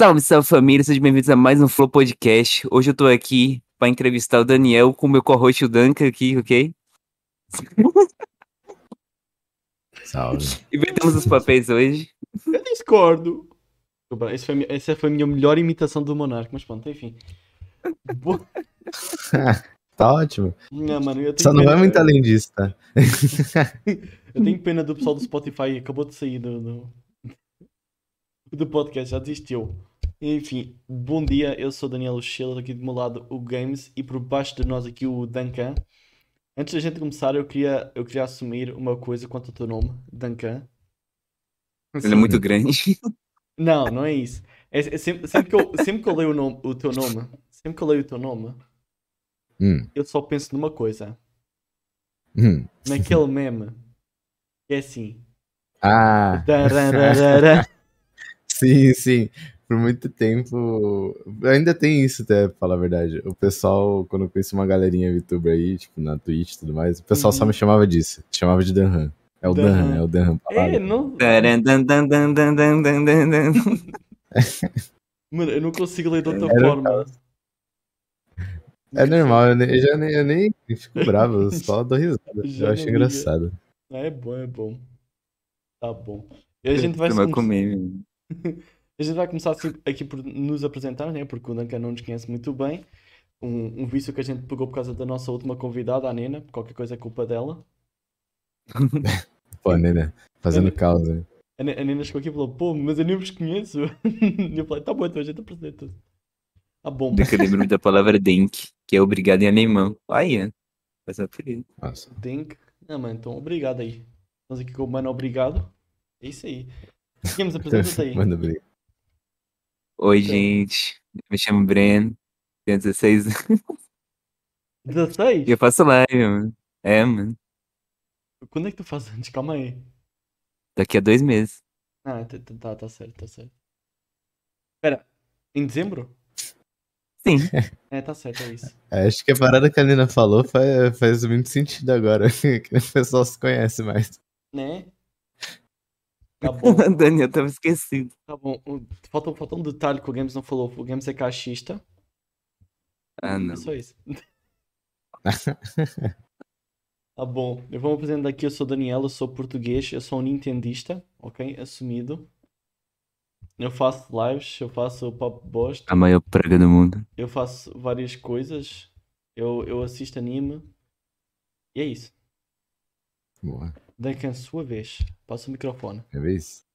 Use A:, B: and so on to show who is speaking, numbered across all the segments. A: Salve, salve família, sejam bem-vindos a mais um Flow Podcast. Hoje eu tô aqui pra entrevistar o Daniel com o meu co-host o Duncan aqui, ok?
B: Salve.
A: Inventamos os papéis hoje.
C: Eu discordo. Desculpa, esse foi a minha- Essa foi a minha melhor imitação do Monarca, mas pronto, enfim. Boa-
B: Tá ótimo.
C: Não, mano, eu tenho
B: Só não é
C: pena-
B: vai muito além disso, tá?
C: Eu tenho pena do pessoal do Spotify, acabou de sair do, do, do podcast, já desistiu. Enfim, bom dia, eu sou o Daniel Schiller, aqui do meu lado o Games e por baixo de nós aqui o Duncan. Antes da gente começar, eu queria, eu queria assumir uma coisa quanto ao teu nome, Duncan.
A: Ele é muito grande.
C: Não, não é isso. É, é sempre, sempre que eu, sempre que eu leio o, nome- o teu nome, sempre que eu leio o teu nome,
B: Hum,
C: eu só penso numa coisa.
B: hum.
C: Naquele meme. Que é assim.
B: Ah,
C: Tarararara.
B: sim, sim. Por muito tempo. Ainda tem isso, até pra falar a verdade. O pessoal, quando eu conheço uma galerinha VTuber aí, tipo, na Twitch e tudo mais, o pessoal só
C: Uhum.
B: me chamava disso. Chamava de Danhan. É o Danhan,
C: Danhan.
B: é o Danhan.
C: É,
B: palavra.
C: não.
A: Taran, dan, dan, dan, dan, dan, dan, dan, dan.
C: Mano, eu não consigo ler de outra
B: Era-
C: forma.
B: É normal, eu, ne- eu já nem, eu nem fico bravo, eu só dou risada.
C: Já
B: eu acho
C: não liga.
B: engraçado.
C: Ah, É bom, é bom. Tá bom. E a gente vai,
A: Tomar
C: come-
A: comer, meu.
C: a gente vai começar assim, aqui por nos apresentar, né? Porque o Duncan não nos conhece muito bem. Um, um vício que a gente pegou por causa da nossa última convidada, a Nena. Qualquer coisa é culpa dela.
B: Pô, né, né? Fazendo
C: Ele-
B: causa. né?
C: A Ne- a Nena chegou aqui e falou, pô, mas eu nem vos conheço. E eu falei, tá bom, então a gente apresenta. Ah, bom.
A: Duncan lembra da palavra denk, que é obrigado em alemão. Olha, faz um uma feliz.
B: Nossa.
C: Denk. Ah, mano, então obrigado aí. Estamos aqui com o Mano Obrigado. É isso aí. Games, apresenta-te aí.
B: Manda brincar.
A: Oi,
C: Então.
A: gente. Me chamo Breno, tenho 16 anos
C: 16?
A: e eu faço live, mano. É, mano.
C: Quando é que tu faz antes? Calma aí.
A: Daqui a dois meses.
C: Ah, tá, tá- tá, tá certo, tá certo. Espera, em dezembro?
A: Sim.
C: É, tá certo, é isso.
B: Acho que a parada que a Nina falou faz, faz muito sentido agora, que o pessoal se conhece mais.
C: Né? Tá bom,
A: Daniel tava esquecido.
C: tá bom. O- Falta, falta um detalhe que o Games não falou. O Games é cachista.
A: Ah, não.
C: É só isso. Tá bom, eu vou me apresentar aqui. Eu sou Daniel, eu sou português, eu sou um nintendista, ok? Assumido. Eu faço lives, eu faço pop bosta,
A: A maior praga do mundo.
C: eu faço várias coisas, eu, eu assisto anime. E é isso.
B: Boa,
C: Duncan, sua vez. Passa o microfone.
B: minha vez.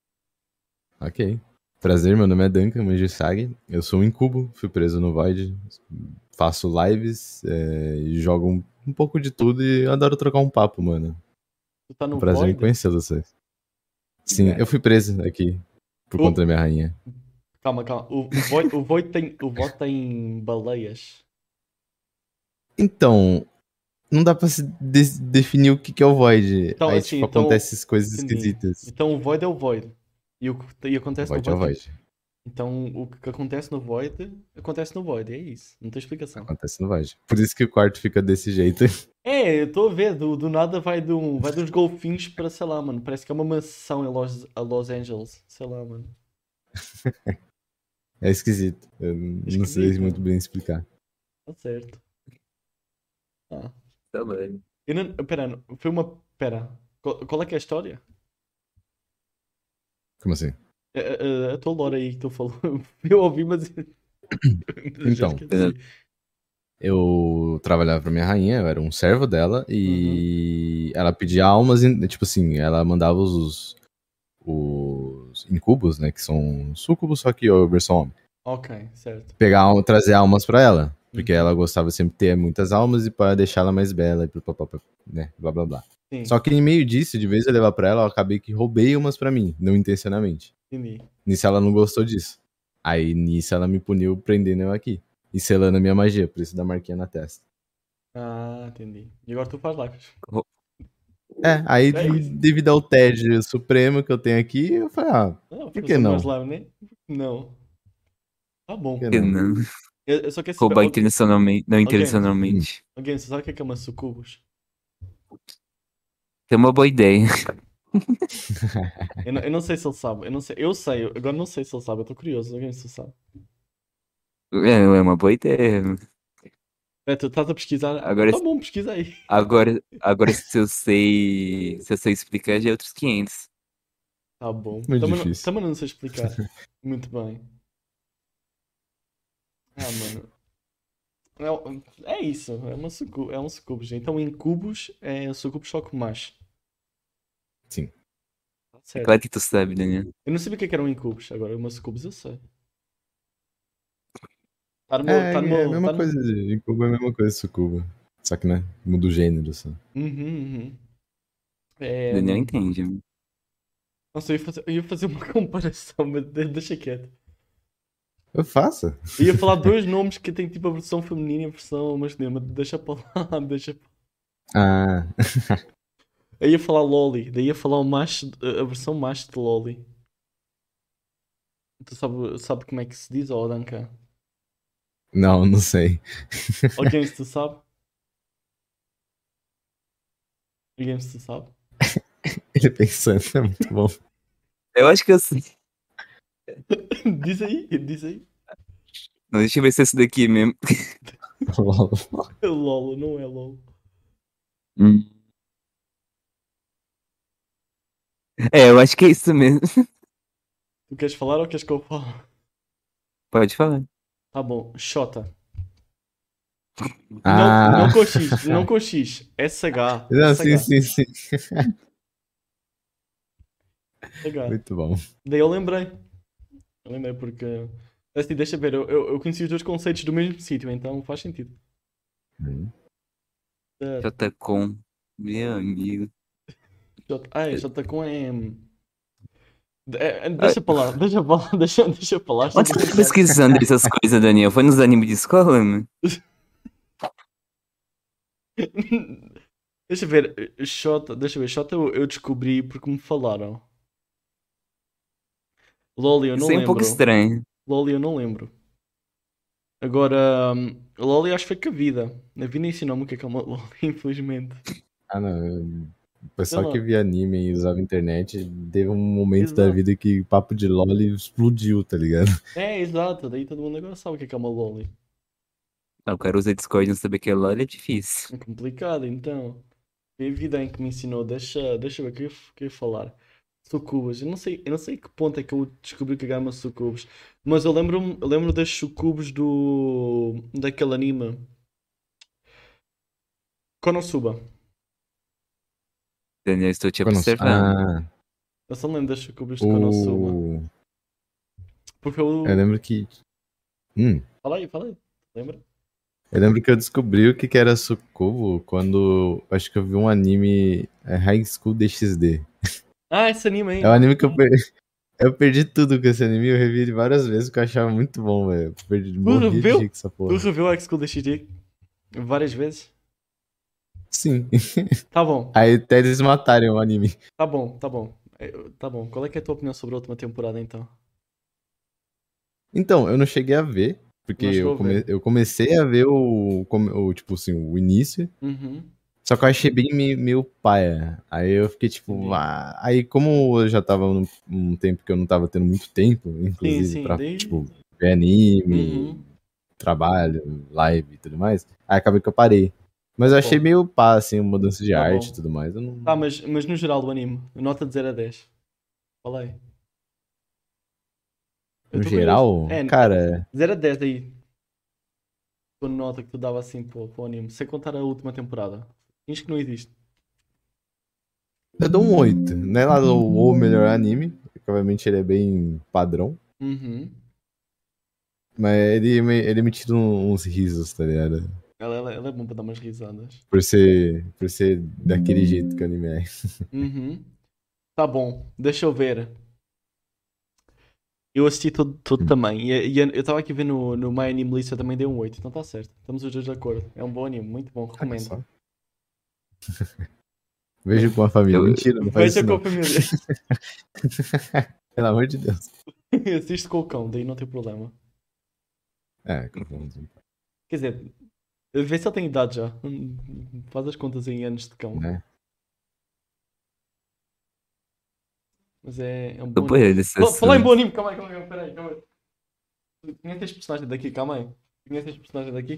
B: Ok. Prazer, meu nome é Duncan Manjusag, eu sou um incubo, fui preso no Void, faço lives é, e jogo um, um pouco de tudo e adoro trocar um papo, mano.
C: Tu tá
B: É
C: no
B: um prazer em
C: Void?
B: conhecer vocês. Sim,
C: É.
B: eu fui preso aqui por
C: Oh.
B: conta da minha rainha.
C: Calma, calma. O, o, Void, o Void tem, o Void tem baleias.
B: Então, não dá pra se de- definir o que, que é o Void.
C: Então,
B: Aí,
C: assim,
B: tipo,
C: então-
B: acontecem essas coisas
C: Entendi.
B: esquisitas.
C: Então o Void é o Void. E o que e acontece
B: Void é
C: no
B: o Void.
C: Então, o que acontece no Void, acontece no Void, é isso. Não tem explicação.
B: Acontece no Void. Por isso que o quarto fica desse jeito.
C: É, eu tô a ver, do, do nada vai, de um, vai de uns golfinhos pra, sei lá, mano, parece que é uma mansão em Los, a Los Angeles, sei lá, mano.
B: É esquisito. Eu n- não sei
C: Esquisito.
B: muito bem explicar.
C: Tá certo. Ah.
A: Tá bom.
C: Eu não, pera, não, foi uma, pera, qual, qual é que é a história?
B: Como assim?
C: A, é, a, a- a tua lore aí que tu falou, eu ouvi, mas... eu já
B: Então.
C: esqueci.
B: Eu trabalhava pra minha rainha, eu era um servo dela, e
C: Uhum.
B: ela pedia almas, em- tipo assim, ela mandava os, os incubos, né? Que são sucubos, só que o versão homem.
C: Ok, certo.
B: pegar, al- trazer almas pra ela. Porque
C: Uhum.
B: ela gostava sempre de ter muitas almas e para deixá-la mais bela e pro papapá, né? Blá blá blá.
C: Sim,
B: Só que em meio disso, de vez eu levar pra ela, eu acabei que roubei umas pra mim, não intencionalmente.
C: entendi.
B: Nisso ela não gostou disso. Aí nisso ela me puniu prendendo eu aqui. E selando a minha magia, por isso da marquinha na testa.
C: Ah, entendi. E agora tu faz lives.
B: É, aí
C: É isso.
B: devido ao tédio supremo que eu tenho aqui, eu falei, ah,
C: Não,
B: Por
C: eu
B: que
C: sou
B: não?
C: mais live, né? Não. Tá bom.
B: por que
A: Eu
B: não?
A: não.
C: Eu, eu só quero saber.
A: Roubar
C: Alguém,
A: intencionalmente. Não intencionalmente.
C: alguém, você sabe o que é que é uma sucubus?
A: Tem uma boa ideia.
C: Eu não, eu não sei se ele sabe. Eu não sei. Eu sei, eu- agora não sei se ele sabe. Eu estou curioso. Alguém se ele sabe.
A: É, é uma boa ideia.
C: É, tu estás a pesquisar.
A: Agora-
C: Tá bom, pesquisa aí.
A: Agora, agora se eu sei, se eu sei explicar, já é outros 500.
C: Tá bom.
B: Muito
C: também,
B: difícil.
C: Não, também não sei explicar. Muito bem. Ah, mano. É o- É, isso. É, uma sucu, é um sucubus. Então, em cubos, é sucubus só com mais.
B: Sim.
C: Tá certo.
A: Claro que tu sabe, Daniel.
C: Eu não sabia o que é que era um incubus. Agora, uma sucubus eu sei. Tá no meu...
B: É,
C: tá no
B: é a
C: meu-
B: mesma
C: tá no-
B: coisa de de Cuba, é a mesma coisa de Sucuba. Só que, né? Muda o gênero, só.
C: Uhum, uhum. É,
A: Daniel entende. né?
C: Nossa, eu ia fazer, eu ia fazer uma comparação, mas de- deixa quieto.
B: Eu faço.
C: Eu ia falar dois nomes que tem tipo a versão feminina e a versão masculina, mas deixa pra lá, deixa pra
B: Ah,
C: Eu ia falar Loli, daí ia falar o macho, a versão macho de Loli. Tu sabe, sabe como é que se diz, ó Danka?
B: não, não sei.
C: Ó Games, tu sabe? Ó Games, tu sabe?
B: Ele pensando, é muito bom.
A: Eu acho que eu sei.
C: Diz aí, diz aí.
A: Não, deixa eu ver se é esse daqui mesmo.
B: Lol.
C: É Lolo, não é Lolo.
A: Hum. É, eu acho que é isso mesmo.
C: Tu queres falar ou queres que eu fale?
A: Pode falar.
C: Tá bom, Xota.
B: Ah.
C: Não, não com X, não com X. É SH.
B: Não,
C: SH.
B: sim, sim, sim.
C: SH.
B: Muito bom.
C: É Daí eu lembrei. Eu lembrei porque. Assim, deixa ver, eu, eu, eu conheci os dois conceitos do mesmo sítio, então faz sentido.
B: Hum.
C: É,
A: JCom, meu amigo.
C: J- ah, é, JTACOM é. hum, é, é, deixa pra lá, deixa pra lá, deixa, deixa pra lá. estou
A: Onde você tá
C: cansado.
A: pesquisando essas coisas, Daniel? Foi nos animes de escola, mano?
C: Deixa eu ver, Xota, deixa eu ver, Xota eu, eu descobri porque me falaram. Loli, eu não
A: Isso aí é um
C: lembro.
A: pouco estranho.
C: Loli, eu não lembro. Agora, hum, Loli acho que foi com a vida. A vida ensinou-me o que é que é uma Loli, infelizmente.
B: Ah, não. eu- O pessoal
C: Sei lá.
B: que via anime e usava internet teve um momento da
C: Exato.
B: vida que papo de LOL explodiu, tá ligado?
C: É, exato, daí todo mundo agora sabe o que é que é uma loli.
A: Não, o cara usa Discord e não saber que é LOL é difícil.
C: É complicado, então. Foi a vida em que me ensinou, deixa, deixa eu ver o que eu ia f- que eu ia falar. Sucubas, eu não sei, eu não sei que ponto é que eu descobri que era uma sucubas, mas eu lembro-me, eu lembro das sucubas do daquele anime. Konosuba.
A: Daniel, estou te
B: Quando-
A: observando.
B: Ah,
C: Eu só lembro das sucubas de Konosuba,
B: o...
C: porque eu
B: Eu lembro que. Hum.
C: Fala aí, fala aí. Lembra?
B: Eu lembro que eu descobri o que que era Sucubo quando acho que eu vi um anime é, High School DxD.
C: Ah, esse anime aí.
B: É um anime que eu perdi. Eu perdi tudo com esse anime, eu revi ele várias vezes, porque eu achava muito bom, velho. Eu Perdi morri de
C: viu?
B: rir com essa
C: Tu
B: porra.
C: reviu a X-School DxD várias vezes?
B: Sim.
C: Tá bom.
B: Aí até eles mataram o anime.
C: Tá bom, tá bom. Eu- Tá bom. Qual é que é a tua opinião sobre a última temporada, então?
B: Então, eu não cheguei a ver, porque
C: Não chegou
B: eu,
C: a
B: come- eu comecei a ver o, come- o, tipo assim, o início,
C: Uhum.
B: só que eu achei bem me- meio paia. Aí eu fiquei tipo,
C: Entendi.
B: ah... aí como eu já tava num um tempo que eu não tava tendo muito tempo, inclusive
C: sim,
B: pra,
C: daí-
B: tipo, ver anime,
C: Uhum.
B: trabalho, live e tudo mais, aí acabei que eu parei. Mas eu achei
C: Bom.
B: meio pá, assim, mudança de
C: Tá
B: arte
C: bom.
B: e tudo mais. Eu não...
C: Tá, mas, mas no geral do anime, nota de 0 a 10. Fala aí. Eu
B: no
C: tô
B: geral,
C: curioso. É,
B: cara,
C: 0 a 10 daí. Tua nota que tu dava assim pro, pro anime, sem contar a última temporada. Finge que não existe.
B: eu dou um 8. Não é lá o o melhor anime, porque obviamente ele é bem padrão.
C: Uhum.
B: Mas ele me, ele me tira um- uns risos, tá ligado?
C: Ela, ela, ela é bom pra dar umas risadas.
B: Por ser, por ser daquele jeito que o anime é.
C: Uhum. Tá bom, deixa eu ver. Eu assisti todo, todo também. E, e eu estava aqui vendo no, no My Anime List, eu também dei um 8, então tá certo. Estamos os dois de acordo. É um bom anime, muito bom, recomendo.
B: só. Vejo com a família.
A: Eu-
B: Mentira, não faz
C: Veja
B: isso
C: com
B: não.
C: a família.
B: Pelo amor de Deus.
C: Assiste com o cão, daí não tem problema.
B: É, confundo.
C: Quer dizer, vê se ele tem idade já. Hum, Faz as contas em anos de cão.
B: Né?
C: Mas é, é um bom.
A: Depois desse
C: Fa- Falar em
A: assunto.
C: bom anime, calma aí, calma aí, calma aí, calma aí. Tu Conheces este personagem daqui, calma aí. Tu Conheces este personagem daqui?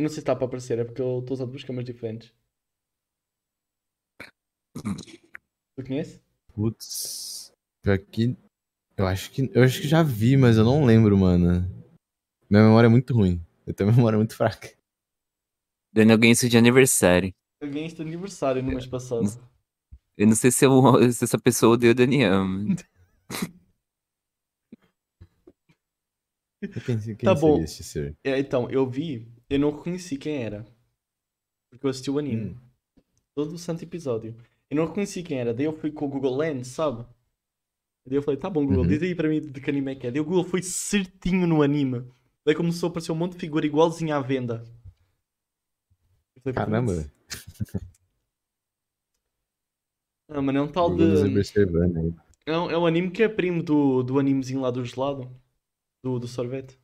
C: Não sei se está para aparecer, é porque eu estou usando duas câmeras diferentes. Tu conheces?
B: Putz. Pior que. Eu acho que. Eu acho que já vi, mas eu não lembro, mano. Minha memória é muito ruim. Eu tenho a memória muito fraca.
A: Daniel ganhou isso de aniversário.
C: Eu ganhei este aniversário no mês passado.
A: Eu não sei se, eu- se essa pessoa odeia o Daniel. mas-
B: Eu pensei, quem
C: Tá
B: seria
C: bom.
B: esse ser?
C: É, então, eu vi, eu não reconheci quem era. Porque eu assisti o anime.
B: Hum.
C: Todo o santo episódio. Eu não reconheci quem era. Daí eu fui com o Google Lens, sabe? Daí eu falei, tá bom, Google,
B: Uhum.
C: diz aí para mim de que anime é que é. Daí o Google foi certinho no anime. Daí começou a aparecer um monte de figura igualzinha à venda. Eu falei,
B: Caramba.
C: "Putz." Ah, mas é um tal
B: Google nos
C: de.
B: observando aí.
C: É um, é um anime que é primo do, do animezinho lá do gelado. Do, do sorvete.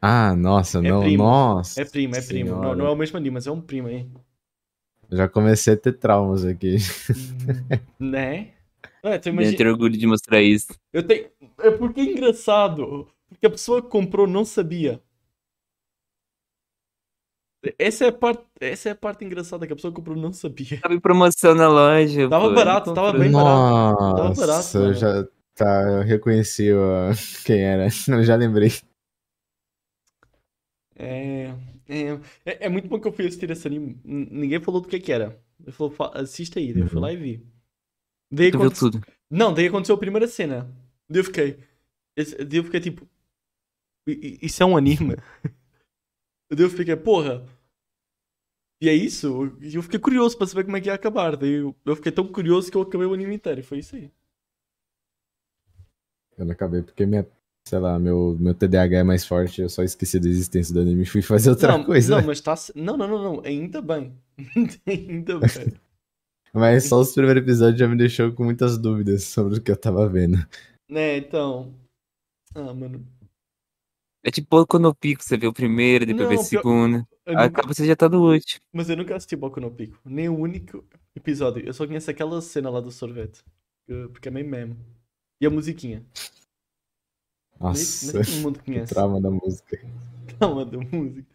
B: Ah, nossa, não.
C: É primo.
B: Nossa.
C: É primo, é primo. Não,
B: Senhora.
C: não é o mesmo anime, mas é um primo aí.
B: Eu Já comecei a ter traumas aqui.
C: né? É, tu
A: Daniel
C: imagina...
A: ter orgulho de mostrar isso.
C: Eu tenho... É porque é engraçado. Porque a pessoa que comprou não sabia. Essa é a parte, essa é a parte engraçada, que a pessoa que comprou não sabia.
A: Tava em promoção Tá na loja.
C: Tava
A: pô, ele
C: barato, tava
A: comprou.
C: bem barato. Tava barato,
B: Nossa, eu
C: mano.
B: já. Tá, eu reconheci ó, quem era. Eu já lembrei.
C: É... É... é- é muito bom que eu fui assistir esse anime. N- Ninguém falou do que é que era. Ele falou, "Fa- assista aí. Daí Eu fui lá e vi. Daí
A: Uhum. Tu viu
C: aconteceu...
A: tudo.
C: Não, daí aconteceu a primeira cena. Daí eu fiquei. esse- Daí eu fiquei tipo. "I- i- Isso é um anime? Daí eu fiquei, porra. E é isso? E eu fiquei curioso pra saber como é que ia acabar. Daí eu, eu fiquei tão curioso que eu acabei o anime inteiro. e Foi isso aí.
B: Eu não acabei porque minha. Sei lá, meu, meu TDAH é mais forte, eu só esqueci da existência do anime e fui fazer outra
C: não,
B: coisa.
C: não, mas tá. se- Não, não, não, não. Ainda bem. É Ainda bem.
B: Mas só os primeiros episódios já me deixou com muitas dúvidas sobre o que eu tava vendo.
C: né, então. Ah, mano.
A: É tipo quando eu pico, você vê o primeiro, depois vê
C: Não,
A: o
C: pior-
A: segundo.
C: Eu nunca-
A: Acaba, você já tá no último.
C: Mas eu nunca assisti Boku no Pico. Nem o único episódio. Eu só conheço aquela cena lá do sorvete. que- Porque é meio meme. E a musiquinha. Nem-
B: Nossa,
C: Nem todo mundo assim.
B: o
C: conhece.
B: trauma da música.
C: Calma, da música.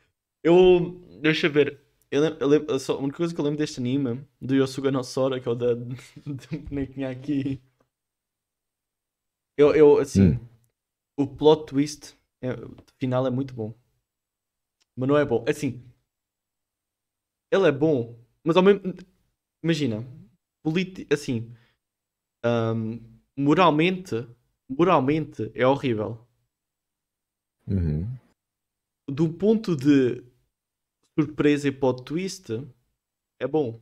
C: Eu. Deixa eu ver. Eu lembro, eu lembro, eu só, a única coisa que eu lembro deste anime, do Yosuga no Sora, que é o da. do bonequinho aqui. Eu, eu assim. O plot twist é, o final é muito bom. Mas não é bom. Assim. Ele é bom, mas ao mesmo. Imagina. Politi assim. ahm, moralmente. Moralmente é horrível
B: Uhum.
C: do ponto de surpresa e plot twist, é bom.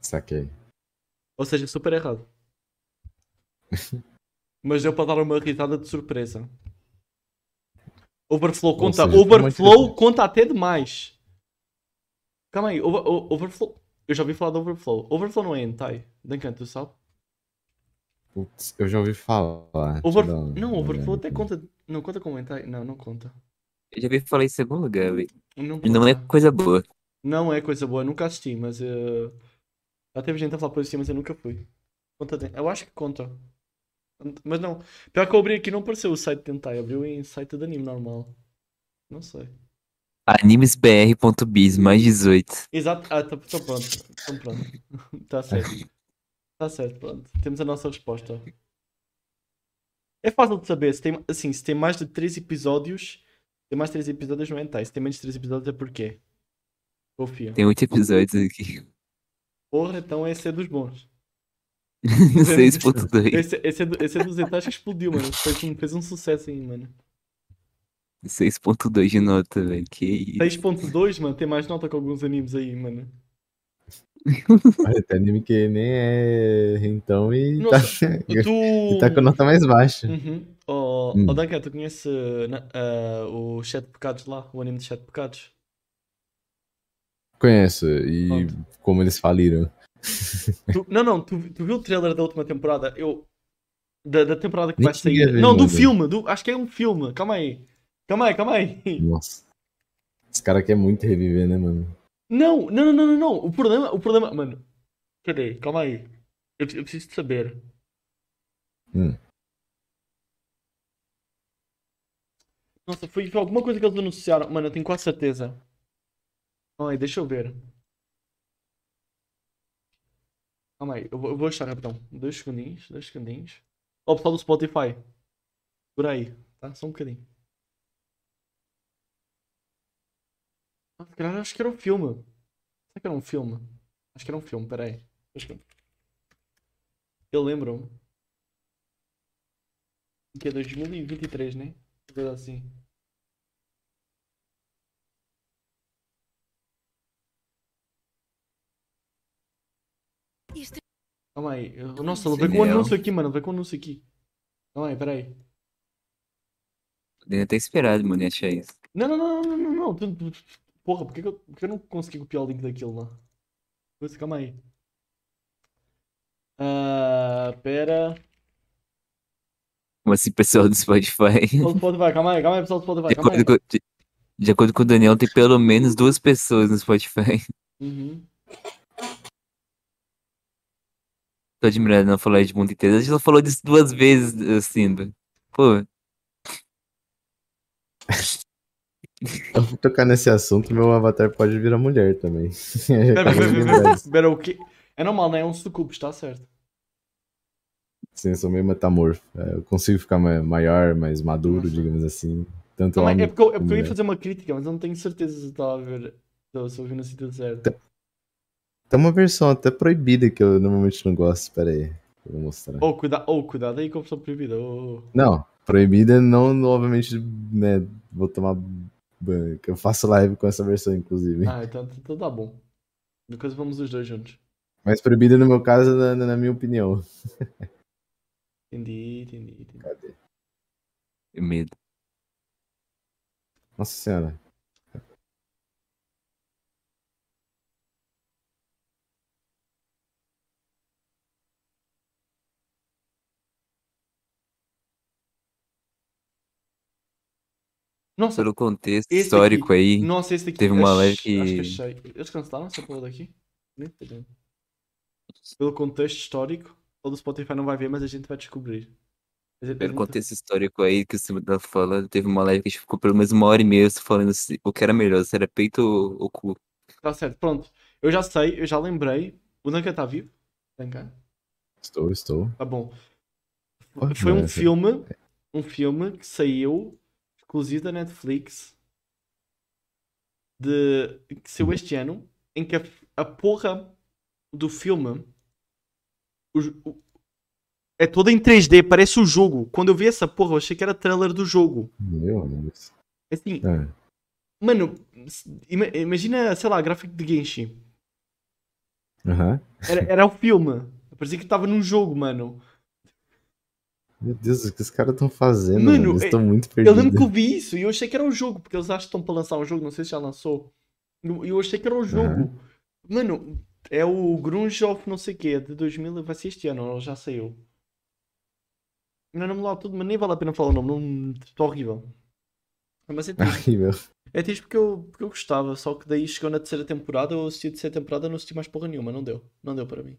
B: Saquei.
C: Ou seja, super errado. Mas deu para dar uma irritada de surpresa. Overflow
B: Ou
C: conta.
B: seja, foi uma
C: overflow
B: irritada.
C: conta até demais. Calma aí, over- o- Overflow. Eu já ouvi falar do Overflow. Overflow não é hentai. Duncan, tu sabe?
B: Putz, eu já ouvi falar. Deixa eu
C: Over...
B: dar um uma
C: Não, Overflow
B: olhada
C: até conta. Não conta como hentai. Não, não conta.
A: Eu já vi falar isso em algum lugar, velho.
C: Não,
A: E Não é
C: conta.
A: coisa boa.
C: Não é coisa boa, eu nunca assisti, mas eh, já teve gente a falar por isso, mas eu nunca fui. Conta, de- eu acho que conta. Mas não, pior que eu abri aqui não apareceu o site de Tentai, abriu em site de anime normal. Não sei.
A: Animesbr.biz, mais 18.
C: Exato, ah, tá, tá pronto, então pronto. Tá certo. Tá certo, pronto. Temos a nossa resposta. É fácil de saber, se tem, assim, se tem mais de 3 episódios, se tem mais de 3 episódios não é hentai, se tem menos de 3 episódios é porquê? Confia.
A: Tem oito episódios aqui.
C: Porra, então esse é dos bons.
A: 6.2.
C: Esse, esse, é do- esse é dos detalhes que explodiu, mano. Fez um, fez um sucesso aí, mano.
A: 6.2 de nota, velho. Que isso.
C: 6.2, mano, tem mais nota que alguns animes aí, mano.
B: Olha, tem anime que nem é então e tá,
C: Nossa,
B: e
C: Tu.
B: tá com a nota mais baixa.
C: Uhum. Oh,
B: Hum.
C: oh, Duncan, tu conhece na- ah, o Sete Pecados lá? O anime de Sete Pecados?
B: Conheço, e
C: Pronto.
B: como eles faliram.
C: Tu- não, não, tu, tu viu o trailer da última temporada? Eu. Da, da temporada que
B: Nem
C: vai sair.
B: queria ver,
C: não, do
B: mano.
C: filme. Do, acho que é um filme. Calma aí. Calma aí, calma aí.
B: Nossa. Esse cara quer muito reviver, né, mano?
C: Não, não, não, não, não, não. O problema, o problema. Mano, cadê? Calma aí. Eu, eu preciso de saber.
B: Hum.
C: Nossa, foi, foi alguma coisa que eles anunciaram. Mano, eu tenho quase certeza. Calma aí, deixa eu ver. Calma aí, eu vou, eu vou achar rapidão. Dois segundinhos, dois segundinhos. Ó, o pessoal do Spotify. Por aí, tá? Só um bocadinho. Ah, se calhar, acho que era um filme. Será que era um filme? Acho que era um filme, peraí. Acho que- Eu lembro-me. Que é 2023, né? Uma coisa assim.
D: Isto é
C: Calma aí. eu-
D: Não,
C: Nossa,
D: não
C: ele
D: sei. é
C: veio com um
A: Daniel.
C: anúncio aqui, mano. Ele veio com um anúncio aqui. Calma aí, peraí.
A: Poderia ter esperado, mano, e achar isso.
C: Não, não, não, não, não, não, não. tu- tu- Porra, por que, que, eu, por que eu não consegui copiar o link daquilo lá? Pois, calma aí. Ah, pera.
A: Como assim, pessoal do Spotify?
C: Pessoal do Spotify, calma aí, calma aí, pessoal do
A: De
C: Spotify, calma aí.
A: acordo, com, de- de acordo com o Daniel, tem pelo menos duas pessoas no Spotify.
C: Uhum.
A: Tô admirado não falar de mundo inteiro. A gente já falou disso duas vezes, eh, Simba. Pô,
B: Eu vou tocar nesse assunto, meu avatar pode virar mulher também.
C: Pera, pera, pera, pera,
B: Verdade.
C: pera, o quê? É normal, né? É um sucubo, está certo.
B: Sim, eu sou meio metamorfo. É, Eu consigo ficar ma- maior, mais maduro,
C: Nossa.
B: digamos assim. Tanto
C: Calma aí, é
B: homem.
C: porque, eu, é porque eu ia
B: mulher.
C: fazer uma crítica, mas eu não tenho certeza se eu estava a ver. Se eu- se eu vi no sentido certo.
B: Tem uma versão até proibida que eu normalmente não gosto. Pera aí, eu vou mostrar.
C: Oh, cuida, oh, cuidado aí com a opção proibida. Oh.
B: Não, proibida não, não, obviamente, né? Vou tomar ban, que Eu faço live com essa versão, inclusive.
C: Ah, então, então tá bom. Depois vamos os dois juntos.
B: Mas proibida no meu caso, na, na- na minha opinião.
C: Entendi, entendi, entendi.
B: Cadê?
A: que é medo.
B: Nossa senhora.
C: Nossa,
A: Pelo contexto
C: Esse
A: histórico
C: aqui.
A: aí.
C: Nossa, esse daqui.
A: Teve uma
C: ach-
A: live
C: Acho
A: que-
C: que achei. Eles cancelaram essa porra daqui? Nem sei. Pelo contexto histórico, todo Spotify não vai ver, mas a gente vai descobrir. A gente- a
A: Pelo
C: gente-
A: contexto histórico aí que o Simba tá falando, teve uma live que a gente ficou pelo menos uma hora e meia só falando se- o que era melhor, se era peito ou, ou cu.
C: Tá certo, pronto. Eu já sei, eu já lembrei. O Nanka tá vivo? Nanka?
B: Estou, estou.
C: Tá bom.
B: Pode
C: Foi um
B: essa.
C: filme. Um filme que saiu exclusivo da Netflix. De, que saiu este ano. Em que a, a porra do filme. os- o- é toda em 3D, parece o jogo. Quando eu vi essa porra, eu achei que era trailer do jogo.
B: Meu Deus.
C: Assim,
B: Ah,
C: mano, s- ima- imagina, sei lá, gráfico de Genshin.
B: Aham.
C: Era, era o filme. Parecia que tava num jogo, mano.
B: Meu Deus, o que os caras estão fazendo?
C: Mano,
B: Mano, eles
C: é-
B: estão muito
C: Eu
B: perdidos.
C: lembro que eu vi isso e eu achei que era o jogo, porque eles acham que estão pra lançar um jogo, não sei se já lançou. E Eu eu achei que era o jogo. Mano, é o Grunge of não sei o quê, de 2000, vai ser este ano, ou já saiu. Não, não me lá tudo, mas nem vale a pena falar o nome, não, tá horrível. Mas é triste.
B: Ai, meu.
C: É triste porque eu, porque eu gostava, só que daí chegou na terceira temporada, eu assisti a terceira temporada, não assisti mais porra nenhuma, não deu. Não deu para mim.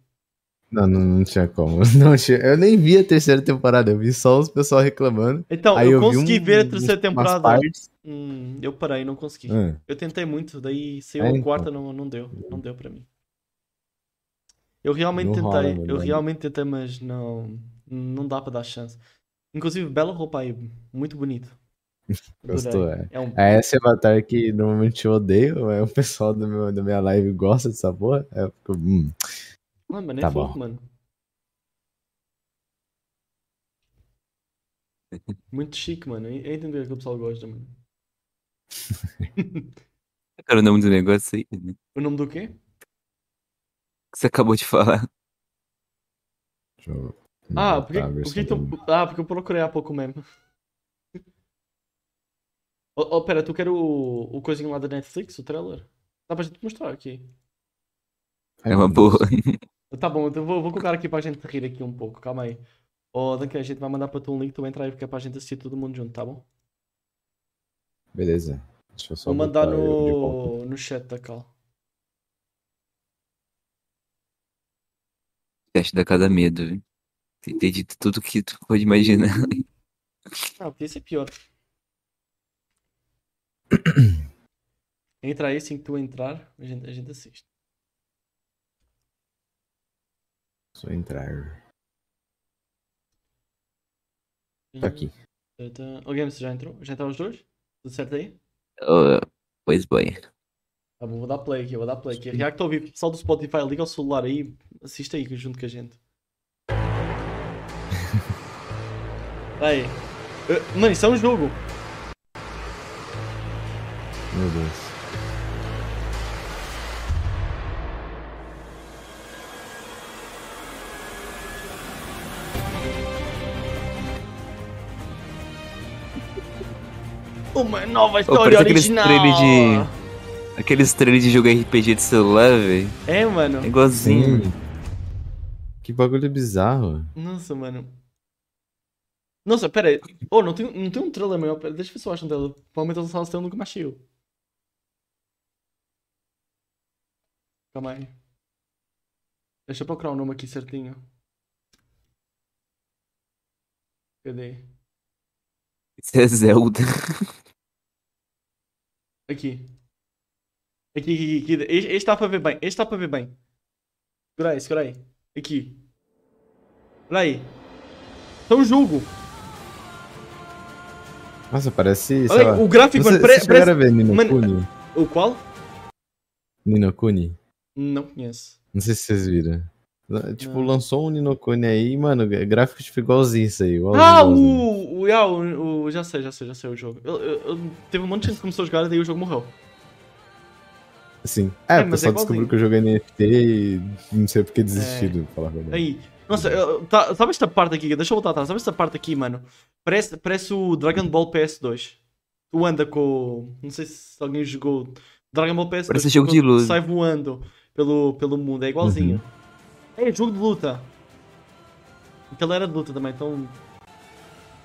B: Não, não, não tinha como. Não tinha... Eu nem vi a terceira temporada, eu vi só os pessoal reclamando.
C: Então,
B: Aí
C: eu
B: eu, vi
C: consegui
B: um-
C: ver a terceira
B: umas
C: temporada.
B: partes.
C: Hum, eu parei, não consegui.
B: Ah,
C: Eu tentei muito, daí saiu
B: É,
C: a
B: então.
C: quarta, não, não deu. Não deu pra mim. Eu realmente
B: Não
C: tentei,
B: rola,
C: eu
B: mano.
C: realmente tentei, mas não, não dá pra dar chance. Inclusive, bela roupa aí, muito bonito. Adorei.
B: Gostou, é.
C: É um...
B: É esse avatar que normalmente eu odeio, é o pessoal do meu, da minha live gosta dessa porra. É, eu fico, hum,
C: Ah, mano, é
B: Tá
C: fofo,
B: bom.
C: mano. Muito chique, mano. Eu entendo o que o pessoal gosta, mano.
A: Qual Era o nome do negócio aí, né?
C: O nome do quê?
A: Que você acabou de falar.
B: deixa eu
C: Ah,
B: botar
C: porque,
B: a versão
C: porque tu-
B: do-
C: ah, porque eu procurei há pouco mesmo. Oh, oh, pera, tu quer o, o coisinho lá da Netflix, o trailer? Dá pra gente mostrar aqui.
B: Ai,
A: é uma
C: um
B: meu
A: boa.
B: Deus.
C: Tá bom, então vou, vou colocar aqui pra gente rir aqui um pouco, calma aí. Oh, Duncan, a gente vai mandar pra tu um link, tu entra aí, porque é pra gente assistir todo mundo junto, tá bom?
B: Beleza. Deixa eu só
C: Vou mandar
B: botar eu de volta.
C: tá, no, no chat da Cal.
A: podcast da Cada Medo. viu? Tentei de tudo que tu pode imaginar.
C: Ah, podia ser pior. Entra aí, assim que tu entrar, a gente, a gente assiste.
B: Só entrar. Tá aqui.
C: Tá- O Games já entrou? Já entraram os dois? Tudo certo aí?
A: Oh, pois bem.
C: Tá bom, vou dar play aqui, vou dar play aqui. React ao vivo, pessoal do Spotify, liga o celular aí, assista aí junto com a gente. Tá aí. Eh, Mano, isso é um jogo.
B: Meu Deus.
C: Uma nova
A: Oh,
C: história
A: parece aqueles
C: original.
A: trailers de. Aqueles trailers de jogo RPG de celular, velho.
C: É, mano.
A: É igualzinho.
B: Que bagulho bizarro.
C: Nossa, mano. Nossa, pera aí. Oh, não tem, não tem um trailer maior? Pera, deixa eu ver se eu acho um trailer. Provavelmente eles lançaram nunca mais cheio. Calma aí. Deixa eu procurar o nome aqui certinho. Cadê?
A: Isso é Zelda.
C: Aqui. Aqui, aqui, aqui. aqui. Este está para ver bem. Este está para ver bem. Segura aí, segura aí. Aqui. Olha aí. É um jogo.
B: Nossa, parece. sei
C: Olha
B: lá.
C: aí, o gráfico,
B: Você,
C: mano. pare-
B: você
C: parece...
B: chegaram a ver Nino
C: Mano-
B: Kuni?
C: O qual?
B: Nino Kuni?
C: Não conheço.
B: Não sei se vocês viram. Tipo,
C: Não.
B: lançou um Nino Kuni aí, mano, gráfico tipo igualzinho isso aí. Igualzinho,
C: Ah,
B: igualzinho.
C: o, o, ah, o, o- Já sei, já sei, já sei o jogo. Eu- eu- eu- teve um monte de gente que começou a jogar e daí o jogo morreu.
B: Sim. É,
C: É,
B: o
C: mas
B: pessoal
C: é igualzinho. É.
B: descobriu que o jogo é NFT e não sei porque desistiram, pra falar a verdade.
C: Aí. Nossa, eu- eu- tá- sabe esta parte aqui? Deixa eu voltar atrás. Sabe esta parte aqui, mano? Parece, parece o Dragon Ball PS2. Tu anda com. o- Não sei se alguém jogou. Dragon Ball PS2.
A: Parece jogo
C: quando
A: de luta.
C: Sai voando pelo, pelo mundo. É igualzinho.
A: Uhum.
C: É jogo de luta. Aquela era de luta também, então.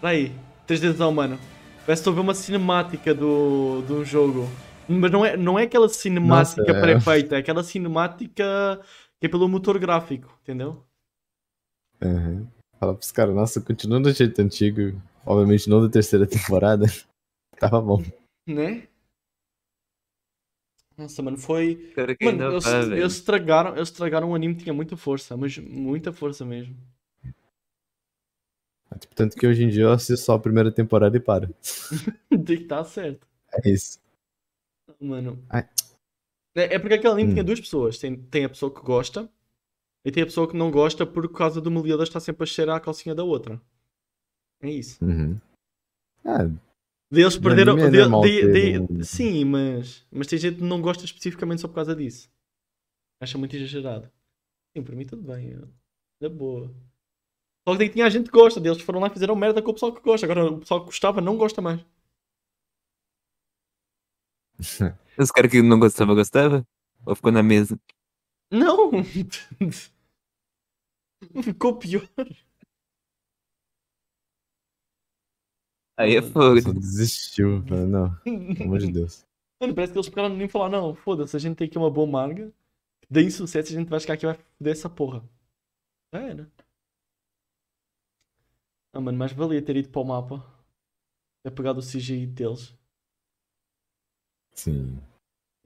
C: Peraí. 3Dzão, mano. Parece que estou a ver uma cinemática do, do jogo. Mas não é, não é aquela cinemática
B: Nossa, é.
C: pré-feita, é aquela cinemática que é pelo motor gráfico, entendeu?
B: Aham. Fala pros caras, nossa, continua do jeito antigo. Obviamente não da terceira temporada. Tava bom.
C: Né? Nossa, mano, foi.
A: Cara, que
C: Mano,
A: ainda
C: eles,
A: vai, velho.
C: eles estragaram, eles estragaram um anime que tinha muita força, mas muita força mesmo.
B: Tipo, tanto que hoje em dia eu assisto só a primeira temporada e paro.
C: Tem que estar certo,
B: É isso.
C: mano.
B: Ai.
C: É, é porque aquele anime
B: Hum.
C: tinha duas pessoas. Tem, tem a pessoa que gosta e tem a pessoa que não gosta por causa do mediador estar sempre a cheirar a calcinha da outra. É isso.
B: Uhum. Ah,
C: Deles
B: No
C: perderam.
B: anime é
C: de-
B: normal
C: de-
B: ter
C: de-
B: um-
C: Sim, mas. Mas tem gente que não gosta especificamente só por causa disso. Acha muito exagerado. Sim, para mim tudo bem. eu- Na boa. Só que tem que tinha gente que gosta deles, que foram lá e fizeram merda com o pessoal que gosta. Agora o pessoal que gostava não gosta mais.
A: Os caras que não gostavam, gostava? Ou ficou na mesa?
C: Não! Ficou pior.
A: Aí é
C: Mano,
B: só
A: fogo.
B: desistiu. Falei, Não, pelo amor de Deus.
C: Mano, parece que eles ficaram nem falar, não, foda-se, a gente tem aqui uma boa marga. Dei sucesso, a gente vai ficar aqui e vai foder essa porra. Já era. Ah, mano, mas valia ter ido para o mapa. Ter pegado o CGI deles.
B: Sim.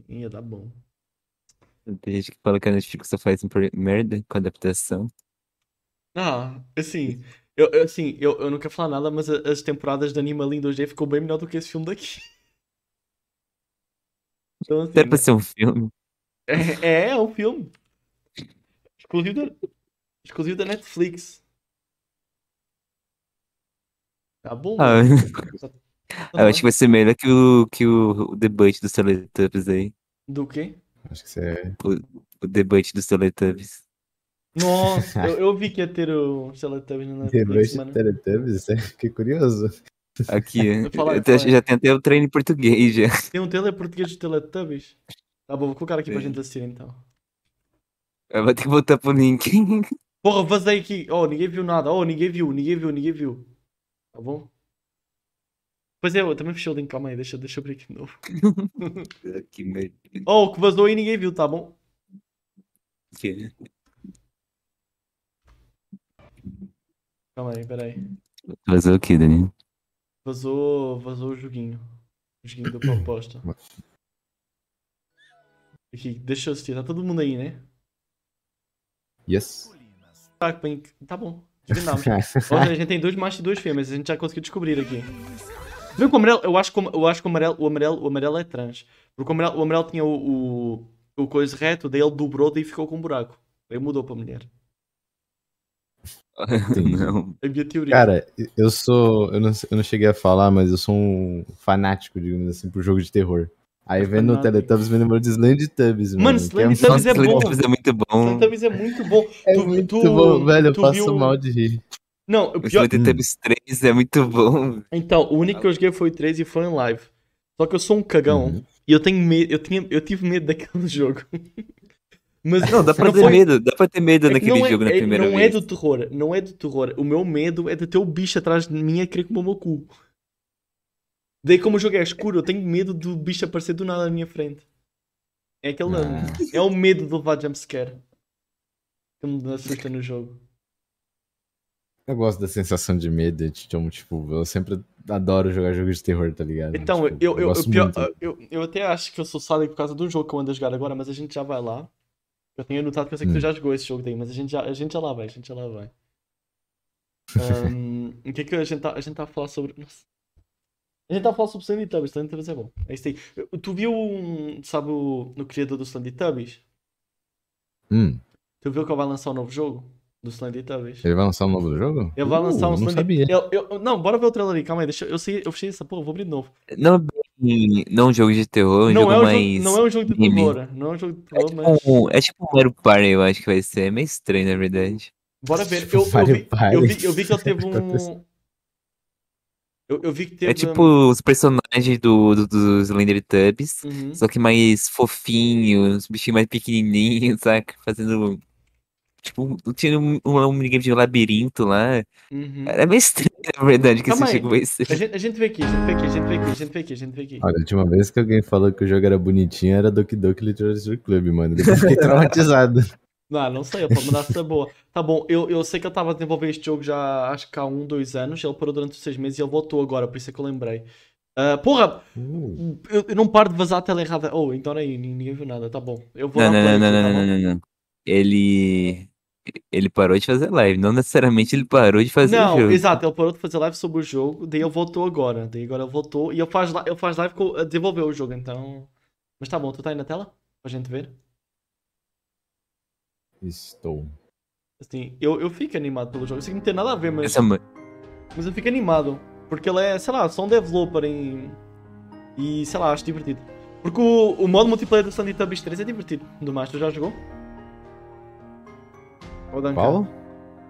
C: Ia dar bom.
A: Tem gente que fala que a Netflix só faz mer- merda com adaptação.
C: Ah, assim, eu, eu- assim, eu, eu não quero falar nada, mas a- as temporadas de Anima em 2D ficou bem melhor do que esse filme daqui. Então, assim,
A: Será pra ser um filme?
C: É, é um filme. Exclusivo da, exclusivo da Netflix. Tá bom,
A: Ah,
C: mano. Tá
A: eu acho que
C: bom.
A: vai ser melhor que o, que o, o debut dos Teletubbies aí.
C: Do quê?
B: Acho que você é.
A: O debut dos Teletubbies.
C: Nossa, eu, eu vi que ia ter o Teletubbies na Netflix,
B: Revanche
C: mano.
B: Teletubbies? é? Fiquei curioso.
A: Aqui, é.
C: falar-
A: Eu até-
C: falar.
A: já tem até o treino em português já.
C: Tem um trailer português dos Teletubbies? Tá bom, vou colocar aqui pra
A: Sim.
C: gente assistir então.
A: Eu vou ter que botar pro link.
C: Porra, vazei aqui. Oh, ninguém viu nada. Oh, ninguém viu, ninguém viu, ninguém viu. Tá bom? Pois é, eu também fechei o link, calma aí, deixa, deixa eu abrir aqui de novo.
A: que merda.
C: Oh, o que vazou aí ninguém viu, tá bom?
A: Que-
C: Calma aí, peraí.
A: Fazer o quê, Danilo?
C: Vazou, vazou o joguinho. O joguinho da proposta. Aqui, deixa eu assistir. Tá todo mundo aí, né?
B: Yes.
C: Tá, bem- tá bom. Desvendamos. Olha, a gente tem dois machos e duas fêmeas, a gente já conseguiu descobrir aqui. Se bem que o amarelo, eu acho que, o- eu acho que o, amarelo, o, amarelo, o amarelo é trans. Porque o amarelo, o amarelo tinha o, o, o coisa reto, daí ele dobrou, daí ficou com um buraco. Daí mudou para mulher.
B: Sim.
A: Não.
C: É a minha teoria.
B: Cara, eu sou. Eu não, eu não cheguei a falar, mas eu sou um fanático, digamos assim, por jogo de terror. Aí
C: Mas
B: vendo o
C: fanático.
B: Teletubbies, me lembrou de Slendytubbies, mano.
C: Mano,
B: que é um-
C: Slendytubbies
A: Nossa,
C: é bom.
A: Teletubbies é muito bom.
C: Teletubbies é muito bom.
B: É
C: Tu-
B: muito
C: tu-
B: bom, velho. Eu
C: tu
B: passo
C: viu-
B: mal de rir.
C: Não, o
A: O
C: pior.
A: Teletubbies 3 é muito bom.
C: Então, o único que eu joguei foi o 3 e foi em live. Só que eu sou um cagão
B: Uhum.
C: e eu tenho medo. Eu, tinha, eu tive medo daquele jogo. Mas
A: Não, dá pra ter
C: foi-
A: medo, dá pra ter medo
C: É que
A: naquele
C: não é-
A: jogo na
C: é-
A: primeira
C: não
A: vez.
C: é do terror, não é do terror. O meu medo é de ter o bicho atrás de mim a querer comer o meu cu. Daí, como o jogo é escuro, eu tenho medo do bicho aparecer do nada na minha frente. É aquele
B: Ah.
C: é o medo de levar jumpscare que me assusta no jogo.
B: Eu gosto da sensação de medo. Tipo, tipo, eu sempre adoro jogar jogos de terror, tá ligado?
C: Então,
B: Tipo,
C: eu, eu, eu,
B: gosto
C: pior-
B: muito.
C: eu, eu até acho que eu sou sádico por causa de um jogo que eu ando a jogar agora, mas a gente já vai lá. Eu tenho anotado que eu sei que
B: Hum.
C: tu já jogou esse jogo daí, mas a gente já, a gente já lá vai, a gente já lá vai. Ahn, o que é que a gente tá, a gente tá a falar sobre. Nossa. A gente tá a falar sobre Slendytubbies, Slendytubbies é bom. É isso aí. Tu viu, um, sabe, o, no criador do Slendytubbies?
B: Hum,
C: Tu viu que ele vai lançar um novo jogo do Slendytubbies?
B: ele vai lançar um novo jogo?
C: Ele vai
B: Uh,
C: lançar um
B: Não
C: Slendy...
B: sabia.
C: eu- eu- não, bora ver o trailer aí, calma aí, deixa eu, eu, sei, eu fechei essa porra, vou abrir de novo.
A: Não é bem- não é um jogo de terror, é um
C: não,
A: jogo
C: é um
A: mais.
C: jogo, não é um jogo de
A: meme.
C: terror, não é um jogo de
A: É
C: terror,
A: tipo,
C: mas.
A: um, é tipo um Mario Party, eu acho que vai ser. É meio estranho, na verdade.
C: Bora ver.
B: Tipo,
C: Eu, eu,
B: Mario
C: vi, eu, vi,
B: Party.
C: eu vi que
A: É
C: ele teve
A: tipo
C: um.
B: Acontece.
C: Eu, eu vi que teve. um
A: É tipo os personagens do, do, do Slendertubbies,
C: Uhum.
A: só que mais fofinhos, os bichinhos mais pequenininhos, saca? Fazendo. Tipo, tinha um, um, um minigame de labirinto lá.
C: uhum.
A: É meio estranho, na verdade, que
C: Calma
A: esse
C: aí.
A: jogo vai ser.
C: A, gente, a gente vê aqui, a gente vê aqui, a gente vê aqui, a gente vê aqui, a gente vê aqui.
B: Olha, a última vez que alguém falou que o jogo era bonitinho era Doki Doki Literature Club, mano. Depois fiquei traumatizado.
C: Não, não sei, eu posso mandar essa boa. Tá bom, eu, eu sei que eu estava a desenvolver este jogo já acho que há um, dois anos. Ele parou durante os seis meses e ele voltou agora, por isso é que eu lembrei. Ah, porra,
B: Uh,
C: eu, eu não paro de vazar a tela errada. Oh, então aí, ninguém viu nada, tá bom. Eu vou
A: Não,
C: dar
A: não, não,
C: play
A: não,
C: aqui,
A: não,
C: tá bom?
A: não, não, não. Ele. Ele parou de fazer live. Não necessariamente ele parou de fazer
C: Não,
A: jogo.
C: exato, ele parou de fazer live sobre o jogo, daí ele voltou agora. Daí agora ele voltou e ele faz, li- ele faz live com, a desenvolver o jogo, então. Mas tá bom, tu tá aí na tela? Pra gente ver?
B: estou.
C: Assim, eu, eu fico animado pelo jogo. Eu sei que não tem nada a ver, mas,
A: Essa ma-
C: mas eu fico animado. Porque ele é, sei lá, só um developer em. E sei lá, acho divertido. Porque o, o modo multiplayer do Sandy Tubbies 3 é divertido. Do mais, tu já jogou? Ô, Duncan,
B: Qual?
C: O modo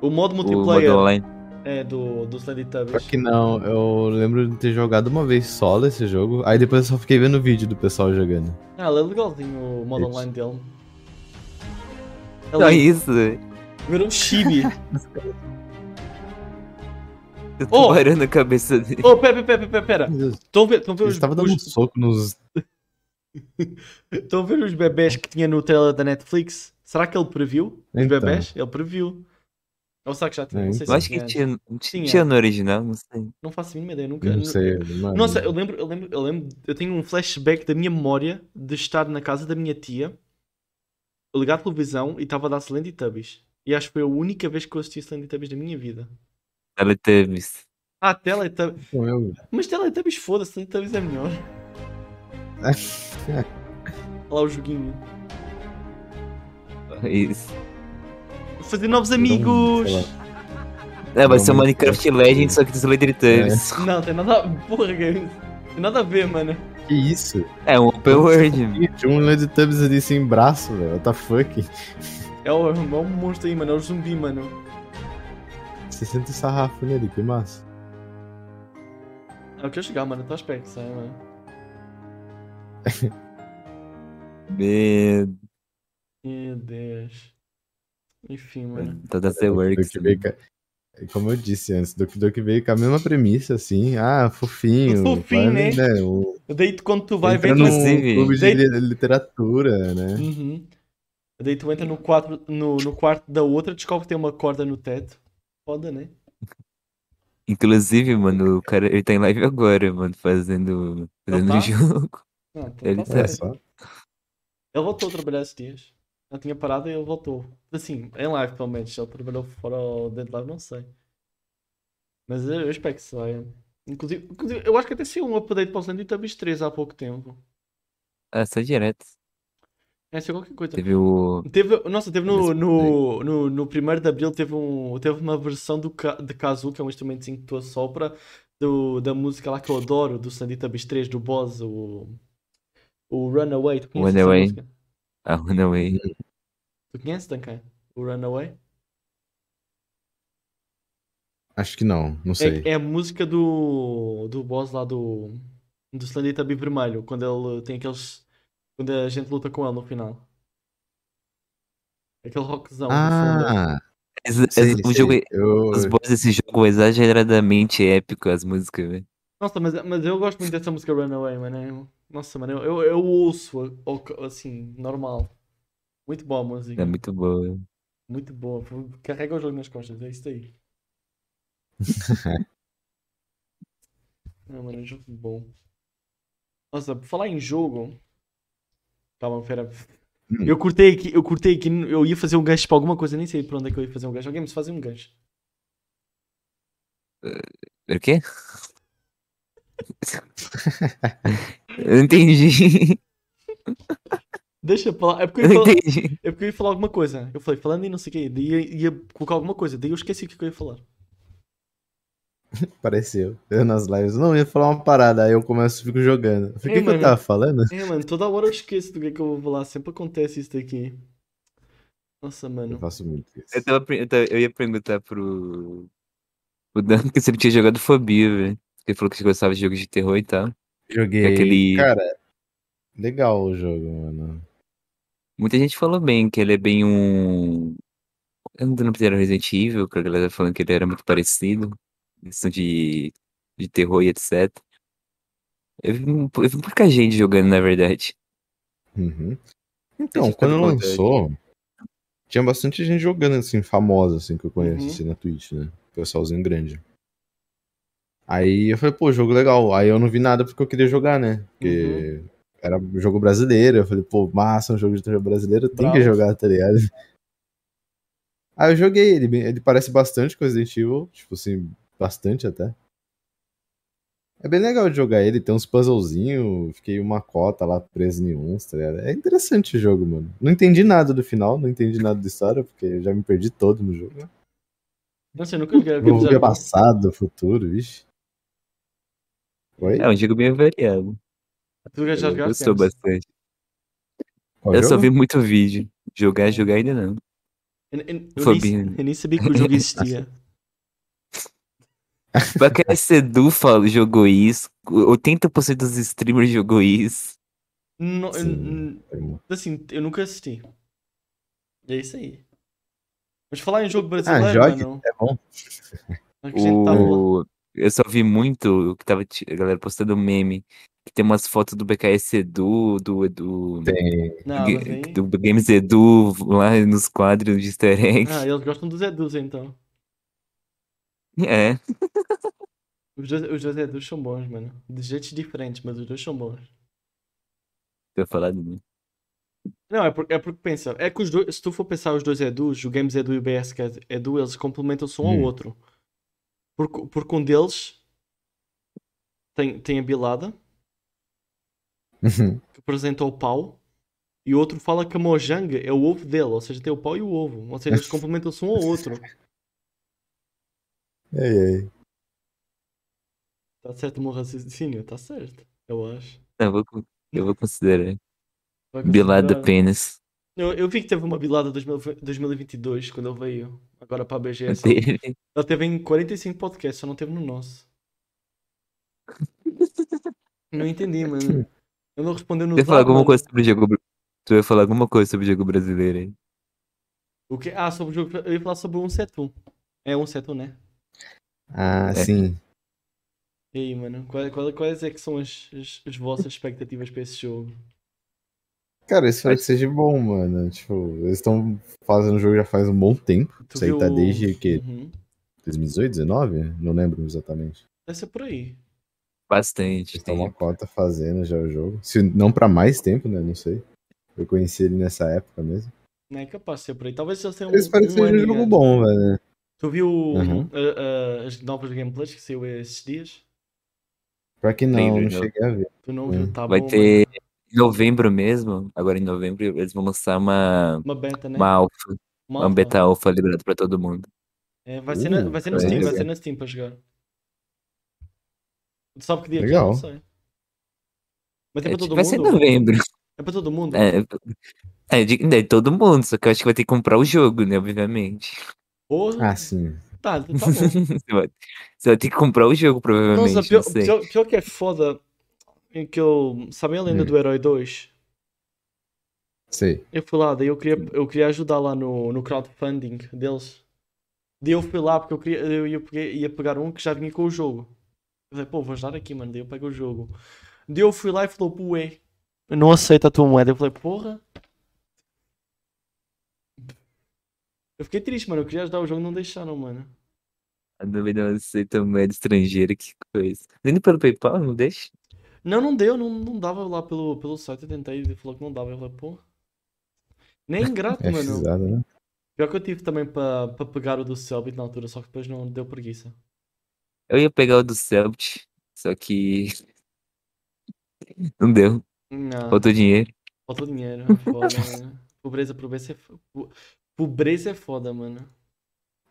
A: o modo
C: multiplayer
A: online.
C: é do, do Sandy
B: Pior
C: Tubbies.
B: que não, eu lembro de ter jogado uma vez solo esse jogo, aí depois eu só fiquei vendo o vídeo do pessoal jogando.
C: Ah, ele é legalzinho o modo
B: Isso.
C: online dele. é
A: Não, isso.
C: Virou um chibi.
A: Eu
C: Ô!
A: tô parando a cabeça dele.
C: Ô, Oh, pera, pera, pera, pera, pera.
B: Meu Deus,
C: Estão a ver, estão a ver
B: ele
C: os,
B: estava dando um
C: os,
B: soco nos.
C: estão a ver os bebés que tinha no trailer da Netflix? Será que ele previu? Os
B: Então.
C: bebés? Ele previu. Ou será que já tinha?
B: É,
C: Não sei
A: Eu
C: se
A: acho que
C: antes.
A: tinha,
C: Tinha.
A: tinha no original, não sei.
C: Não faço a mínima ideia, nunca.
B: Não sei, mano.
C: Nossa, eu lembro, eu lembro, eu lembro, eu tenho um flashback da minha memória de estar na casa da minha tia, ligar a televisão e estava a dar Slendy Tubbies. E acho que foi a única vez que eu assisti Slendy Tubbies da minha vida.
A: Teletubbies.
C: Ah, Teletubbies.
B: Então eu-
C: Mas Teletubbies foda-se, Teletubbies é melhor.
B: É,
C: Olha lá o joguinho.
A: Isso.
C: Fazer novos amigos!
B: sei lá.
A: É, vai
B: Não,
A: ser o
B: mas- É.
A: Minecraft Legends, só que dos Teletubbies.
C: Não, tem nada a Porra, Games. Tem nada a ver, mano.
B: Que isso?
A: É um open world.
B: Ih, Tinha um Lady Tubbs ali sem braço, velho. What the fuck?
C: É o, é um monstro aí, mano. É o zumbi, mano.
B: Você sente o sarrafo nele, que massa.
C: É o que eu chegar, mano. Tô aspecto, sabe, mano?
A: Meu,
C: Meu Deus. Enfim, mano.
A: tá da The
B: Do
A: Works.
B: que veio ca- Como eu disse antes, do que- do que veio com a mesma premissa, assim. Ah, fofinho.
C: Fofinho,
B: vai,
C: né?
B: o-
C: Daí tu, quando tu vai um
B: entra
C: ver.
B: num
C: Tu...
A: inclusive.
B: clube de
C: Daí-
B: li- literatura, né?
C: Uhum. Daí tu entra no, quatro, no, no quarto da outra, descobre que tem uma corda no teto. Foda, né?
A: Inclusive, mano, o cara, ele tá em live agora, mano, fazendo, fazendo
C: tá?
A: o jogo.
C: Ah, então
A: Ele
C: tá
A: tá-
B: Olha
C: certo.
B: É, só.
C: Ele voltou a trabalhar esses dias. Já tinha parado e ele voltou. Assim, em live pelo menos. Ele trabalhou fora ou dentro de live, não sei. Mas eu, eu espero que saia. Inclusive, inclusive, eu acho que até saiu um update para o Sanditubbies 3 há pouco tempo.
A: Ah, só direto.
C: É, saiu qualquer coisa.
A: Teve o.
C: Teve, nossa, teve no,
A: Nesse
C: no, no, no 1 de Abril teve, um, teve uma versão do, ca- de Kazoo, que é um instrumentozinho que tu assopra, do, da música lá que eu adoro, do Sanditubbies 3, do Boss, o, o Runaway. Tu conheces essa
A: Runaway.
C: música?
A: A ah, Runaway.
C: Tu conheces, Duncan? O Runaway?
B: Acho que não, não sei.
C: É, é a música do, do boss lá do, do Slendertubby vermelho, quando ele tem aqueles. Quando a gente luta com ele no final. Aquele rockzão no fundo.
B: Ah,
A: Mas, mas
B: sei,
A: o
B: sei.
A: jogo, é-
B: Eu-
A: os bosses desse jogo é exageradamente épico, as músicas, velho.
C: Nossa, mas, mas eu gosto muito dessa música Runaway, mano. Eu- Nossa, mano, eu, eu, eu ouço ao- assim, normal. Muito boa a música.
A: É muito boa.
C: Muito boa. Carrega o jogo nas costas, é isso aí. Não, mano, é um jogo bom. Nossa, por falar em jogo. Calma, pera.
B: Hum.
C: Eu cortei aqui, eu cortei aqui, eu ia fazer um gancho pra alguma coisa, nem sei pra onde é que eu ia fazer um gancho. Alguém me fazia um gancho.
A: É O quê? Eu não entendi.
C: Deixa pra lá. É porque eu
A: Eu
C: ia
A: não
C: falar,
A: entendi.
C: é porque eu ia falar alguma coisa. Eu falei, falando em não sei o quê, daí ia, ia colocar alguma coisa, daí eu esqueci o que que eu ia falar.
B: Pareceu. Eu nas lives. Não, eu ia falar uma parada, aí eu começo e fico jogando. O que,
C: É,
B: que eu
C: mano.
B: tava falando?
C: É, mano, toda hora eu esqueço do que que eu vou falar, sempre acontece isso daqui. Nossa,
B: Eu
C: mano.
B: faço muito isso.
A: Eu, tava per- eu, tava- eu ia perguntar pro. O Dan que sempre tinha jogado Fobia, velho. Ele falou que gostava de jogos de terror e tal.
B: Joguei.
A: Aquele-
B: Cara, legal o jogo, mano.
A: Muita gente falou bem que ele é bem um. Eu não lembro se era Resident Evil, que a galera tá falando que ele era muito parecido. Questão de, de terror e etc. Eu vi, um- eu vi pouca gente jogando, na verdade.
B: Uhum. Então,
A: Esse
B: quando
A: tá bom,
B: lançou, tinha bastante gente jogando, assim, famosa, assim, que eu conheço,
C: Uhum.
B: assim, na Twitch, né? Pessoalzinho grande. Aí eu falei, pô, jogo legal. Aí eu não vi nada porque eu queria jogar, né? Porque era um jogo brasileiro. Eu falei, pô, massa, um jogo de terror brasileiro, tem
C: Bravo.
B: que jogar, tá ligado? Aí eu joguei, ele, bem- ele parece bastante com Resident Evil, tipo assim, bastante até. É bem legal de jogar ele, tem uns puzzlezinhos, fiquei uma cota lá preso em uns, tá ligado? É interessante o jogo, mano. Não entendi nada do final, não entendi nada da história, porque eu já me perdi todo no jogo.
C: Não sei, eu nunca joguei
B: Não
C: aquele
B: via
C: jogo.
B: passado, futuro, vixe. Oi?
A: É um jogo bem variado.
C: Tu já
A: Eu
C: jogaste?
A: gostou bastante.
B: Qual
A: eu só
B: jogo?
A: vi muito vídeo. Jogar, jogar ainda não.
C: Eu, eu- eu nem,
A: Fabinho.
C: eu nem sabia que o jogo existia.
A: Pra que a Sedu fala, jogou isso. 80% dos streamers jogou isso.
C: Não, eu-
B: Sim.
C: assim, eu nunca assisti. E é isso aí. Mas falar em jogo
B: Ah,
C: brasileiro,
B: jogue,
C: mano.
B: é bom.
C: Acho que tá a gente tava lá.
A: O... Eu só vi muito o que tava ti- a galera postando meme. Que tem umas fotos do BKS Edu, do Edu.
C: Não, mas aí...
A: do Games Edu lá nos quadros de easter egg.
C: Ah, eles gostam dos Edus então.
A: É,
C: Os dois, os dois Edus são bons, mano. De jeitos diferentes, mas os dois são bons.
A: tô falando. né?
C: Não, é porque, é porque pensa, é que os dois, se tu for pensar os dois Edus, o Games Edu e o BSK Edu, eles complementam-se um ao
B: Hum.
C: outro. Porque, porque um deles tem, tem a bilada, que apresenta o pau, e o outro fala que a mojanga é o ovo dele, ou seja, tem o pau e o ovo. Ou seja, eles complementam-se um ao outro.
B: ei, ei.
C: Tá certo o meu raciocínio? Tá certo, eu acho.
A: Eu vou, con- eu vou considerar.
C: Vai
A: Bilada
C: considerar.
A: apenas.
C: eu, eu vi que teve uma bilada 2000 2022, quando ele veio, agora para a BGS.
A: Teve.
C: Ela teve em 45 podcasts, só não teve no nosso. Não entendi,
B: Hum.
C: mano. Ele não respondeu no
A: Tu ia falar
C: Zap,
A: alguma
C: mano.
A: coisa sobre o jogo. br- Tu ia falar alguma coisa sobre o jogo brasileiro aí.
C: O quê? Ah, sobre o jogo. Eu ia falar sobre o 171. É 171, né?
B: Ah,
A: É.
B: sim.
C: E aí, mano? Quais, quais é que são as, as, as vossas expectativas para esse jogo?
B: Cara, eu espero que seja bom, mano. Tipo, eles estão fazendo o jogo já faz um bom tempo.
C: Tu
B: Isso aí
C: viu
B: tá
C: o-
B: desde que
C: Uhum.
B: 2018, 19? Não lembro exatamente.
C: Deve ser por aí.
A: Bastante.
C: Tá
B: Está uma
A: tempo.
B: cota fazendo já o jogo. Se não pra mais tempo, né? Não sei. Eu conheci ele nessa época mesmo.
C: Não é capaz de ser por aí. Talvez eles tenham um,
B: Eu espero que
C: um
B: seja um
C: ano
B: jogo
C: antes.
B: bom, velho.
C: Tu viu
B: Uhum.
C: uh, uh, as novas gameplays que saiu esses dias?
B: Pra que não,
A: Lembro,
B: não
A: já.
B: cheguei a ver.
C: Tu não viu?
B: Hum.
C: Tá
A: Vai
C: bom,
A: ter em novembro mesmo, agora em novembro, eles vão lançar uma,
C: Uma beta, né?
A: uma alfa,
C: Uma
A: uma
C: alpha.
A: beta alfa liberada pra todo mundo.
C: É, vai, ser na,
B: Uh,
C: vai ser na
B: é
C: Steam, vai
B: isso.
C: ser na Steam para jogar. Tu sabe que dia
B: Legal.
C: que é? Não sei. Mas é
A: É,
C: para todo
A: vai ser em
C: mundo?
A: novembro.
C: É para todo mundo?
A: É, é, de, de todo mundo, só que eu acho que vai ter que comprar o jogo, né? Obviamente.
C: Porra,
B: Ah, sim.
C: tá, tá bom.
A: você, vai, você vai ter que comprar o jogo, provavelmente.
C: Nossa,
A: não
C: pior,
A: sei.
C: pior- pior que é foda em que eu. Sabe a lenda
B: Hum.
C: do Herói 2?
B: Sei.
C: Eu fui lá, daí eu queria, eu queria ajudar lá no, no crowdfunding deles. Daí eu fui lá porque eu queria. Eu ia, pegar- ia pegar um que já vinha com o jogo. Eu falei, pô, vou ajudar aqui, mano. Daí eu pego o jogo. Daí eu fui lá e falou, ué, eu não aceito a tua moeda. Eu falei, porra. Eu fiquei triste, mano. Eu queria ajudar o jogo, não deixaram, mano.
A: A dúvida é se também é estrangeira, que coisa. Indo pelo PayPal, não deixa?
C: Não, não deu, não, não dava lá pelo, pelo site. Eu tentei, ele falou que não dava. Eu falei, pô. Nem é ingrato,
B: É
C: mano.
B: fizado, né?
C: Pior que eu tive também para pa pegar o do Selbit na altura, só que depois não deu preguiça.
A: Eu ia pegar o do Celtic, só que. Não deu.
C: Não,
A: Faltou dinheiro.
C: faltou dinheiro, é foda, mano. Pobreza, pobreza é foda. Pobreza é foda, mano.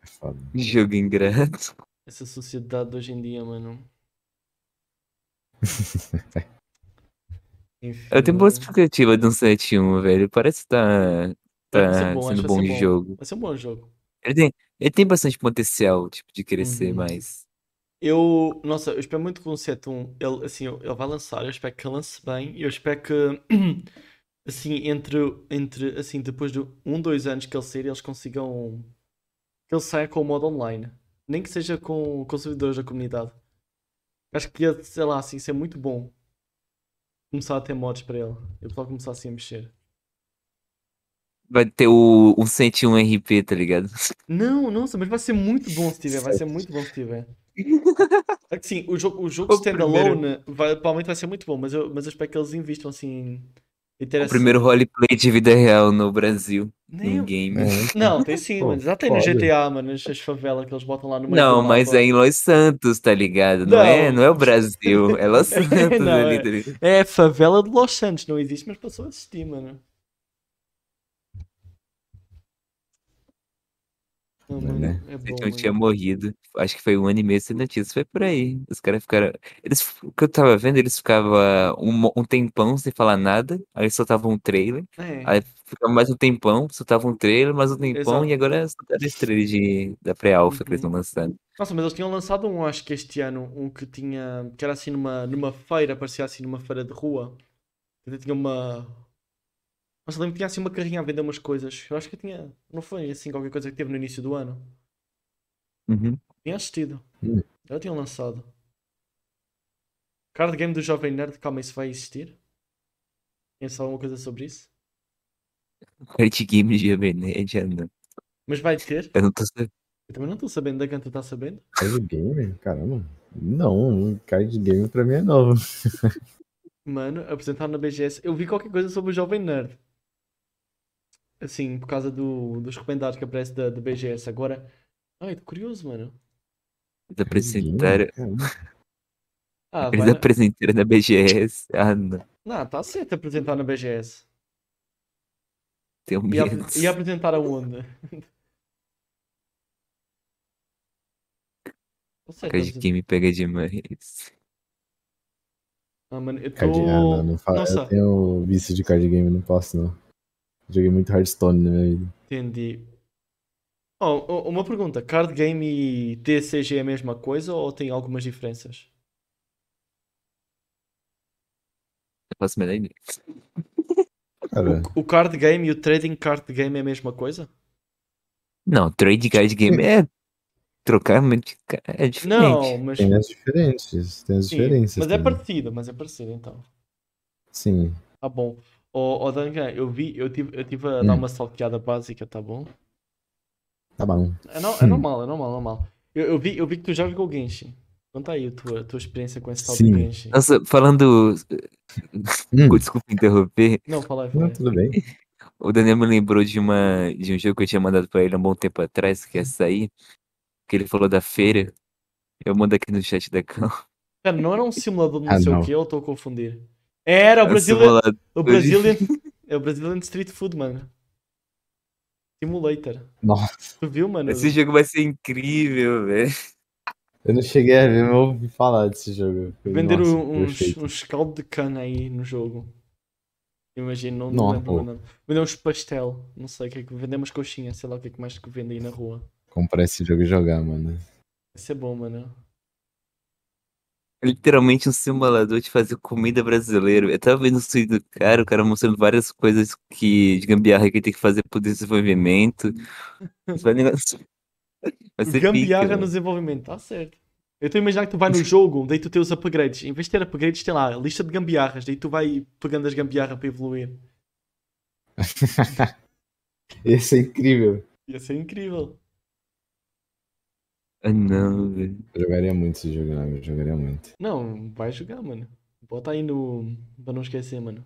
B: É foda.
A: Jogo ingrato.
C: Essa sociedade de hoje em dia, mano. Enfim,
A: Eu tenho boa
C: mano.
A: expectativa de um 7-1, velho. Parece que tá,
C: Vai ser
A: tá
C: bom, acho
A: sendo
C: que
A: bom
C: vai ser
A: o
C: bom.
A: jogo.
C: Vai ser um bom jogo.
A: Ele tem, ele tem bastante potencial, tipo, de crescer
C: Uhum.
A: mais.
C: Eu, nossa, eu espero muito que o set 1, ele, assim, ele vai lançar, eu espero que ele lance bem, eu espero que, assim, entre, entre, assim, depois de um, dois anos que ele sair, eles consigam, que ele saia com o modo online, nem que seja com, com os servidores da comunidade. Acho que ia, sei lá, assim, ser muito bom começar a ter mods para ele, e o pessoal começar assim a mexer.
A: Vai ter o, um 101 RP, tá ligado?
C: Não, nossa, mas vai ser muito bom se tiver, vai ser muito bom se tiver. É que sim, o jogo, o jogo
A: O
C: standalone vai, provavelmente vai ser muito bom, mas eu, mas eu espero que eles investam assim. em ter
A: O
C: essa-
A: primeiro roleplay de vida real no Brasil,
C: Nem-
A: em game.
B: É.
C: Não, tem sim,
B: Pô,
C: mano. Já tem no
B: foda.
C: GTA, mano, as, as favelas que eles botam lá no meio
A: Não,
C: do
A: mas
C: mapa.
A: é em Los Santos, tá ligado? Não, é,
C: Não.
A: não é o Brasil, é Los Santos
C: Não,
A: ali,
C: é.
A: tá ligado?
C: É a favela de Los Santos, não existe, mas passou a existir, mano. Não,
B: Não,
C: mano,
B: né?
C: é
A: Eu
C: bom,
A: não tinha
C: mano.
A: morrido. Acho que foi um ano e meio sem notícias. Foi por aí. Os caras ficaram. Eles, o que eu tava vendo, eles ficavam um, mo- um tempão sem falar nada. Aí soltavam um trailer.
C: É.
A: Aí ficava mais um tempão, soltavam um trailer, mais um tempão.
C: Exato.
A: E agora soltaram esse trailer de, da pré-alpha que eles estão
C: Uhum.
A: lançando.
C: Nossa, mas eles tinham lançado um, acho que este ano, um que tinha. que era assim numa, numa feira, parecia assim numa feira de rua. Até tinha uma. Nossa, lembro que tinha assim uma carrinha a vender umas coisas. Eu acho que tinha. Não foi assim qualquer coisa que teve no início do ano.
A: Uhum.
C: Tinha assistido.
B: Hum.
C: Eu tinha lançado. Card game do Jovem Nerd, calma, isso vai existir? Pensa alguma coisa sobre isso?
A: Card game de Avenédia, não.
C: Mas vai ter?
A: Eu não tô sabendo.
C: Eu também não estou sabendo da que tu tá sabendo.
B: Card game? Caramba. Não, card game pra mim é novo.
C: Mano, apresentaram na BGS. Eu vi qualquer coisa sobre o Jovem Nerd. Assim, por causa do, dos recomendados que aparece da, da BGS. Agora. Ai, tô curioso, mano.
A: Eles
B: Card game?
A: apresentaram,
B: Caramba.
C: Ah,
A: eles
C: vai. na-
A: apresentaram na BGS. Ah, não.
C: Não, tá certo apresentar na BGS.
A: Tenho
C: E, ap-
A: medo.
C: e apresentar aonde? Tá certo
A: Card
C: apresentar.
A: game pega demais.
C: Ah, mano, eu tô.
B: Card... Ah, não, não fala.
C: Nossa,
B: Eu tenho vício de card game, não posso não. Joguei muito Hearthstone na minha vida.
C: entendi. Oh, oh, uma pergunta: card game e TCG é a mesma coisa ou tem algumas diferenças?
A: Não faço a menor ideia.
B: Cara,
C: O, o card game e o trading card game é a mesma coisa?
A: Não, trade card game é trocar, mas de ca- é diferente.
C: Não, mas.
B: tem as diferenças. Tem as
C: Sim,
B: diferenças.
C: mas é
B: também.
C: parecido, mas é parecido então.
B: Sim.
C: Tá bom. Ô, ô Duncan, eu vi, eu tive, eu tive a dar
B: Hum.
C: uma salteada básica, tá bom?
B: Tá bom.
C: É, no, é
B: Hum.
C: normal, é normal, é normal. Eu, eu vi, eu vi que tu já jogou Genshin. Conta aí a tua, a tua experiência com esse tal
B: Sim.
C: do Genshin.
A: Nossa, falando.
B: Hum.
A: Desculpa interromper.
C: Não, fala aí, fala
B: Não,
C: aí.
B: tudo bem.
A: O Daniel me lembrou de, uma, de um jogo que eu tinha mandado pra ele há um bom tempo atrás, que ia sair. Que ele falou da feira. Eu mando aqui no chat da Cal.
C: Cara, não era um simulador de não
B: Ah,
C: sei
B: não. É
C: o que, eu estou a confundir. Era o Brazilian, o Brazilian, é o Brazilian Street Food, mano. Simulator.
B: Nossa,
C: Tu viu, mano?
A: Esse jogo vai ser incrível, velho.
B: eu não cheguei a ver, mas eu ouvi falar desse jogo.
C: Venderam um,
B: Nossa,
C: uns,
B: perfeito.
C: uns caldo de cana aí no jogo. Imagino, não, não
B: Nossa,
C: lembro
B: pô.
C: o nome. Vendeu uns pastel, não sei o que é que vendeu umas coxinhas, sei lá o que é que mais que vendem aí na rua.
B: Comprar esse jogo e jogar, mano.
C: Isso é bom, mano.
A: É literalmente um simulador de fazer comida brasileira. Eu tava vendo o vídeo do cara, o cara mostrando várias coisas que, de gambiarra que tem que fazer pro desenvolvimento. Vai negócio- Vai ser pica,
C: Gambiarra no
A: mano.
C: desenvolvimento, tá certo. Eu estou a imaginar que tu vai no jogo, daí tu tem os upgrades. Em vez de ter upgrades, tem lá a lista de gambiarras, daí tu vai pegando as gambiarras para evoluir.
B: Esse é incrível.
C: Ia ser incrível.
A: Ah, não, velho.
B: Eu jogaria muito esse jogo, né? eu jogaria muito.
C: Não, vai jogar, mano. Bota aí no. Pra não esquecer, mano.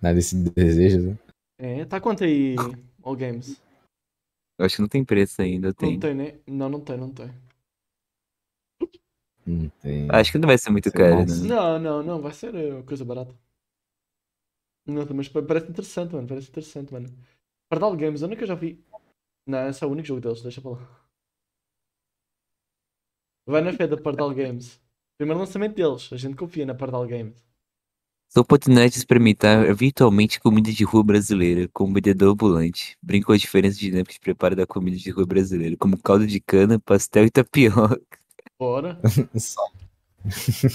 B: Nada desse desejo, né?
C: É, tá quanto aí, All Games?
A: Eu acho que não tem preço ainda,
C: Não
A: tem.
C: tem, né? Não, não tem, não tem.
B: Não tem.
A: Acho que não vai ser muito
B: Sei
A: caro,
B: lá.
A: né?
C: Não, não, não, vai ser eh, coisa barata. Não, mas pa- parece interessante, mano. Parece interessante, mano. Pardal Games, onde é que eu já vi? Não, esse é o único jogo deles, deixa pra lá. Vai na fé da Pardal Games. Primeiro lançamento deles, a gente confia na Pardal Games.
A: Sua oportunidade de experimentar virtualmente comida de rua brasileira, como vendedor ambulante. Brinca com a diferença dinâmica de preparo da comida de rua brasileira, como caldo de cana, pastel e tapioca.
C: Bora.
B: Só.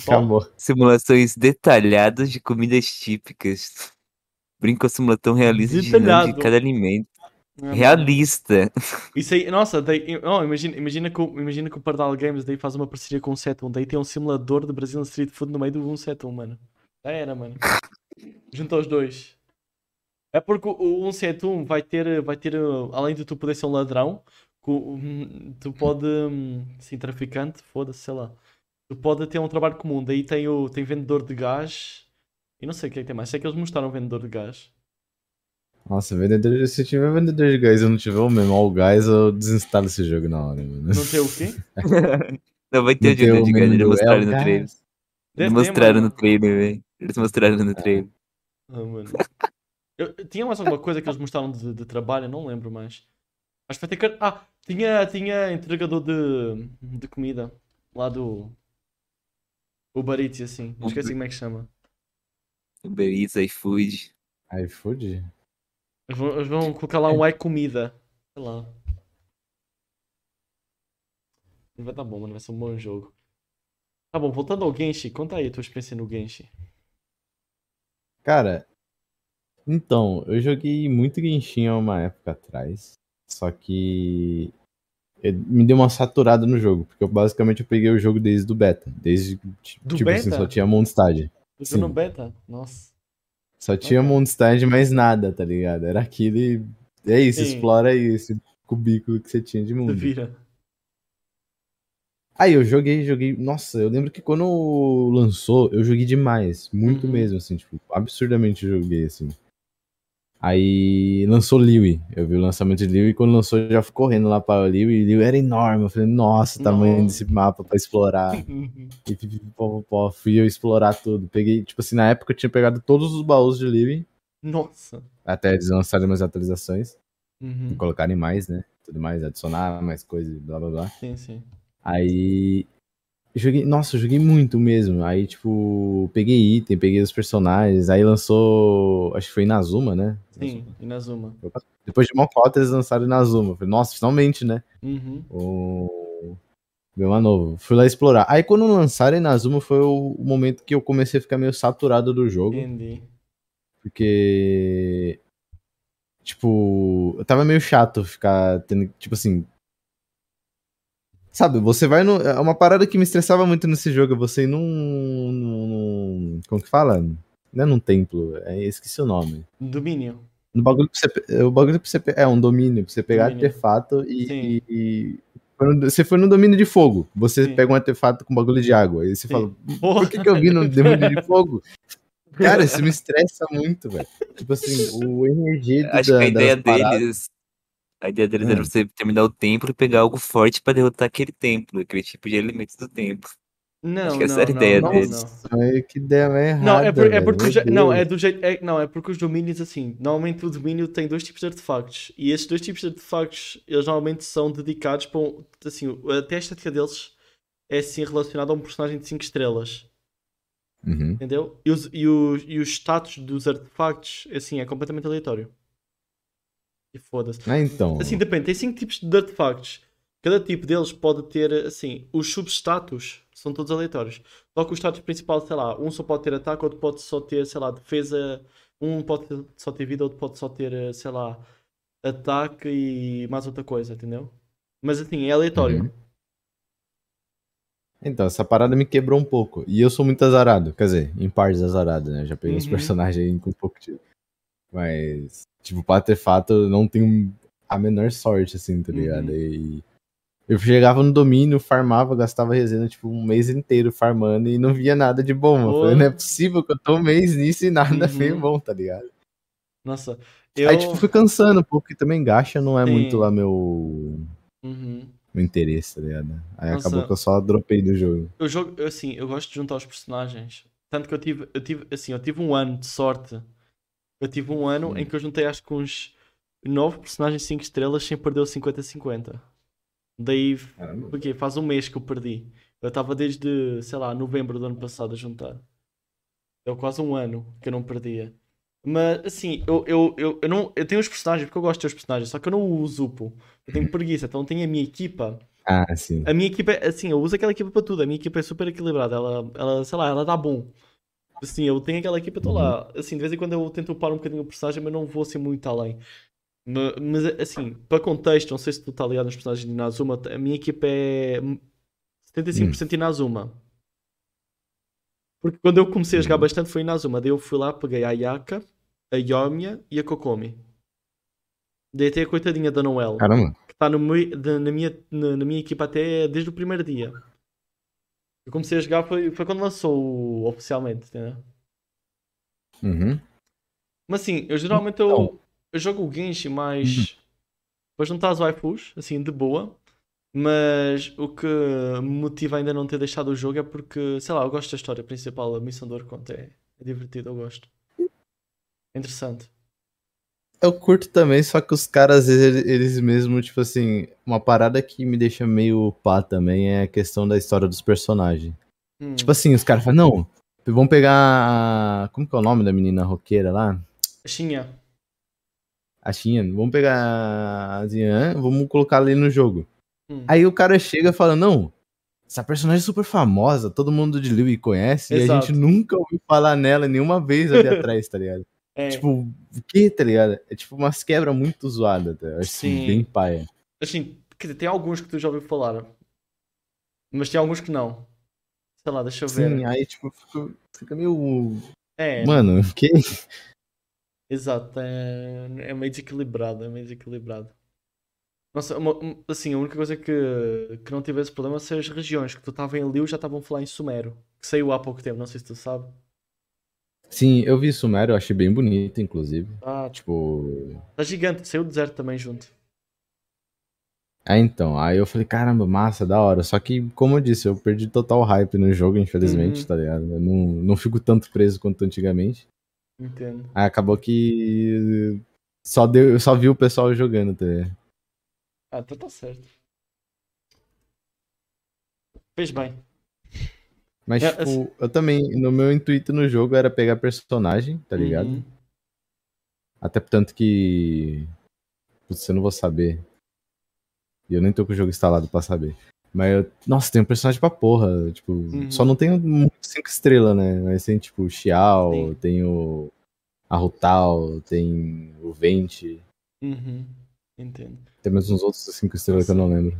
B: Acabou.
A: Simulações detalhadas de comidas típicas. Brinca com a simulação realista e dinâmica
C: Detalhado.
A: de cada alimento.
C: Ah, mano.
A: Realista.
C: Isso aí, nossa, daí, oh, imagina, imagina, que, o- imagina que o Pardal Games daí faz uma parceria com o 71, daí tem um simulador de Brazilian Street Food no meio do 171, mano. Já era, mano. Junta os dois. É porque o- o 171 vai ter, vai ter, uh, além de tu poder ser um ladrão, co- hum, tu pode, hum, sim, traficante, foda-se, sei lá. Tu pode ter um trabalho comum, daí tem, o, tem vendedor de gás, e não sei o que é que tem mais, sei que eles mostraram o vendedor de gás.
B: Nossa, vendedor, se eu tiver vendedor de gás e eu não tiver o Memal Gás, eu desinstalo esse jogo na hora, mano.
C: Não tem o quê?
A: Não vai
B: Não
A: ter ajuda
B: o
A: de galera. Eles
B: menu do
A: mostraram
B: El
A: no
B: Gás.
A: trailer.
C: Deve
A: Eles
C: ter,
A: mostraram
C: mano.
A: no trailer, velho. Eles mostraram no trailer.
C: Ah, mano. Eu, eu- tinha mais alguma coisa que eles mostraram de, de trabalho? Eu não lembro mais. Acho que vai ter que. Ah, tinha, tinha entregador de, de comida lá do. Uber Eats, e assim.
A: Uber-
C: Esqueci como é que chama.
A: Uber Eats, iFood.
B: iFood?
C: Eles vão, eles vão colocar lá um é comida. Sei lá. Vai tá bom, mano. Vai ser um bom jogo. Tá bom, voltando ao Genshin, conta aí a tua experiência no Genshin.
B: Cara, então, eu joguei muito Genshin há uma época atrás, só que eu- me deu uma saturada no jogo, porque eu, basicamente eu peguei o jogo desde o beta, desde, ti-
C: Do
B: tipo assim,
C: beta?
B: só tinha Mondstadt.
C: Tu jogou no
B: Sim.
C: beta? Nossa.
B: Só tinha Mondstadt mais nada, tá ligado? Era aquilo e é isso,
C: Sim.
B: explora esse cubículo que você tinha de
C: Tu
B: mundo.
C: vira.
B: Aí eu joguei, joguei. Nossa, eu lembro que quando lançou, eu joguei demais. Muito
C: Uhum.
B: mesmo, assim, tipo, absurdamente joguei, assim. Aí lançou Liwi. Eu vi o lançamento de Liwi e quando lançou eu já fui correndo lá pra Liwi. E Liwi era enorme. Eu falei, nossa, o tamanho
C: Nossa.
B: desse mapa pra explorar. E pipipipopopó, fui eu explorar tudo. Peguei, tipo assim, na época eu tinha pegado todos os baús de Liwi.
C: Nossa.
B: Até eles lançarem mais atualizações.
C: Uhum.
B: Colocarem mais, né? Tudo mais, adicionar mais coisas, blá blá blá.
C: Sim, sim.
B: Aí. Joguei, nossa, eu joguei muito mesmo. Aí, tipo, peguei item, peguei os personagens. Aí lançou. Acho que foi Inazuma, né?
C: Sim, Inazuma.
B: Depois de uma cota, eles lançaram Inazuma. Eu Falei, nossa, finalmente, né?
C: Uhum.
B: O. Gama novo. Fui lá explorar. Aí, quando lançaram Inazuma, foi o o momento que eu comecei a ficar meio saturado do jogo.
C: Entendi.
B: Porque. Tipo. Eu tava meio chato ficar tendo. Tipo assim. Sabe, você vai no. é Uma parada que me estressava muito nesse jogo é você ir num. num- num- como que fala? Não é num templo, é, esqueci o nome.
C: Domínio.
B: No bagulho pra você, pe- é, o bagulho pra você pe- É um domínio, pra você pegar
C: Domínio.
B: artefato e,
C: Sim.
B: e- e foi no, você foi no domínio de fogo. Você
C: Sim.
B: pega um artefato com bagulho de água. Aí você
C: Sim.
B: fala, por que, que eu vi no domínio de fogo? Cara, isso me estressa muito, velho. Tipo assim, o energia
A: Acho
B: da,
A: que a ideia
B: das paradas-
A: deles. A ideia deles
B: Hum.
A: era você terminar o templo e pegar algo forte pra derrotar aquele templo, aquele tipo de elemento do templo.
C: Não,
A: Acho que essa
C: não,
A: era a
C: não,
A: ideia
C: não,
A: deles.
C: não.
B: Ai, é que ideia mais errada,
C: Não, é, por- é
B: velho,
C: porque
B: meu
C: o je- não, é
B: Deus.
C: do jeito, é- não, é porque os domínios assim, normalmente o domínio tem dois tipos de artefactos e esses dois tipos de artefactos, eles normalmente são dedicados para um, assim, o- até a estética deles é assim relacionada a um personagem de 5 estrelas, é
B: Uhum.
C: entendeu? E, os, e, os, e o status dos artefactos, assim, é completamente aleatório. E foda-se.
B: Ah, então.
C: Assim, depende. Tem cinco tipos de artefactos. Cada tipo deles pode ter, assim, os substatus são todos aleatórios. Só que o status principal, sei lá, um só pode ter ataque, outro pode só ter, sei lá, defesa. Um pode ter- só ter vida, outro pode só ter, eh, sei lá, ataque e mais outra coisa, entendeu? Mas assim, é aleatório.
B: Então, essa parada me quebrou um pouco. E eu sou muito azarado. Quer dizer, em partes azarado, né? Eu Já peguei uns
C: Uhum.
B: personagens aí com um pouco tiro. Mas, tipo, pra artefato, eu não tenho a menor sorte, assim, tá ligado?
C: Uhum.
B: E eu chegava no domínio, farmava, gastava resina, tipo, um mês inteiro farmando e não via nada de bom. Eu
C: Pô.
B: falei, não é possível que eu tô um mês nisso e nada
C: Uhum.
B: veio bom, tá ligado?
C: Nossa, eu.
B: Aí, tipo, fui cansando um pouco, porque também gacha não é
C: Sim.
B: muito lá meu,
C: Uhum.
B: meu interesse, tá ligado? Aí
C: Nossa.
B: acabou que eu só dropei do jogo.
C: Eu jogo, eu, assim, eu gosto de juntar os personagens. Tanto que eu tive, eu tive, assim, eu tive um ano de sorte. Eu tive um ano em que eu juntei acho que uns 9 personagens 5 estrelas sem perder o 50-50. Daí,
B: Caramba.
C: porque faz um mês que eu perdi. Eu estava desde, sei lá, novembro do ano passado a juntar. Deu quase um ano que eu não perdia. Mas, assim, eu, eu, eu, eu, não, eu tenho os personagens porque eu gosto de ter os personagens, só que eu não uso, pô. Eu tenho preguiça, então tenho a minha equipa.
B: Ah, sim.
C: A minha equipa, é- assim, eu uso aquela equipa para tudo. A minha equipa é super equilibrada. Ela, ela, sei lá, ela dá bom. Assim, eu tenho aquela equipa, estou lá. Assim, de vez em quando eu tento upar um bocadinho o personagem, mas não vou assim muito além. Ma- Mas, assim, para contexto, não sei se tu está ligado nos personagens de Inazuma, a minha equipa é 75% Inazuma. Porque quando eu comecei a jogar
B: Hum.
C: bastante foi Inazuma. Daí eu fui lá, peguei a Ayaka, a Yomiya e a Kokomi. Daí até a coitadinha da Noel
B: Caramba.
C: que está no meu- da- na, minha, na, na minha equipa até desde o primeiro dia. Eu comecei a jogar foi, foi quando lançou o- oficialmente, entendeu?
B: Uhum.
C: Mas assim, eu geralmente eu,
B: Então. Uhum.
C: eu jogo o Genshin mais para juntar tá as waifus, assim, de boa. Mas o que me motiva ainda não ter deixado o jogo é porque, sei lá, eu gosto da história principal, a missão do Orconte é, é divertida, eu gosto. É interessante.
B: Eu curto também, só que os caras, às vezes, eles- eles mesmo, tipo assim, uma parada que me deixa meio pá também é a questão da história dos personagens.
C: Hum.
B: Tipo assim, os caras falam, não, vamos pegar a... Como que é o nome da menina roqueira lá?
C: Xinha.
B: A Xian. Vamos pegar a Xian, vamos colocar ali no jogo.
C: Hum.
B: Aí o cara chega e fala, não, essa personagem é super famosa, todo mundo de Liu conhece, e a
C: Exato.
B: gente nunca ouviu falar nela nenhuma vez ali atrás, tá ligado?
C: É.
B: Tipo, o que, tá ligado? É tipo umas quebras muito zoadas, tá? Assim,
C: Sim.
B: bem paia.
C: Assim, quer dizer, tem alguns que tu já ouviu falar, mas tem alguns que não. Sei lá, deixa eu ver.
B: Sim, aí tipo, fica, fica meio.
C: é,
B: Mano, o que?
C: exato, é, é meio desequilibrado, é meio desequilibrado. Nossa, uma- um- assim, a única coisa que, que não tive esse problema são as regiões, que tu estava em Liu já estavam a falar em Sumero, que saiu há pouco tempo, não sei se tu sabe.
B: Sim, eu vi Sumério, eu achei bem bonito, inclusive.
C: Ah, tipo,
B: Tipo.
C: tá gigante, saiu do deserto também junto.
B: Ah, então. Aí eu falei, caramba, massa, da hora. Só que, como eu disse, eu perdi total hype no jogo, infelizmente,
C: Uhum.
B: tá ligado? Eu não, não fico tanto preso quanto antigamente.
C: Entendo.
B: Aí acabou que. Só deu, eu só vi o pessoal jogando, tá ligado?
C: Ah, então tá certo. Fez bem.
B: Mas,
C: É,
B: tipo,
C: assim-
B: eu também. No meu intuito no jogo era pegar personagem, tá ligado?
C: Uhum.
B: Até tanto que. Putz, eu não vou saber. E eu nem tô com o jogo instalado pra saber. Mas eu. Nossa, tem um personagem pra porra. Tipo,
C: Uhum.
B: só não tenho muito cinco estrelas, né? Mas tem, tipo, o Xiao,
C: Sim.
B: tem o. A Rutal, tem o Vente.
C: Uhum. Entendo.
B: Tem mais uns outros cinco estrelas que eu não lembro.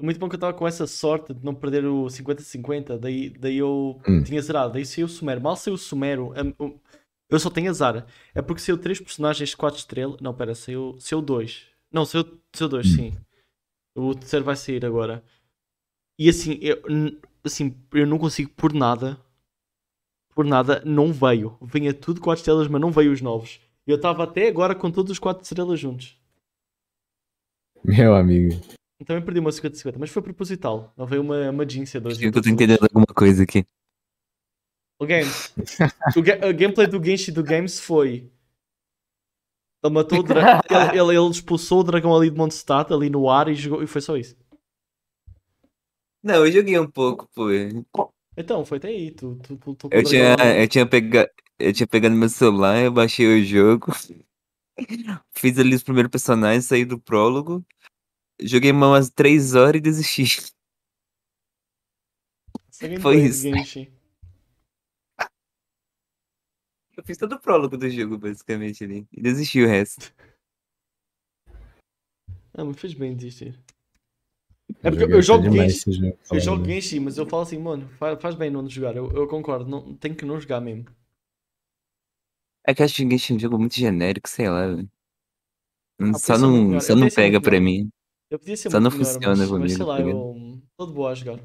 C: É Muito bom que eu estava com essa sorte de não perder o 50-50, daí, daí eu
B: Hum.
C: tinha zerado, daí saiu o Sumero. Mal saiu o Sumero, a- o- eu só tenho azar. É porque saiu três personagens de 4 estrelas. Não, pera, saiu, saiu dois. Não, saiu, saiu dois, sim. O terceiro vai sair agora. E assim, eu, n- assim, eu não consigo por nada. Por nada, não veio. Vinha tudo 4 estrelas, mas não veio os novos. Eu estava até agora com todos os 4 estrelas juntos.
B: Meu amigo.
C: Também Então perdi uma 50-50, mas foi proposital. Não veio uma, uma jinxia de hoje.
A: Eu tô entendendo alguma coisa aqui.
C: O Games. o, ga- a gameplay do Genshin do Games foi. Ele matou o dragão. Ele, ele- ele expulsou o dragão ali de Mondstadt, ali no ar, e, jogou, e foi só isso.
A: Não, eu joguei um pouco, pô.
C: Então, foi até aí. Tu, tu, tu, tu
A: Eu tinha, é, eu tinha pegado, eu tinha pegado meu celular, eu baixei o jogo, fiz ali os primeiros personagens, saí do prólogo, joguei mais umas três horas e desisti.
C: Essa
A: foi
C: gameplay do
A: isso.
C: Genshin.
A: Eu fiz todo o prólogo do jogo, basicamente, ali. E desisti o resto.
C: Ah, mas fez bem desistir.
B: Eu
C: É porque
B: joguei
C: eu jogo
B: até demais
C: Genshin.
B: esse jogo,
C: Eu
B: falando.
C: jogo Genshin, mas eu falo assim, mano, fa- faz, bem não jogar. Eu, eu concordo, não, tem que não jogar mesmo.
A: É que eu acho que Genshin é um jogo muito genérico, sei lá, velho. Hum, Só
C: Ah, podia ser muito
A: não,
C: melhor.
A: só não
C: Eu podia ser muito
A: pega pra
C: melhor.
A: mim.
C: Eu podia ser
A: Só
C: muito
A: não
C: melhor,
A: funciona
C: mas, mas
A: comigo,
C: sei lá,
A: tá ligado?
C: eu tô de boa a jogar.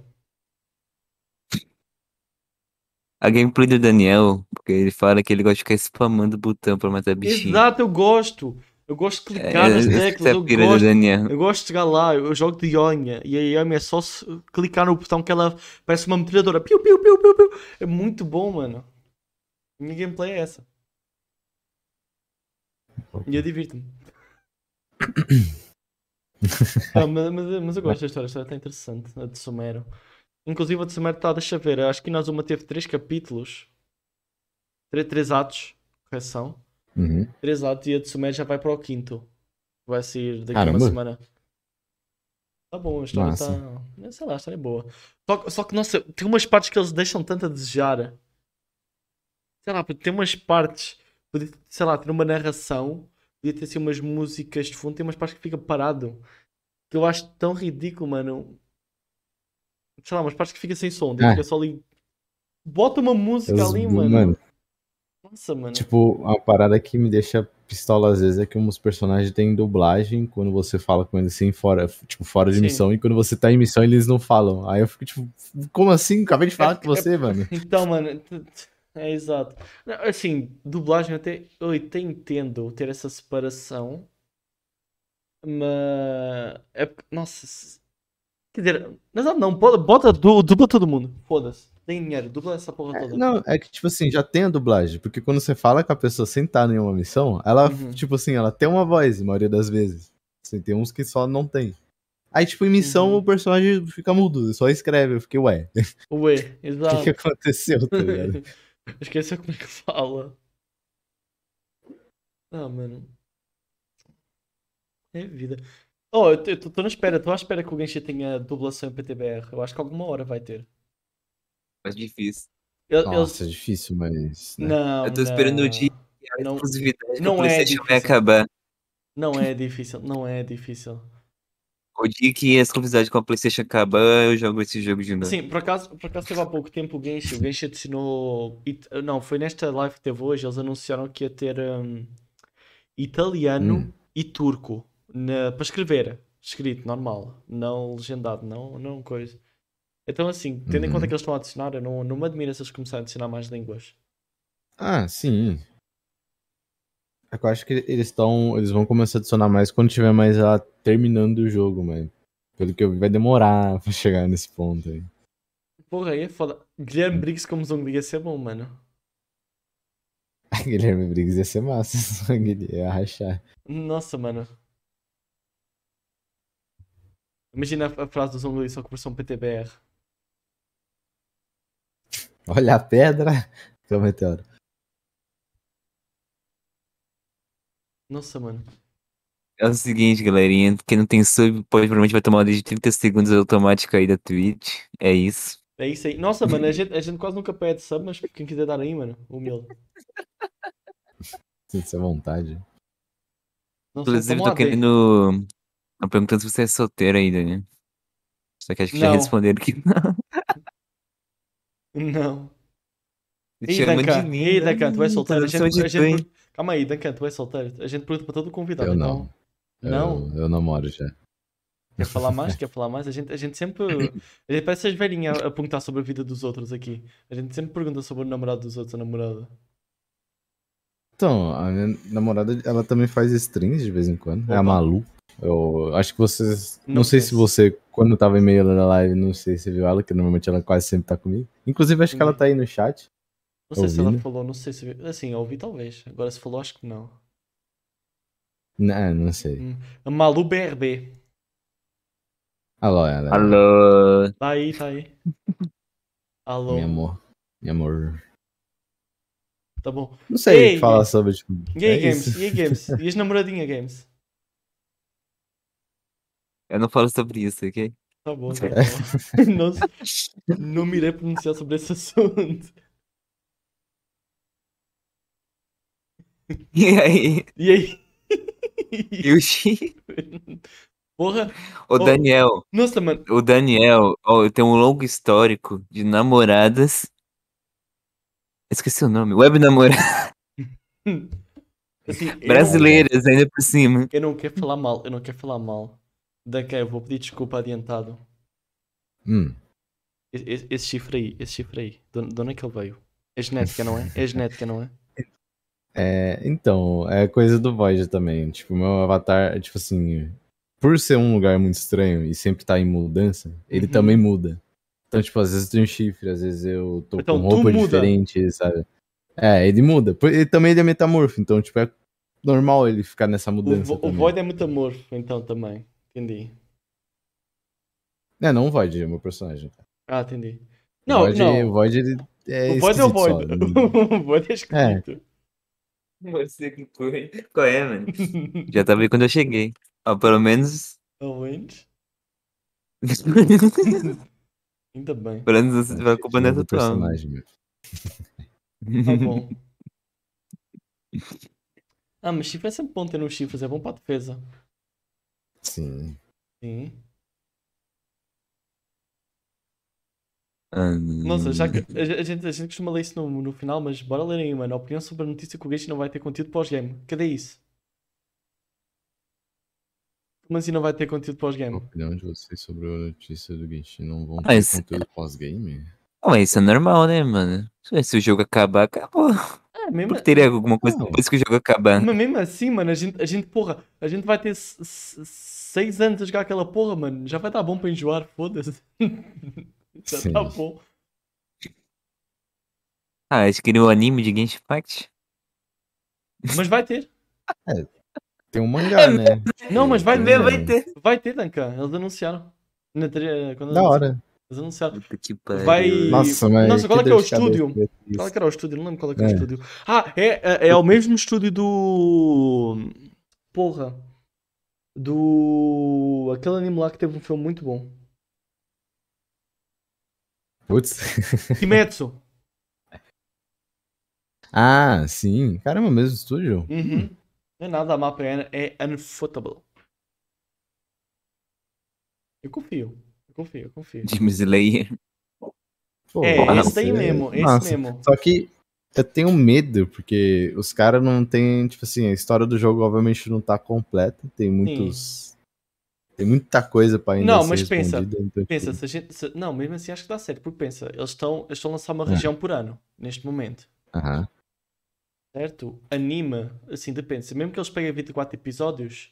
A: A gameplay do Daniel, porque ele fala que ele gosta de ficar spamando o botão pra matar bichinho.
C: Exato, eu gosto. Eu gosto de clicar nas
A: essa
C: teclas,
A: é
C: eu
A: a pira do
C: gosto.
A: Daniel.
C: Eu gosto de chegar lá, eu jogo de Ionia e a Ionia é só se- clicar no botão que ela parece uma metralhadora. Piu, piu, piu, piu, piu. É muito bom, mano. A minha gameplay é essa. E eu divirto-me. Ah, mas, mas- mas eu gosto da história, a história está interessante, a de Sumero. Inclusive a de Sumero está, deixa eu ver, acho que nós uma teve três capítulos, três, três atos, correção,
B: Uhum.
C: três atos e a de Sumero já vai para o quinto. Vai sair daqui a uma
B: Caramba.
C: semana. Tá bom, a história
B: Massa.
C: tá. Sei lá, a história é boa. Só, que- só que, nossa, tem umas partes que eles deixam tanto a desejar. Sei lá, tem umas partes. Podia, sei lá, ter uma narração. Podia ter assim umas músicas de fundo. Tem umas partes que fica parado. Que eu acho tão ridículo, mano. Sei lá, umas partes que fica sem som.
B: Ah.
C: Fica só ali. Bota uma música
B: Eles-
C: ali, mano.
B: mano,
C: Nossa, mano.
B: Tipo, a parada que me deixa pistola às vezes é que uns personagens têm dublagem quando você fala com eles assim, fora, tipo, fora de
C: Sim.
B: missão, e quando você tá em missão eles não falam. Aí eu fico tipo, como assim? Acabei de falar
C: É-
B: com você, mano.
C: Então, mano, t- t- é exato. Não, Assim, dublagem eu até, eu até entendo ter essa separação, mas é porque- nossa, se- quer dizer, mas ah, não, não, bota, bota du- dubla todo mundo, foda-se, tem dinheiro, dubla essa porra toda.
B: Não, é que, tipo assim, já tem a dublagem, porque quando você fala com a pessoa sem estar em uma missão, ela,
C: Uhum.
B: tipo assim, ela tem uma voz, a maioria das vezes. Assim, tem uns que só não tem. Aí, tipo, em missão
C: Uhum.
B: o personagem fica mudo, só escreve. Eu fiquei, ué, o
C: O E,
B: que, que
C: exato.
B: aconteceu, tá ligado?
C: Esqueceu como é que fala. Ah, mano. É vida. Oh, eu estou na espera, estou à espera que o Genshin tenha dublação em PTBR. Eu acho que alguma hora vai ter.
A: Mas difícil.
C: Ele- eles-
B: Nossa, é difícil, mas. né?
C: Não,
A: Eu tô esperando o
C: não.
A: dia E a
C: Não-
A: exclusividade do
C: não é
A: PlayStation vai
C: difícil.
A: acabar.
C: Não é difícil, não é difícil.
A: O dia que a exclusividade com a PlayStation acabar, eu jogo esse jogo de novo.
C: Sim, por acaso, por acaso teve há pouco tempo o Genshin, o Genshin adicionou. it- Não, foi nesta live que teve hoje, eles anunciaram que ia ter hum, italiano
B: Hum.
C: e turco na- para escrever, escrito, normal, não legendado, não, não coisa. Então, assim, tendo em conta
B: Uhum.
C: que eles estão a adicionar, eu não, não me admiro se eles começarem a adicionar mais línguas.
B: Ah, sim. É que eu acho que eles estão. Eles vão começar a adicionar mais quando tiver mais ela terminando o jogo, mas pelo que eu vi, vai demorar pra chegar nesse ponto aí.
C: Porra, aí é foda. Guilherme Briggs como Zong ia ser bom, mano.
B: Guilherme Briggs ia ser massa, só que ele ia rachar.
C: Nossa, mano. Imagina a a frase do Zongli só com versão PTBR.
B: Olha a pedra! Que é o meteoro.
C: Nossa, mano.
A: É o seguinte, galerinha. Quem não tem sub, pode, provavelmente vai tomar uma de 30 segundos automática aí da Twitch. É isso.
C: É isso aí. Nossa, mano, a gente, a gente quase nunca pede sub, mas quem quiser dar aí, mano, humilde.
B: Sinta-se à vontade.
C: Nossa,
A: Inclusive,
C: tamo
A: tô
C: AD.
A: querendo. Tô perguntando se você é solteiro aí, Daniel. Só que acho que já
C: Não.
A: responderam que não.
C: Não.
A: Te
C: Ei,
A: chamando de
C: Duncan.
A: lindo.
C: Ei, Duncan, tu és solteiro. A
A: Eu sou
C: gente,
A: de
C: a gente
A: dois.
C: per- Calma aí, Duncan, tu és solteiro. A gente pergunta para todo convidado.
B: Eu
C: então.
B: não.
C: Tá Não?
B: Eu, eu namoro já.
C: Quer falar mais? Quer falar mais? A gente, a gente sempre. A gente parece as velhinhas a a perguntar sobre a vida dos outros aqui. A gente sempre pergunta sobre o namorado dos outros, a namorada.
B: Então, a minha namorada, ela também faz strings de vez em quando. É
C: Opa.
B: a Malu. Eu acho que vocês. Não,
C: Não
B: sei se
C: conheço.
B: você, quando tava em meio da live, não sei se viu ela, que normalmente ela quase sempre tá comigo. Inclusive, acho que
C: Uhum.
B: ela tá aí no chat.
C: Não sei se ela
B: Ouvindo?
C: falou, não sei se. Assim, eu ouvi talvez. Agora se falou, acho que não.
B: Né, é, Não, não sei.
C: A Malu BRB.
B: Alô, ela. é
A: Alô!
C: Tá aí, tá aí. Alô.
B: Meu amor. Meu amor.
C: Tá bom.
B: Não sei
C: Ei,
B: falar
C: ei.
B: sobre, tipo.
C: E aí,
B: é
C: Games?
B: isso.
C: E aí, Games? E as namoradinhas, Games?
A: Eu não falo sobre isso, ok?
C: Tá bom, tá bom. Não, não me irei pronunciar sobre esse assunto.
A: E aí?
C: E aí?
A: E o Xi?
C: Porra!
A: O Daniel.
C: Nossa, mano.
A: O Daniel ó, tem um longo histórico de namoradas. Esqueci o nome. Web namoradas
C: Assim, eu não-
A: brasileiras, ainda por cima.
C: Eu não quero falar mal, eu não quero falar mal. Daqui eu vou pedir desculpa adiantado.
B: Hum.
C: E- e- Esse chifre aí, esse chifre aí, de onde de onde é que ele veio? É genética, não é? É genética, não é?
B: É, então, é coisa do Void também. Tipo, meu avatar, tipo assim, por ser um lugar muito estranho e sempre tá em mudança, ele
C: Uhum.
B: também muda. Então, tipo, às vezes eu tenho chifre, às vezes eu tô
C: Então,
B: com
C: tu
B: roupa
C: muda.
B: diferente, sabe? É, ele muda. Por- Ele também ele é metamorfo, então, tipo, é normal ele ficar nessa
C: O,
B: mudança.
C: vo- o
B: também.
C: Void é muito amorfo, então também. Entendi.
B: É, não o Void, é o meu personagem.
C: Ah, entendi.
B: O
C: Não,
B: Void-
C: não.
B: O Void, ele é
C: o Void é o
B: esquisito só. né?
C: Void. O Void é esquisito.
A: Você que foi. Qual é, mano? Já tava aí quando eu cheguei. Ó, pelo menos.
C: Ao menos. Ainda bem.
A: pelo menos a culpa não é
B: Tipo, o
A: da tua. alma.
B: personagem, meu.
C: Tá bom. Ah, mas chifre é sempre bom ter uns chifres, é bom pra defesa.
B: Sim.
C: Sim.
A: Ah,
C: Nossa, já que a, a gente, a gente costuma ler isso no, no final, mas bora ler aí, mano. A opinião sobre a notícia que o Gage não vai ter conteúdo pós-game. Cadê isso? Como assim não vai ter conteúdo
B: A
C: pós-game?
B: opinião de vocês sobre a notícia do Genshin não vão
A: Ah,
B: ter
A: esse-
B: conteúdo pós-game?
A: Ah, mas isso é normal, né, mano? Se o jogo acabar, acabou.
C: Ah, mesmo,
A: Por que teria alguma coisa
B: Não.
A: depois que o jogo acabar?
C: mas mesmo assim, mano, a gente, a gente, porra, a gente vai ter 6 anos a jogar aquela porra, mano. Já vai dar bom pra enjoar, foda-se. Já
B: Sim.
C: tá bom.
A: Ah, eles queriam o anime de Genshin Impact?
C: Mas vai ter.
B: Tem um mangá, né?
C: É, Não, mas vai
B: Tem um
C: ver,
B: mangá.
A: vai ter.
C: Vai ter, Duncan. Eles anunciaram. Na tre- quando
B: Da hora.
C: Eles anunciaram.
A: Puta que pariu.
C: Vai-
B: Nossa, mas.
C: Nossa, qual é que é o
B: dor de cabeça
C: estúdio?
B: ver isso.
C: Qual é que era o estúdio? Não lembro qual é que era o
B: É.
C: estúdio. Ah, é, é, é o mesmo estúdio do. Porra. Do. Aquele anime lá que teve um filme muito bom. é?
B: Putz.
C: Kimetsu.
B: Ah, sim. Caramba, mesmo estúdio?
C: Uhum. Não é nada a mapa, é, é Unfootable. Eu confio. Eu confio, eu confio.
A: Jimmy Slayer.
B: Pô,
C: É,
A: Nossa,
C: esse daí
B: é-
C: mesmo, é esse
B: nossa.
C: mesmo.
B: Só que eu tenho medo, porque os caras não tem. Tipo assim, a história do jogo obviamente não tá completa. Tem muitos. Tem muita coisa pra ainda
C: Não,
B: ser
C: mas pensa,
B: respondida, então,
C: Pensa,
B: tipo,
C: se a gente. se- Não, mesmo assim acho que dá certo, porque pensa, eles estão, eles estão a lançar uma
B: É.
C: região por ano, neste momento.
B: Aham.
C: Certo? Anima, assim, depende. Se mesmo que eles peguem 24 episódios,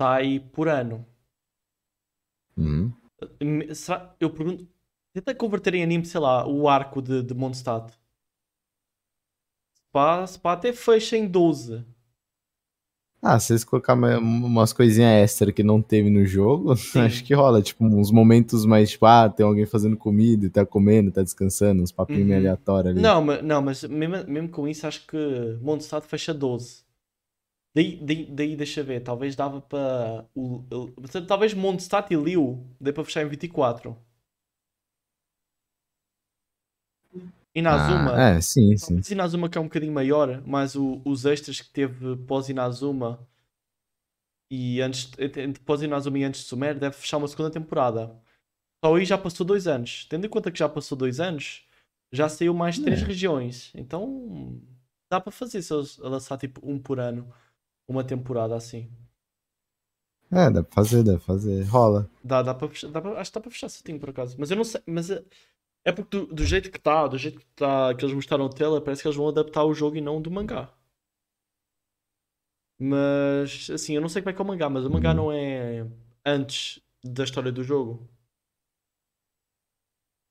C: sai por ano.
B: Uhum.
C: Me- Será, eu pergunto, tenta converter em anime, sei lá, o arco de, de Mondstadt. Se pá, se pá, até fecha em 12.
B: Ah, se eles colocarem umas coisinhas extra que não teve no jogo,
C: Sim.
B: acho que rola. Tipo, uns momentos mais, tipo, ah, tem alguém fazendo comida e tá comendo, tá descansando, uns papinhos meio
C: Uhum.
B: aleatórios ali.
C: Não, mas, não, mas mesmo, mesmo com isso, acho que Mondstadt fecha 12. Daí, daí, daí deixa ver, talvez dava para. o- o- Talvez Mondstadt e Liu dê para fechar em 24. E Nazuma,
B: Ah, é, sim, sim.
C: Talvez Inazuma que é um bocadinho maior, mas o- os extras que teve pós Inazuma e antes entre- entre pós Inazuma e antes de Sumer deve fechar uma segunda temporada. Só aí já passou dois anos. Tendo em conta que já passou dois anos, já saiu mais três
B: É.
C: regiões. Então dá para fazer se eles lançar tipo um por ano, uma temporada assim.
D: É, dá pra fazer, dá pra fazer. Rola.
C: Dá, dá pra fechar, dá pra- acho que dá pra fechar certinho por acaso. Mas eu não sei, mas é, é porque do, do jeito que tá, do jeito que tá, que eles mostraram na tela, parece que eles vão adaptar o jogo e não do mangá. Mas, assim, eu não sei como é que é o mangá, mas o mangá
B: Hum.
C: não é antes da história do jogo.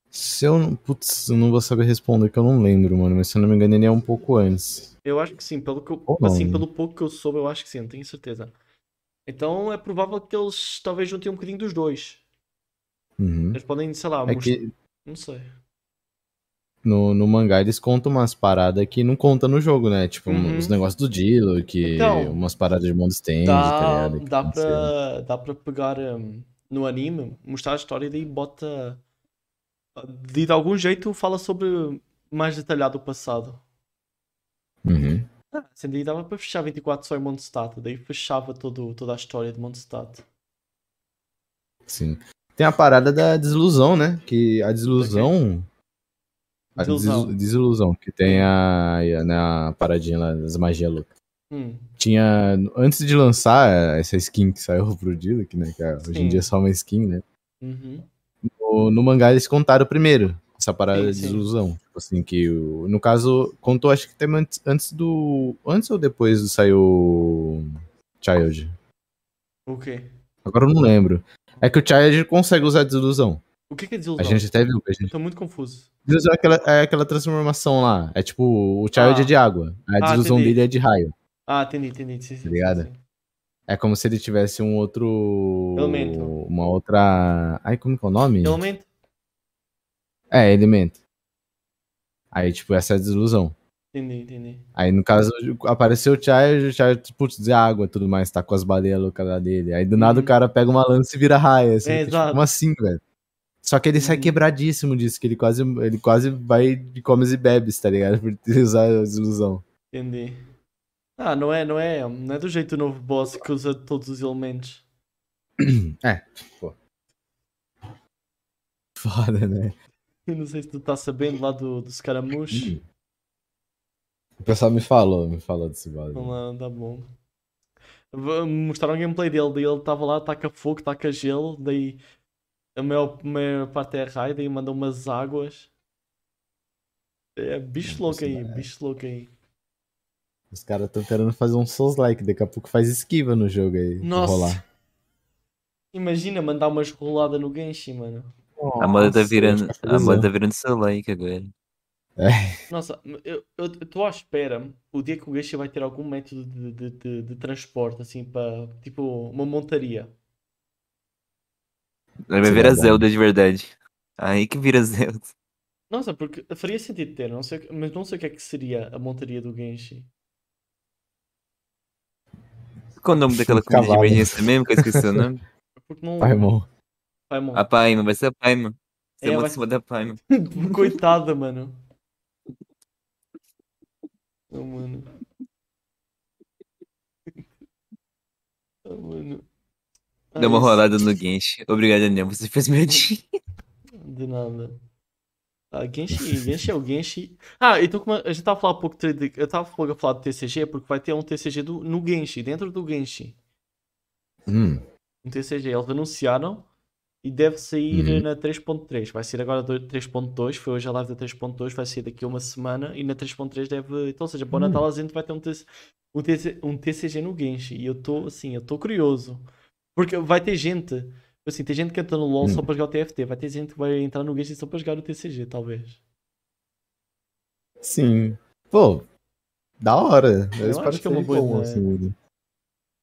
B: Se eu não. Putz, eu não vou saber responder, que eu não lembro, mano. Mas se eu não me engano, ele é um pouco antes.
C: Eu acho que sim, pelo que eu,
B: Ou não,
C: assim,
B: né?
C: pelo pouco que eu soube, eu acho que sim, não tenho certeza. Então é provável que eles talvez juntem um bocadinho dos dois.
B: Uhum.
C: Eles podem, sei lá,
B: É
C: mostrar.
B: que
C: Não sei.
B: no, no mangá eles contam umas paradas que não conta no jogo, né? Tipo,
C: Uhum.
B: os negócios do Dilo, que
C: Então,
B: umas paradas de mundo stand, tá
C: Dá,
B: ligado? Que
C: dá
B: aconteceram.
C: pra, dá pra pegar hum, no anime, mostrar a história e daí bota. De, de algum jeito fala sobre mais detalhado o passado.
B: Uhum.
C: Ah, assim, daí dava para fechar 24 só em Mondstadt, daí fechava todo, toda a história de Mondstadt.
B: Sim. Tem a parada da desilusão, né? Que a desilusão. A
C: Desilusão.
B: desilu- desilusão, que tem a, a, na paradinha lá das magias loucas.
C: Hum,
B: Tinha. Antes de lançar essa skin que saiu pro Dilek, né? Que hoje
C: Sim.
B: em dia é só uma skin, né?
C: uhum.
B: no, no mangá eles contaram primeiro essa parada
C: Sim,
B: de
C: sim.
B: desilusão. Tipo assim, que o- no caso contou, acho que até antes, antes do. Antes ou depois do saiu Child?
C: Ok.
B: Agora eu não lembro. É que o Child consegue usar a desilusão.
C: O que é que é
B: A
C: desilusão?
B: gente até viu. A gente...
C: Estou muito confuso.
B: Desilusão é aquela, é aquela transformação lá. É tipo, o Child
C: Ah.
B: é de água. A
C: Ah,
B: desilusão
C: entendi.
B: dele é de raio.
C: Ah, entendi, entendi. Sim, sim, sim,
B: Obrigado.
C: sim.
B: É como se ele tivesse um outro.
C: Elemento.
B: Uma outra. Ai, como que é o nome?
C: Elemento?
B: É, elemento. Aí, tipo, essa é a desilusão.
C: Entendi, entendi.
B: Aí, no caso, apareceu o Charge, o Charge, putz, de água e tudo mais, tá com as baleias loucas lá dele. Aí, do nada,
C: Uhum.
B: o cara pega uma lança e vira raia, assim.
C: É,
B: que, tipo,
C: exato.
B: como assim, velho? Só que ele sai
C: Uhum.
B: quebradíssimo disso, que ele quase, ele quase vai de comes e bebes, tá ligado? Por ter usado a desilusão.
C: Entendi. Ah, não é, não é, não é do jeito o novo boss que usa todos os elementos.
B: Foda, né?
C: Eu não sei se tu tá sabendo lá do, do
B: Hum.
C: Scaramouche.
B: O pessoal me falou, me falou desse bode.
C: Não, não, tá bom. V- Mostraram o um gameplay dele, daí ele estava lá, taca fogo, taca gelo, daí a maior, maior parte é raio, daí manda umas águas. É bicho
B: Não
C: louco aí,
B: considero.
C: bicho louco aí.
B: Os caras tão querendo fazer um Souls like, daqui a pouco faz esquiva no jogo aí. pra
C: Nossa.
B: Rolar.
C: Imagina mandar umas roladas no Genshin, mano.
A: A moda tá
B: Nossa,
A: virando,
B: acho que é
A: a moda
B: desilusão.
A: tá virando seu like agora.
C: Nossa, eu estou à espera o dia que o Genshin vai ter algum método de, de, de- de transporte, assim, para tipo uma montaria.
A: Vai
B: Isso
A: ver
B: é
A: a
B: verdade.
A: Zelda de verdade. Aí que vira Zelda.
C: Nossa, porque faria sentido ter, não sei, mas não sei o que é que seria a montaria do Genshin.
A: Qual o nome daquela comida de
B: Cavalo.
A: emergência mesmo? Que eu esqueci o nome.
C: Porque não.
B: Vai, irmão.
C: Paimon.
A: A Paima, vai ser a Paima. Você
C: É,
A: é,
C: vai-
A: em cima da Paima. Ah.
C: Coitada, mano. Não, mano. Não, mano. Ah,
A: Dá uma
C: Ai,
A: rolada no Genshin. Obrigado, Daniel. Você fez meu dia.
C: De nada. Ah, Genshin, Genshin é o Genshin. Ah, então como a gente estava a falar há pouco, de- eu estava pouco a falar do TCG, porque vai ter um TCG do, no Genshin, dentro do Genshin.
B: Hum.
C: Um TCG, eles anunciaram e deve sair
B: Uhum.
C: na 3.3. Vai sair agora do 3.2, foi hoje a live da 3.2, vai sair daqui a uma semana e na 3.3 deve. Então, ou seja, para o
B: Hum.
C: Natal a gente vai ter um, TC, um, TC, um TCG no Genshin e eu estou assim, eu estou curioso. Porque vai ter gente, assim, tem gente que entra no LoL só
B: Hum.
C: para jogar o TFT, vai ter gente que vai entrar no Genshin só para jogar o TCG, talvez.
B: Sim. Pô, da hora. Eu,
C: Eu
B: espero
C: acho
B: que
C: que é uma
B: seja
C: boa
B: bom,
C: ideia.
B: assim, mano.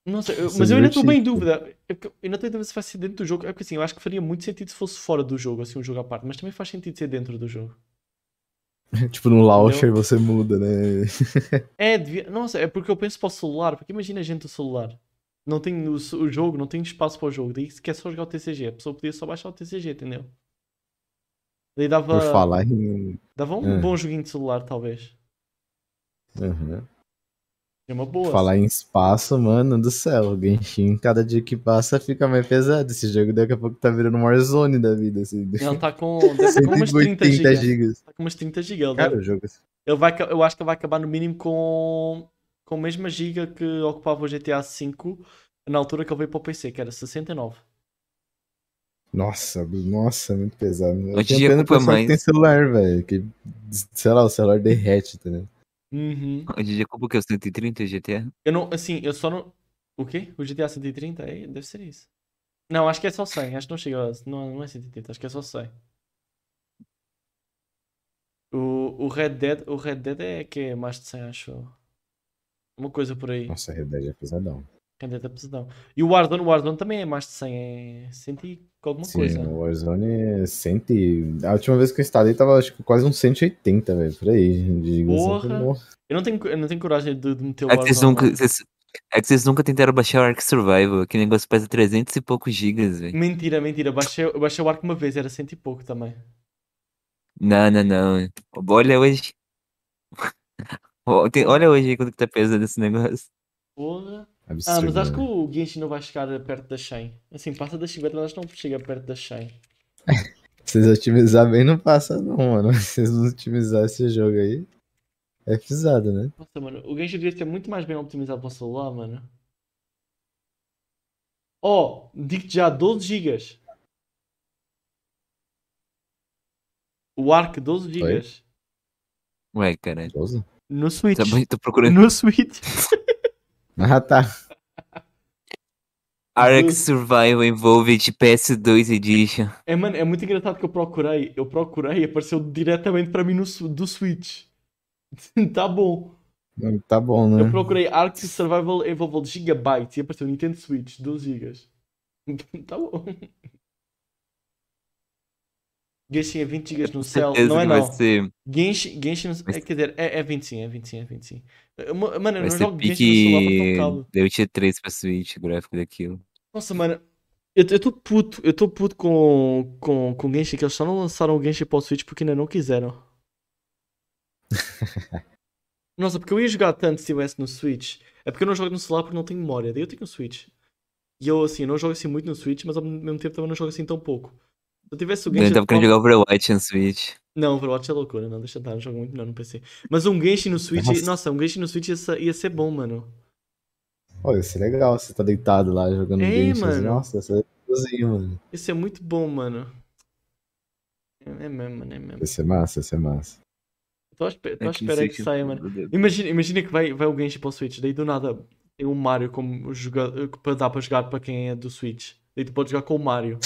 C: Não sei, eu-
B: Isso é
C: mas eu ainda estou bem em
B: divertido.
C: dúvida. Eu eu ainda estou em dúvida se vai ser dentro do jogo. É porque assim, eu acho que faria muito sentido se fosse fora do jogo, assim, um jogo à parte, mas também faz sentido ser dentro do jogo.
B: Tipo, no launcher você muda, né?
C: É, devia... Nossa, é porque eu penso para o celular, porque imagina a gente do celular. Não tem o, s- o jogo, não tem espaço para o jogo, daí se quer só jogar o TCG, a pessoa podia só baixar o TCG, entendeu? Daí dava,
B: Por falar em.
C: dava um
B: É.
C: bom joguinho de celular, talvez.
B: Uhum.
C: É uma boa.
B: Falar em espaço, mano do céu. O Genshin, cada dia que passa, fica mais pesado. Esse jogo daqui a pouco tá virando uma Warzone da vida, assim.
C: Ele está com, deve tá com umas 30
B: 180
C: gigas.
B: gigas.
C: Tá com umas 30 gigas. ele
B: Cara, o
C: deve-
D: é
B: jogo.
C: Ele vai, ca- eu acho que ele vai acabar no mínimo com, com a mesma giga que ocupava o GTA V na altura que ele veio para o PC, que era 69.
D: Nossa, nossa, muito pesado. Eu
A: Hoje em
D: tenho
A: dia a
D: pena do
A: culpa
D: pessoal que
A: é mais.
D: tem celular, velho. Que, sei lá, o celular derrete, tá ligado?
C: Uhum.
A: Hoje em dia, como que é o 130 GTA?
C: Eu não, assim, eu só não. O quê? O GTA 130? É, deve ser isso. Não, acho que é só 100. Acho que não chega. a- Não, não é 130, acho que é só 100. O, o Red Dead, o Red Dead é que é mais de 100, acho. eu. Uma coisa por aí.
D: Nossa, a realidade é pesadão.
C: Candidato a pesadão. E o Warzone, o Warzone também é mais de 100, é 100 e alguma
D: Sim,
C: coisa.
D: o Warzone é 100. e- A última vez que eu instalei tava acho que quase uns 180, velho. Por aí, de
C: Porra. Eu não tenho, eu não tenho coragem de, de meter o
A: É que vocês
C: Warzone.
A: nunca,
C: lá.
A: vocês- é que vocês nunca tentaram baixar o Ark Survival, que negócio pesa 300 e poucos gigas, velho.
C: Mentira, mentira. Baixei, eu baixei o arco uma vez, era 100 e pouco também.
A: Não, não, não. Olha hoje. Ontem- Olha hoje aí quanto que tá pesando esse negócio.
C: Porra. Ah,
D: Absurdo. né?
C: mas acho que
D: velho.
C: o Genshin não vai chegar perto da 100. Assim, passa das 50, mas não chega perto da 100.
D: Se vocês otimizar bem, não passa, não, mano. Se vocês não otimizar esse jogo aí, é pisado, né?
C: Nossa, mano, o Genshin devia ser muito mais bem optimizado para o celular, mano. Ó, oh, digo já 12 GB. O Arc 12 GB.
A: Ué, caralho.
D: Gozo.
C: No Switch.
A: Tá bom, tô procurando
C: No Switch.
D: Ah, tá.
A: Ark Survival tipo, Involved PS2 Edition.
C: É, mano, é muito engraçado que eu procurei. Eu procurei e apareceu diretamente para mim no, su- do Switch. tá bom.
D: Não, Tá bom,
C: Eu
A: Hum.
D: né?
C: procurei Ark Survival Evolved Gigabyte e apareceu Nintendo Switch, 12 gigas. tá bom. Genshin é 20 gigas no céu.
A: Certeza
C: Não é
A: que vai
C: não.
A: ser,
C: Genshin, Genshin no... é, quer dizer, é, é 25, é 25, é 25. Eh, mo- Mano, eu
A: vai
C: não
A: ser
C: jogo Genshin no celular tá porque
A: pique
C: não cabe.
A: The Witcher 3 pra Switch, o gráfico daquilo.
C: Nossa, mano, eu, eu tô puto, eu tô puto com, com, com Genshin, que eles só não lançaram o Genshin para o Switch porque ainda não quiseram. Nossa, porque eu ia jogar tanto se tivesse no Switch. É porque eu não jogo no celular porque não tenho memória. Daí eu tenho um Switch. E eu, assim, não jogo assim muito no Switch, mas ao mesmo tempo também não jogo assim tão pouco. Se eu tivesse o
A: Eu
C: Genshin.
A: tava querendo jogar Overwatch no Switch.
C: Não, Overwatch é loucura, não, deixa eu estar, não jogo muito não no PC. Mas um Genshin no Switch,
D: Nossa.
C: nossa, um Genshin no Switch ia, ser- ia ser bom, mano.
D: Olha, isso é legal. Você tá deitado lá jogando
C: É,
D: Genshin.
C: mano.
D: Nossa, você é sozinho, mano.
C: Isso é muito bom, mano. É é mesmo, mano, é mesmo.
D: Isso é massa, isso é massa.
C: Tô à espe- tô à
A: Aqui em
C: espera que
A: Switch,
C: saia,
A: meu
C: mano.
A: Deus.
C: Imagina, imagina que vai, vai o Genshin para o Switch, daí do nada tem um Mario como joga- para dar para jogar para quem é do Switch. Daí tu pode jogar com o Mario.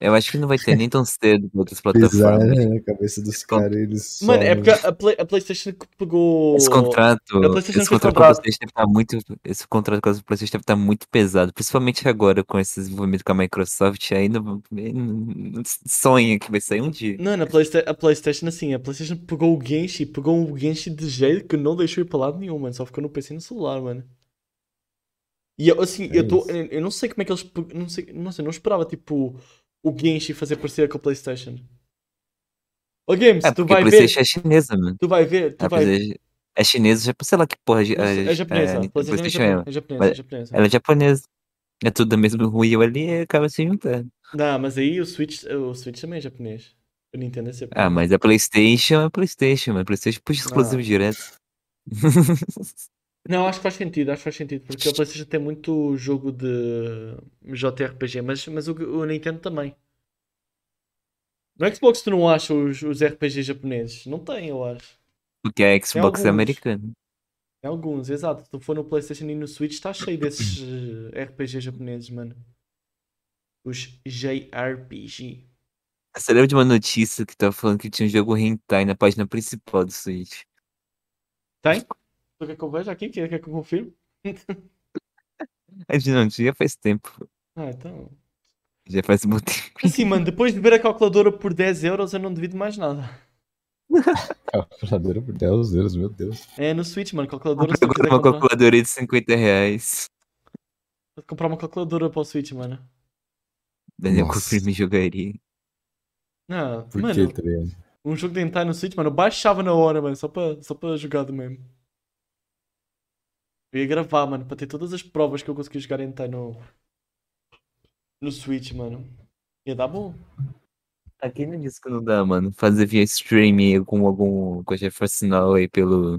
A: Eu acho que não vai ter nem tão cedo pra outras
D: Pisar
A: plataformas.
D: né, na cabeça dos
A: Con-
D: caras, eles.
C: Mano, é
D: sobem.
C: porque a, Play- a PlayStation que pegou.
A: Esse contrato,
C: a PlayStation
A: esse
C: fez
A: contrato com a
C: contrato.
A: PlayStation deve tá muito, esse contrato com a PlayStation deve estar muito pesado, principalmente agora com esse desenvolvimento com a Microsoft, aí não, não- sonha que vai sair um dia.
C: Não, na Playsta a PlayStation assim, a PlayStation pegou o Genshin, pegou o Genshin de jeito que não deixou ir para lado nenhum, mano. Só ficou no PC e no celular, mano. E eu, assim,
D: É
C: eu tô.
D: isso.
C: Eu eu não sei como é que eles. pe- Não sei, não sei, eu não esperava, tipo, o Genshin fazer parecer com a PlayStation. Ô Games,
A: É,
C: tu
A: porque a
C: vai ver.
A: PlayStation é chinesa, mano.
C: Tu vai ver, tu
A: A
C: vai
A: PlayStation Tá, é chinesa, já sei lá que porra.
C: Não sei, É japonesa.
A: a
C: PlayStation é
A: PlayStation
C: japonesa.
A: é.
C: É japonesa, é
A: Mas-
C: japonesa.
A: Ela é japonesa. É tudo da mesma ruim ali e acaba se juntando.
C: Não, mas aí o Switch, o Switch também é japonês. O Nintendo é japonês.
A: Ah, mas a PlayStation é a PlayStation, mano. A PlayStation puxa exclusivo
C: Ah.
A: direto.
C: Não, acho que faz sentido, acho que faz sentido, porque a PlayStation tem muito jogo de JRPG, mas, mas o, o Nintendo também. No Xbox tu não acha os, os RPGs japoneses? Não tem, eu acho.
A: Porque a Xbox é
C: alguns.
A: americana.
C: Tem alguns, exato. Se tu for no PlayStation e no Switch, está cheio desses eh, RPGs japoneses, mano. Os JRPG.
A: Ah, Você lembra de uma notícia que tava falando que tinha um jogo hentai na página principal do Switch?
C: Tem? Tu quer que eu veja aqui? Quer quer que eu confirme?
A: A gente não tinha faz tempo.
C: Ah, então.
A: Já faz muito tempo.
C: Assim, mano, depois de ver a calculadora por 10 euros, eu não devido mais nada.
D: Calculadora por 10 euros, meu Deus.
C: É no Switch, mano, calculadora. Se eu
A: Ah, Agora
C: quiser
A: uma
C: comprar,
A: calculadora de 50 reais.
C: vou comprar uma calculadora para o Switch, mano.
A: Daniel
D: Nossa.
A: Confirme jogaria.
C: Não,
D: Por
C: mano,
D: que, tá ligado?
C: um jogo de hentai no Switch, mano, eu baixava na hora, mano, só para só pra jogar do mesmo. Eu ia gravar, mano, para ter todas as provas que eu consegui jogar hentai no. no Switch, mano. Ia dar bom.
A: Aqui não disse que não dá, mano. Fazer via streaming com algum coisa fascinal aí pelo,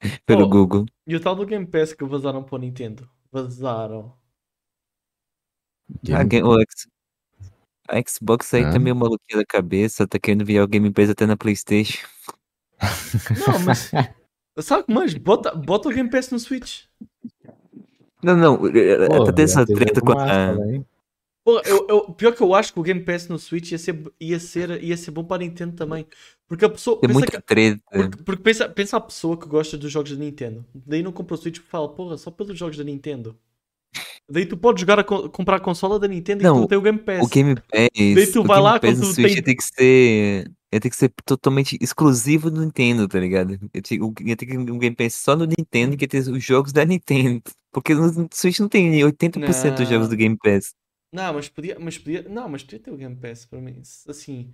A: pelo
C: Ó,
A: Google.
C: E o tal do Game Pass que vazaram para o Nintendo? Vazaram.
A: Ah,
D: um
B: Game-
A: Game- o X- A Xbox aí
B: Ah.
A: tá meio maluquinha da cabeça, tá querendo virar o Game Pass até na Playstation.
C: Não, mas. Sabe, mas bota, bota o Game Pass no Switch.
A: Não, não,
D: Pô,
C: é,
A: tá tendo essa
D: ia
B: é
D: ter
A: treta
D: jogo
A: com
D: massa,
A: a.
D: né?
C: Porra, eu, eu- pior que eu acho que o Game Pass no Switch ia ser, ia ser, ia ser bom para a Nintendo também. Porque a pessoa.
A: Tem
C: pensa
A: muita treta.
C: Porque, porque pensa, pensa a pessoa que gosta dos jogos da Nintendo. Daí não compra o Switch porque fala, porra, só pelos jogos da Nintendo. Daí tu podes jogar a co- comprar a consola da Nintendo e
A: Não,
C: tu não tem o Game Pass.
A: O Game Pass.
C: Daí tu
A: o
C: vai
A: Game
C: lá
A: Pass
C: quando
A: do
C: tu
A: Switch
C: tem-
A: ia ter que ser. Ia ter que ser totalmente exclusivo do Nintendo, tá ligado? Ia ter, o- ia ter que um Game Pass só no Nintendo que ia ter os jogos da Nintendo. Porque no Switch não tem 80% dos jogos
C: Não.
A: do Game Pass.
C: Não, mas podia, mas podia, não, mas podia ter o Game Pass para mim. Assim,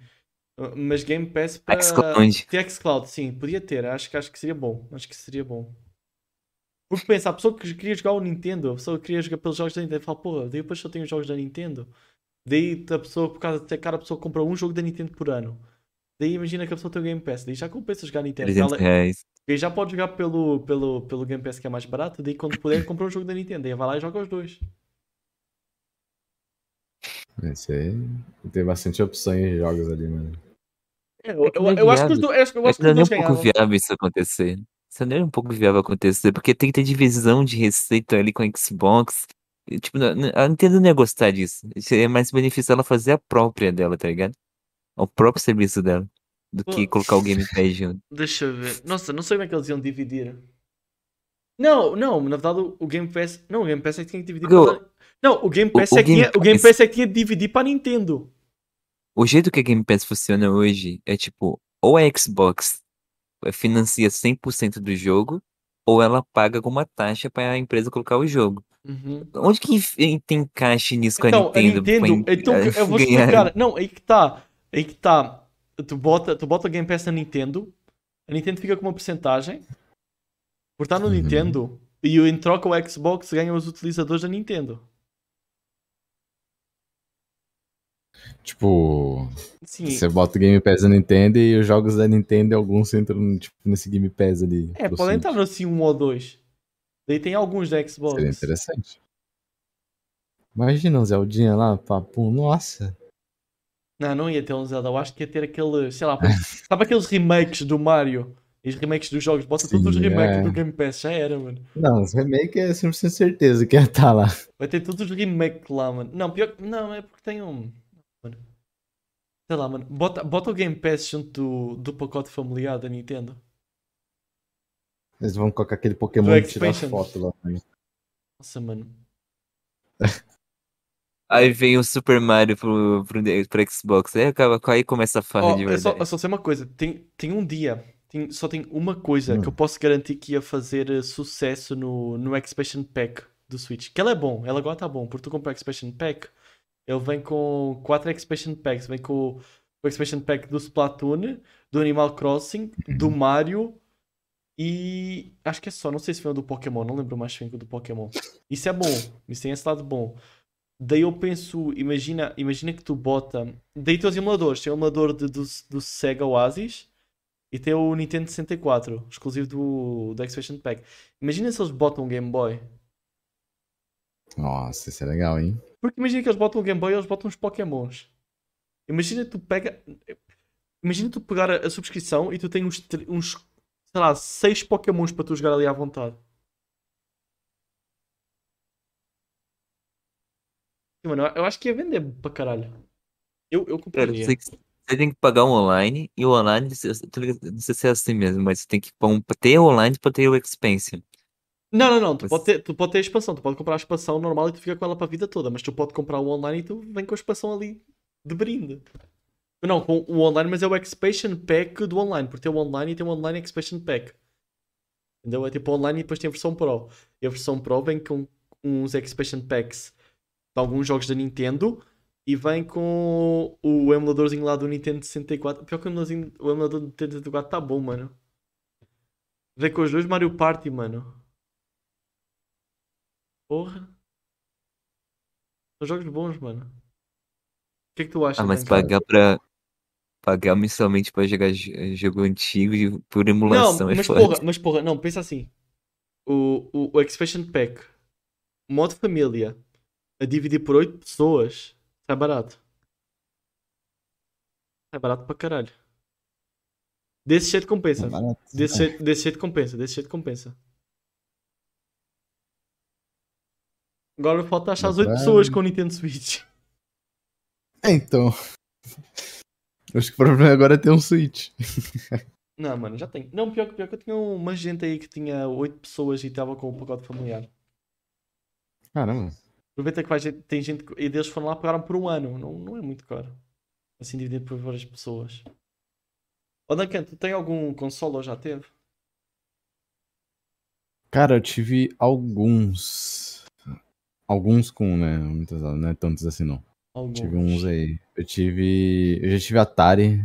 C: uh, mas Game Pass para
A: Xcloud.
C: TX Cloud, sim, podia ter. Acho que acho que seria bom. Acho que seria bom. Porque pensa, a pessoa que queria jogar o Nintendo, a pessoa que queria jogar pelos jogos da Nintendo, fala, porra, daí depois só tem os jogos da Nintendo. Daí a pessoa, por causa de cara, a pessoa compra um jogo da Nintendo por ano. Daí imagina que a pessoa tem o Game Pass, daí já compensa jogar Nintendo.
A: 300
C: Ela,
A: reais.
C: daí já pode jogar pelo, pelo, pelo Game Pass que é mais barato, daí quando puder compra um jogo da Nintendo, daí vai lá e joga os dois.
B: Esse aí-
D: Tem bastante opções de jogos ali, mano.
C: É, eu,
A: É que
C: eu-
A: não é
C: eu acho que os
A: viável.
C: dois, eu acho, eu
A: Mas
C: acho que os
A: não é um
C: dois
A: pouco
C: ganhavam.
A: viável isso acontecer. Isso não é um pouco viável acontecer, porque tem que ter divisão de receita ali com a Xbox. E, tipo, não- não- a Nintendo não ia gostar disso. Isso É mais benefício ela fazer a própria dela, tá ligado? O próprio serviço dela. Do
C: Pô.
A: que colocar o Game Pass junto.
C: Deixa eu ver. Nossa, não sei como é que eles iam dividir. Não, não, na verdade o, o Game Pass. Não, o Game Pass é que tinha que dividir
A: Porque o-
C: para. Não, o Game
A: o-
C: Pass
A: o
C: é que
A: Game
C: tinha- o Game
A: Pass-
C: Pass é que tinha que dividir para Nintendo.
A: O jeito que a Game Pass funciona hoje é tipo, ou a Xbox financia 100% do jogo, ou ela paga alguma taxa pra empresa colocar o jogo.
C: Uhum.
A: Onde que enf- eh, tem caixa nisso com
C: Então,
A: a Nintendo? pra em- eh,
C: então que- eu vou
A: ganhar?
C: explicar. Não, aí que tá. Aí que tá. Tu bota, tu bota o Game Pass na Nintendo, a Nintendo fica com uma porcentagem. Por estar no
B: Uhum.
C: Nintendo, e em troca o Xbox ganha os utilizadores da Nintendo.
B: Tipo,
C: Sim.
A: é
B: você bota o Game Pass da Nintendo e os jogos da Nintendo, alguns entram tipo, nesse Game Pass ali. tipo,
C: É,
B: pro
C: podem
B: Switch.
C: estar assim um ou dois. Daí tem alguns da Xbox.
B: Seria interessante. Imagina um Zeldinha lá, papo, nossa.
C: Não, não ia ter um Zelda. Eu acho que ia ter aquele, sei lá, sabe aqueles remakes do Mario? E os remakes dos jogos, bota
B: Sim,
C: todos os remakes
B: é.
C: do Game Pass, já era, mano.
B: Não, os remake é 100% certeza que ia estar lá.
C: Vai ter todos os remakes lá, mano. Não, pior que. Não, é porque tem um. Mano. Sei lá, mano. Bota, bota o Game Pass junto do, do pacote familiar da Nintendo.
B: Eles vão colocar aquele Pokémon
C: Do
B: e tirar
C: Expansion.
B: foto lá.
C: Nossa, mano.
A: Aí vem o Super Mario pro, pro, pro Xbox. Aí, acaba, aí começa a farra
C: Ó,
A: de
C: eu, só,
A: verdade.
C: eu só sei uma coisa. Tem, tem um dia, tem- só tem uma coisa que eu posso garantir que ia fazer eh, sucesso no, no Expansion Pack do Switch. Que ela é bom, ela agora tá bom. Porque tu compra o Expansion Pack, ele vem com quatro Expansion Packs. Vem com o, o Expansion Pack do Splatoon, do Animal Crossing, do Mario e... Acho que é só, não sei se vem o do Pokémon, não lembro mais se vem o do Pokémon. Isso é bom, isso tem esse lado bom. Daí eu penso, imagina, imagina que tu bota Daí tem os emuladores. Tem o emulador de- do, do Sega Oasis e tem o Nintendo 64, exclusivo do, do Expansion Pack. Imagina se eles botam um Game Boy.
B: Nossa, isso é legal, hein?
C: Porque imagina que eles botam um Game Boy e eles botam uns Pokémons. Imagina tu pega. Imagina tu pegar a, a subscrição e tu tem uns, tre- uns sei lá, 6 Pokémons para tu jogar ali à vontade. E, Mano, eu- eu acho que ia vender para caralho. Eu, eu
A: Cara,
C: compraria.
A: você, você tem que pagar um online, e o online, você- você- tá ligado? não sei se é assim mesmo, mas você tem que pôr um- ter o online pra ter o expansion.
C: Não, não, não. Tu,
A: Mas-
C: pode ter, tu pode ter a expansão. Tu pode comprar a expansão normal e tu fica com ela para a vida toda. Mas tu pode comprar o online e tu vem com a expansão ali de brinde. Não, com o online, mas é o expansion pack do online. Porque tem o online e tem o online expansion pack. Entendeu? É tipo online e depois tem a versão pro. E a versão pro vem com uns expansion packs de alguns jogos da Nintendo. E vem com o emuladorzinho lá do Nintendo 64. Pior que o emuladorzinho- o emulador do Nintendo 64 tá bom, mano. Vem com os dois Mario Party, mano. Porra. São jogos bons, mano. O que é que tu acha?
A: Ah, mas
C: Duncan?
A: pagar pra. Pagar mensalmente pra jogar jo- jogo antigo e por emulação
C: Não,
A: é
C: mas
A: foda.
C: porra, mas porra, não, pensa assim. O, o, o Expansion Pack, modo família, a dividir por 8 pessoas, sai barato. Sai barato pra caralho. Desse jeito compensa.
D: barato.
C: é Desse jeito, desse jeito compensa, desse jeito compensa. Agora falta achar
D: Dá
C: as 8
D: pra-
C: pessoas com o Nintendo Switch.
D: É, então. Acho que o problema agora é ter um Switch.
C: Não, mano, já tem. Não, pior que pior que eu tinha uma gente aí que tinha 8 pessoas e estava com o pacote familiar.
D: Caramba.
C: Aproveita que vai gente- tem gente que- e eles foram lá pagaram por um ano. Não, não é muito caro. Assim dividido por várias pessoas. Ô Duncan, tu tem algum console ou já teve?
B: Cara, eu tive alguns. Alguns com, né? Muitas, não é tantos assim, não.
C: Algum?
B: Tive um uns aí. Eu tive. Eu já tive Atari,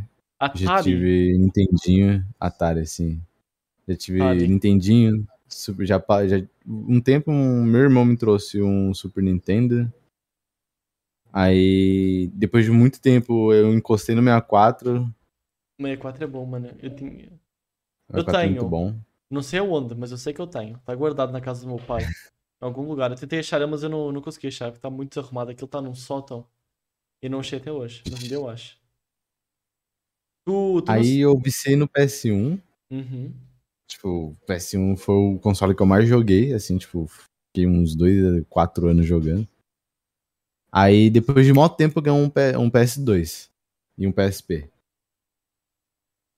B: já
C: Atari?
B: tive Nintendinho, Atari, assim. Já tive
C: Atari.
B: Nintendinho. Super, já, pa- já, um tempo, um- meu irmão me trouxe um Super Nintendo. Aí, depois de muito tempo, eu encostei no 64.
C: 64 é bom, mano. Eu tinha...
B: O 64 é
C: tenho.
B: muito bom.
C: Não sei aonde, mas eu sei que eu tenho. Está guardado na casa do meu pai. em algum lugar. Eu tentei achar, mas eu não, não consegui achar. Porque está muito desarrumado. Aquilo está num sótão. E não achei até hoje. Mas um dia eu acho. Tu, tu não-
B: Aí eu viciei no PS1.
C: Uhum.
B: Tipo, o PS1 foi o console que eu mais joguei, assim, tipo, fiquei uns dois, quatro anos jogando. Aí, depois de mó tempo, eu ganhei um, P- um PS2 e um PSP.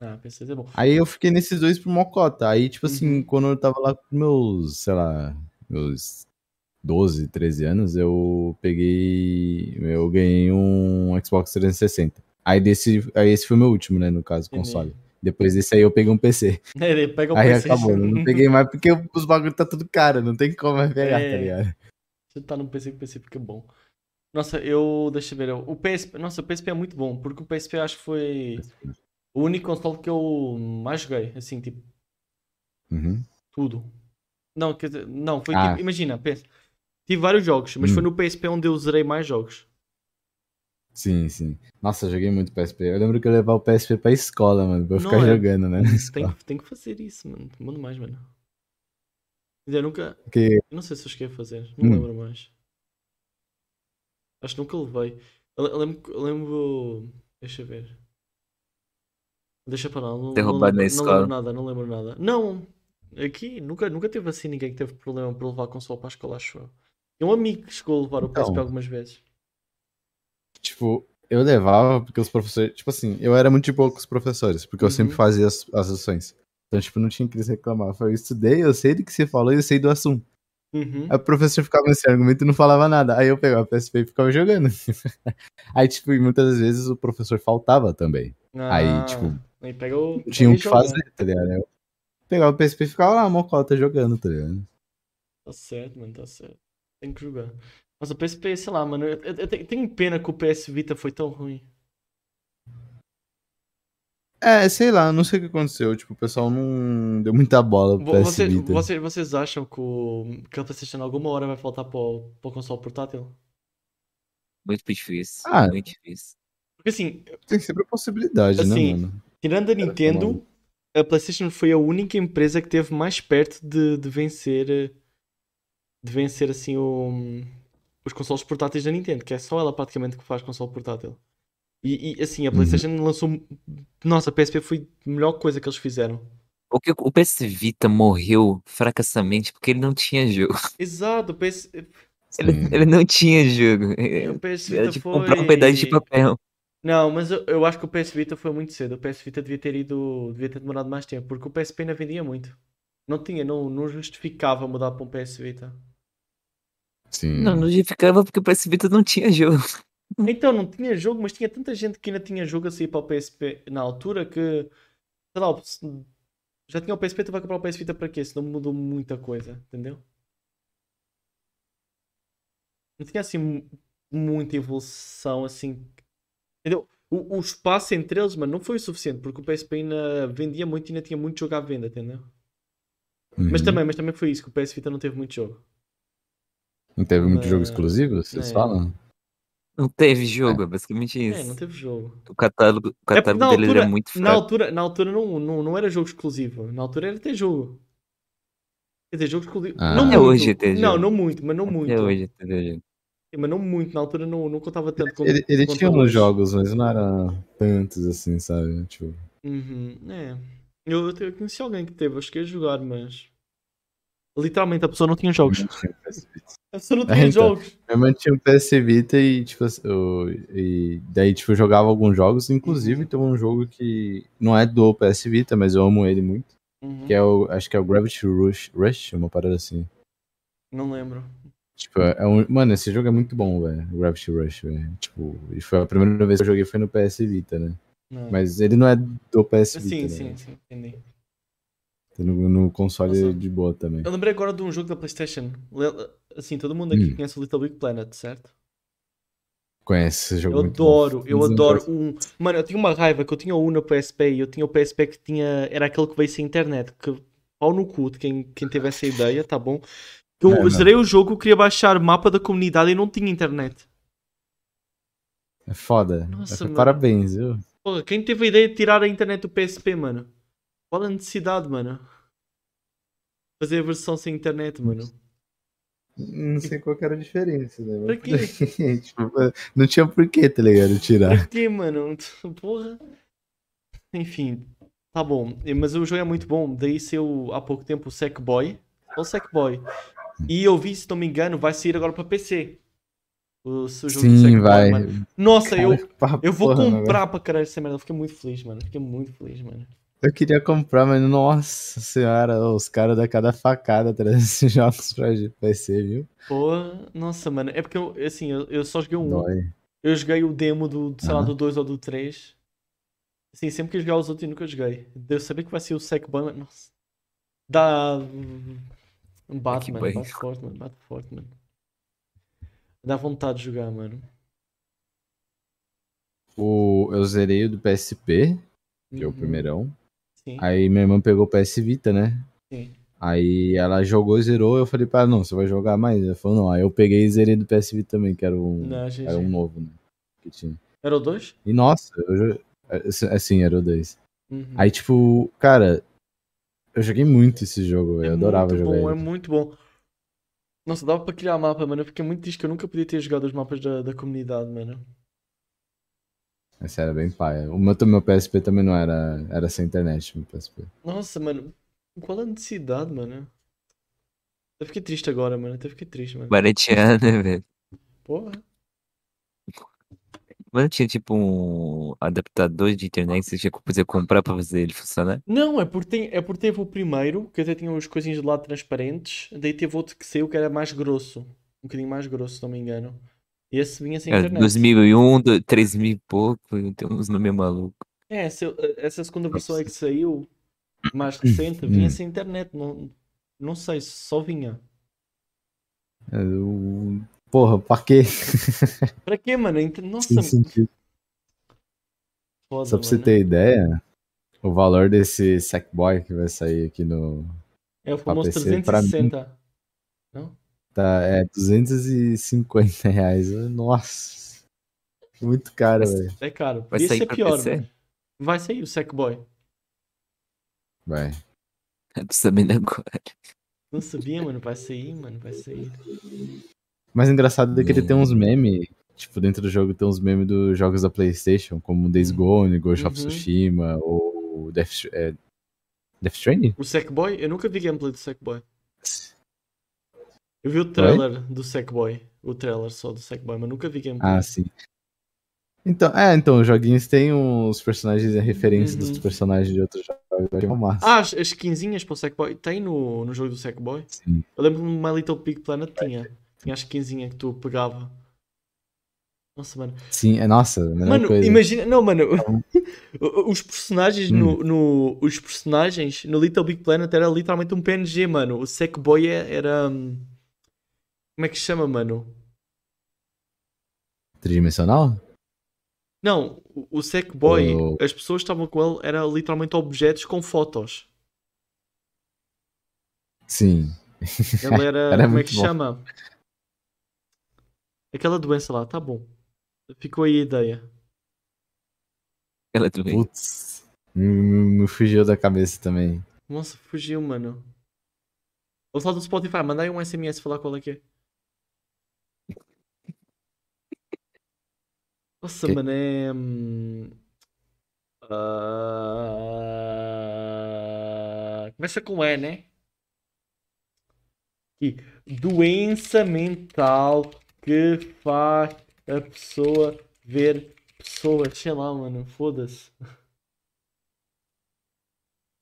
C: Ah, pensei, é bom.
B: Aí eu fiquei nesses dois por mocota. Aí, tipo assim,
C: Uhum.
B: quando eu tava lá com meus, sei lá, meus 12, 13 anos, eu peguei. Eu ganhei um Xbox 360. Aí, desse, aí esse foi o meu último, né, no caso,
C: Entendi.
B: console. Depois desse aí eu peguei um PC.
C: É, pega o
B: Aí
C: PlayStation.
B: acabou, né? eu não peguei mais porque os bagulho tá tudo caro, não tem como mais pegar,
C: É.
B: tá ligado?
C: Você tá no PC que o PC fica bom. Nossa, eu. Deixa eu ver. O PSP. Nossa, o PSP é muito bom, porque o PSP eu acho que foi o único console que eu mais joguei. Assim, tipo,
B: Uhum.
C: tudo. Não, quer dizer, não, foi
B: Ah.
C: tipo. Imagina, pensa. Tive vários jogos, mas
B: Hum.
C: foi no PSP é onde eu zerei mais jogos.
B: Sim, sim. Nossa, eu joguei muito PSP. Eu lembro que eu levava o PSP pra escola, mano, pra eu
C: Não
B: ficar
C: é?
B: jogando, né? na
C: Tem,
B: escola.
C: que- tem que fazer isso, mano. Mano mais, mano. Quer dizer, eu nunca.
B: Porque,
C: Eu não sei se eu cheguei a fazer, não
B: Hum.
C: lembro mais. Acho que nunca levei. Eu, le- eu lembro, que- eu lembro. Deixa eu ver. Deixa para lá. Não, não
A: Derrubado na
C: lembro, não lembro
A: escola.
C: nada, não lembro nada. Não! Aqui nunca, nunca teve assim ninguém que teve problema para levar a console para a escola, acho eu. Tem um amigo que chegou a levar o
B: Então.
C: PSP algumas vezes.
B: tipo, eu levava porque os professores. Tipo assim, eu era muito de boa com os professores, porque eu
C: Uhum.
B: sempre fazia as, as ações. Então, tipo, não tinha que eles reclamar. Eu falei, eu estudei, eu sei do que você falou e eu sei do assunto.
C: Uhum.
B: Aí o professor ficava nesse argumento e não falava nada. Aí eu pegava o PSP e ficava jogando. Aí, tipo, e muitas das vezes o professor faltava também.
C: Ah,
B: Aí, tipo,
C: Aí pega o.
B: tinha
C: aí
B: o que
C: joga.
B: fazer, tá ligado? Eu pegava o PSP e ficava lá, mocota jogando, tá ligado?
C: Tá certo, mano, tá certo. Tem que jogar. Mas o PSP, sei lá, mano, eu, eu- eu tenho- tenho pena que o PS Vita foi tão ruim.
B: É, sei lá, não sei o que aconteceu. Tipo, o pessoal não deu muita bola pro
C: Vo-
B: PS
C: Você,
B: Vita.
C: você- vocês acham que o, que o PlayStation alguma hora vai voltar para o, para o console portátil?
A: Muito difícil.
B: Ah.
A: Muito difícil.
C: Porque assim,
B: Tem sempre a possibilidade,
C: Assim,
B: né, mano?
C: tirando a
A: É, tá
C: Nintendo,
B: maluco.
C: a PlayStation foi a única empresa que teve mais perto de, de vencer eh, de vencer assim o- os consoles portáteis da Nintendo, que é só ela praticamente que faz console portátil. E, e,
A: Uhum.
C: assim, a PlayStation lançou. Nossa, a PSP foi a melhor coisa que eles fizeram.
A: O que o PS Vita morreu fracassamente porque ele não tinha jogo.
C: Exato, o PS,
A: Ele,
B: Sim.
A: ele não tinha jogo. É,
C: o PS
A: Era
C: Vita
A: tipo
C: foi.
A: comprar um pedaço de papel.
C: Não, mas eu, eu acho que o PS Vita foi muito cedo. O PS Vita devia ter ido, devia ter demorado mais tempo, porque o PSP ainda vendia muito. Não tinha, não, não justificava mudar para um PS Vita.
B: Sim.
C: Hum.
A: Não, não justificava porque o PS Vita não tinha jogo.
C: Então não tinha jogo, mas tinha tanta gente que ainda tinha jogo a sair para o PSP na altura que, sei lá, se- já tinha o PSP, tu então vai comprar o PS Vita para quê? Se não mudou muita coisa, entendeu? Não tinha assim mu- muita evolução assim, entendeu? O, o espaço entre eles, mano, não foi o suficiente porque o PSP ainda vendia muito e ainda tinha muito jogo à venda, entendeu?
B: Uhum.
C: Mas também, mas também foi isso que o PS Vita não teve muito jogo.
B: Não teve muito jogo
C: Mas-
B: exclusivo, vocês
C: É.
B: falam?
A: Não teve jogo, é basicamente
C: É,
A: isso.
C: não teve jogo.
A: O catálogo, o
C: porque
A: catálogo
C: na
A: dele
C: altura-
A: era muito fraco.
C: Na altura, na altura não, não, não era jogo exclusivo. Na altura era ter jogo. Quer dizer, jogo exclusivo.
B: Ah.
C: Não
B: Até
C: muito.
A: hoje é ter
C: Não,
A: jogo.
C: não muito, mas não
A: Até
C: muito.
A: hoje, entendeu?
C: Mas não muito, na altura não, não contava tanto quanto-
B: Ele, ele
C: quanto
B: tinha uns
C: hoje.
B: jogos, mas não era tantos assim, sabe? Tipo,
C: Uhum, é. Eu, eu te- eu conheci alguém que teve, eu cheguei a jogar, mas. Literalmente a pessoa não tinha jogos. A pessoa não
B: É,
C: tinha
B: então.
C: jogos.
B: Minha mãe tinha um PS Vita e, tipo, assim, eu, e daí, tipo, eu jogava alguns jogos, inclusive
C: Uhum.
B: tem um jogo que não é do PS Vita, mas eu amo ele muito,
C: Uhum,
B: que é o, acho que é o Gravity Rush, Rush uma parada assim.
C: Não lembro.
B: Tipo, é um, mano, esse jogo é muito bom, velho, o Gravity Rush, velho. Tipo, e foi a primeira vez que eu joguei foi no PS Vita, né?
C: Não.
B: Mas ele não é do PS Vita,
C: Sim,
B: né?
C: sim, sim, entendi.
B: Tem No, no console
C: Nossa.
B: de boa também.
C: Eu lembrei agora de um jogo da PlayStation. Le- Assim, todo mundo aqui
B: Hum.
C: conhece o Little Big Planet, certo?
B: Conhece esse jogo
C: Eu
B: muito
C: adoro,
B: bom.
C: eu
B: Mas não
C: adoro
B: conheço.
C: o 1. Mano, eu tinha uma raiva que eu tinha um o 1 na PSP e eu tinha o PSP que tinha. Era aquele que veio sem internet. Que pau no cu de quem, quem teve essa ideia, tá bom? Eu
B: É, mano.
C: zerei o jogo, eu queria baixar o mapa da comunidade e não tinha internet.
B: É foda.
C: Nossa,
B: É-
C: mano.
B: Parabéns, viu?
C: Porra, quem teve a ideia de tirar a internet do PSP, mano? Qual a necessidade, mano? Fazer a versão sem internet, mano.
B: Não sei qual que era a diferença, né?
C: Pra quê?
B: Tipo, não tinha porquê, tá ligado? Tirar.
C: Pra quê, mano? Porra. Enfim, tá bom. Mas o jogo é muito bom. Daí saiu há pouco tempo o Sackboy. Ou Sackboy. E eu vi, se não me engano, vai sair agora pra PC. O, o jogo do
B: Sim,
C: Sackboy,
B: vai.
C: mano. Nossa, eu,
B: Pra
C: eu vou
B: porra, mano.
C: comprar pra caralho essa merda. Eu Fiquei muito feliz, mano. Fiquei muito feliz, mano.
B: Eu queria comprar, mas nossa senhora, os caras dão cada facada atrás desses jogos pra PC, viu?
C: Porra, nossa, mano. É porque eu, assim, eu, eu só joguei um.
B: Dói.
C: Eu joguei o demo do, sei lá,
B: Aham.
C: do 2 ou do 3. Assim, sempre que jogar os outros e nunca joguei. De eu saber que vai ser o Sackboy, mas nossa. Dá. hum, Bate, mano.
A: Sackboy.
C: Bate forte, mano. Bate forte, mano. Dá vontade de jogar, mano.
B: O, eu zerei o do PSP, que é o
C: Uhum,
B: primeirão.
C: Sim.
B: Aí minha irmã pegou o PS Vita, né?
C: Sim.
B: Aí ela jogou, zerou, eu falei pra ela, não, você vai jogar mais? Ela falou, não. Aí eu peguei e zerei do PS Vita também, que era um,
C: Não, GG.
B: era um novo, né? Que tinha.
C: Era o 2?
B: E nossa, eu, jo- assim- assim, era o 2.
C: Uhum.
B: Aí, tipo, cara, eu joguei muito esse jogo,
C: É
B: eu adorava
C: muito
B: jogar
C: bom,
B: ele.
C: é muito bom. Nossa, dava para criar mapa, mano. Eu fiquei muito triste que eu nunca podia ter jogado os mapas da, da comunidade, mano.
B: Esse era bem paia. O meu, meu PSP também não era. Era sem internet, meu PSP.
C: Nossa, mano, qual a necessidade, mano? Até fiquei triste agora, mano. Até fiquei triste, mano.
A: Baratear, né, velho?
C: Porra.
A: Mano, tinha tipo um adaptador de internet que você tinha que poder comprar pra fazer ele funcionar.
C: Não, é porque, tem, é porque teve o primeiro, que até tinha umas coisinhas de lado transparentes, daí teve outro que saiu que era mais grosso. Um bocadinho mais grosso, se não me engano. E esse vinha sem
A: É,
C: internet.
A: 2001, do- 3000 e pouco, e tem uns nomes malucos.
C: É, essa, essa segunda versão é que saiu, mais recente, vinha sem internet. Não, não sei, só vinha.
B: É, Eu, porra, pra quê?
C: Pra quê, mano? Inter- Nossa,
B: Sem sentido.
C: foda,
B: Só pra você
C: mano.
B: ter ideia, o valor desse Sackboy que vai sair aqui no.
C: É o famoso
B: PC Ah, pra mim.
C: 360.
B: Tá, é 250 reais. Nossa. Muito caro,
A: Mas-
B: velho.
C: É caro.
A: Vai
C: Podia
A: sair
C: ser
A: pra
C: pior,
A: PC?
C: mano. Vai sair o Sackboy.
B: Vai.
A: Eu tô sabendo agora.
C: Não sabia, mano. Vai sair, mano. Vai sair.
B: Mas o engraçado é que ele tem uns memes. Tipo, dentro do jogo tem uns memes dos jogos da PlayStation, como Days Gone, Ghost of
C: Hum. Uhum.
B: Tsushima, ou Death, Str- é, Death Stranding?
C: O Sackboy? Eu nunca vi gameplay do Sackboy. Eu vi o trailer do Sackboy. O trailer só do Sackboy, mas nunca vi gameplay.
B: Ah, sim. Então, é, então, os joguinhos têm uns personagens e referências
C: Uhum.
B: dos personagens de outros jogos. Eu acho massa.
C: Ah, as, as skinzinhas para o Sackboy. Tem no, no jogo do Sackboy?
B: Sim.
C: Eu lembro que no My Little Big Planet tinha. Tinha as skinzinhas que tu pegava. Nossa, mano.
B: Sim, é nossa, a melhor
C: Mano,
B: coisa. Então.
C: imagina. Não, mano. Os personagens
B: Hum.
C: no, no. Os personagens no Little Big Planet era literalmente um PNG, mano. O Sackboy é- era. hum, Como é que se chama, mano?
B: Tridimensional?
C: Não, o- o Sackboy,
B: O-
C: as pessoas que estavam com ele, era literalmente objetos com fotos.
B: Sim.
C: Ele era.
B: Era
C: como é
B: muito
C: que
B: bom.
C: chama? Aquela doença lá, tá bom. Ficou aí a ideia.
A: Ela também.
B: Putz. Hum, Me fugiu da cabeça também.
C: Nossa, fugiu, mano. Ou só do Spotify, mandei um SMS falar qual é que é. Nossa, mano, é. hum, ah, Começa com E, né? Aqui. Doença mental que faz a pessoa ver pessoas. Sei lá, mano, foda-se.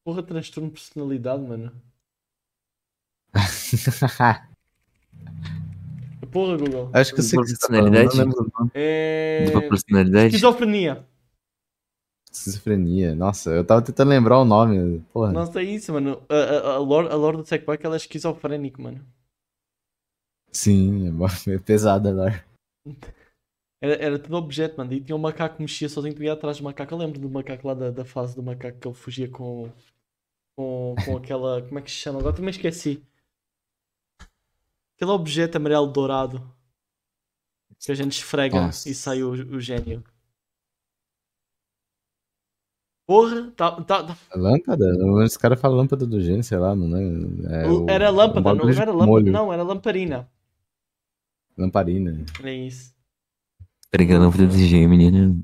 C: Porra, transtorno de personalidade, mano. Porra, Google.
B: Acho que eu sei o que você tá falando, não
A: Personalidade?
B: lembro.
C: É.
A: Dupla personalidade?
C: Esquizofrenia.
B: Esquizofrenia. Nossa, eu tava tentando lembrar o nome. Porra.
C: Nossa, é isso, mano. A, a, a lore, a lore do Tech Park ela é esquizofrênica, mano.
B: Sim, é mó- é pesada lá.
C: Era, era tudo objeto, mano. E tinha um macaco que mexia sozinho, tu ia atrás do macaco. Eu lembro do macaco lá da, da fase do macaco que ele fugia com. com, com aquela. Como é que se chama? Agora também esqueci. Aquele objeto amarelo dourado. Que a gente esfrega
B: Nossa.
C: e sai o, o gênio. Porra, tá, tá, tá-
B: Lâmpada? Os caras falam lâmpada do gênio, sei lá, não lembro. É, o-
C: era lâmpada,
B: um
C: não
B: bagulho de
C: era lâmpada,
B: molho.
C: não, era lamparina.
B: Lamparina.
C: É isso.
A: Pregando a lâmpada do Gemini, né?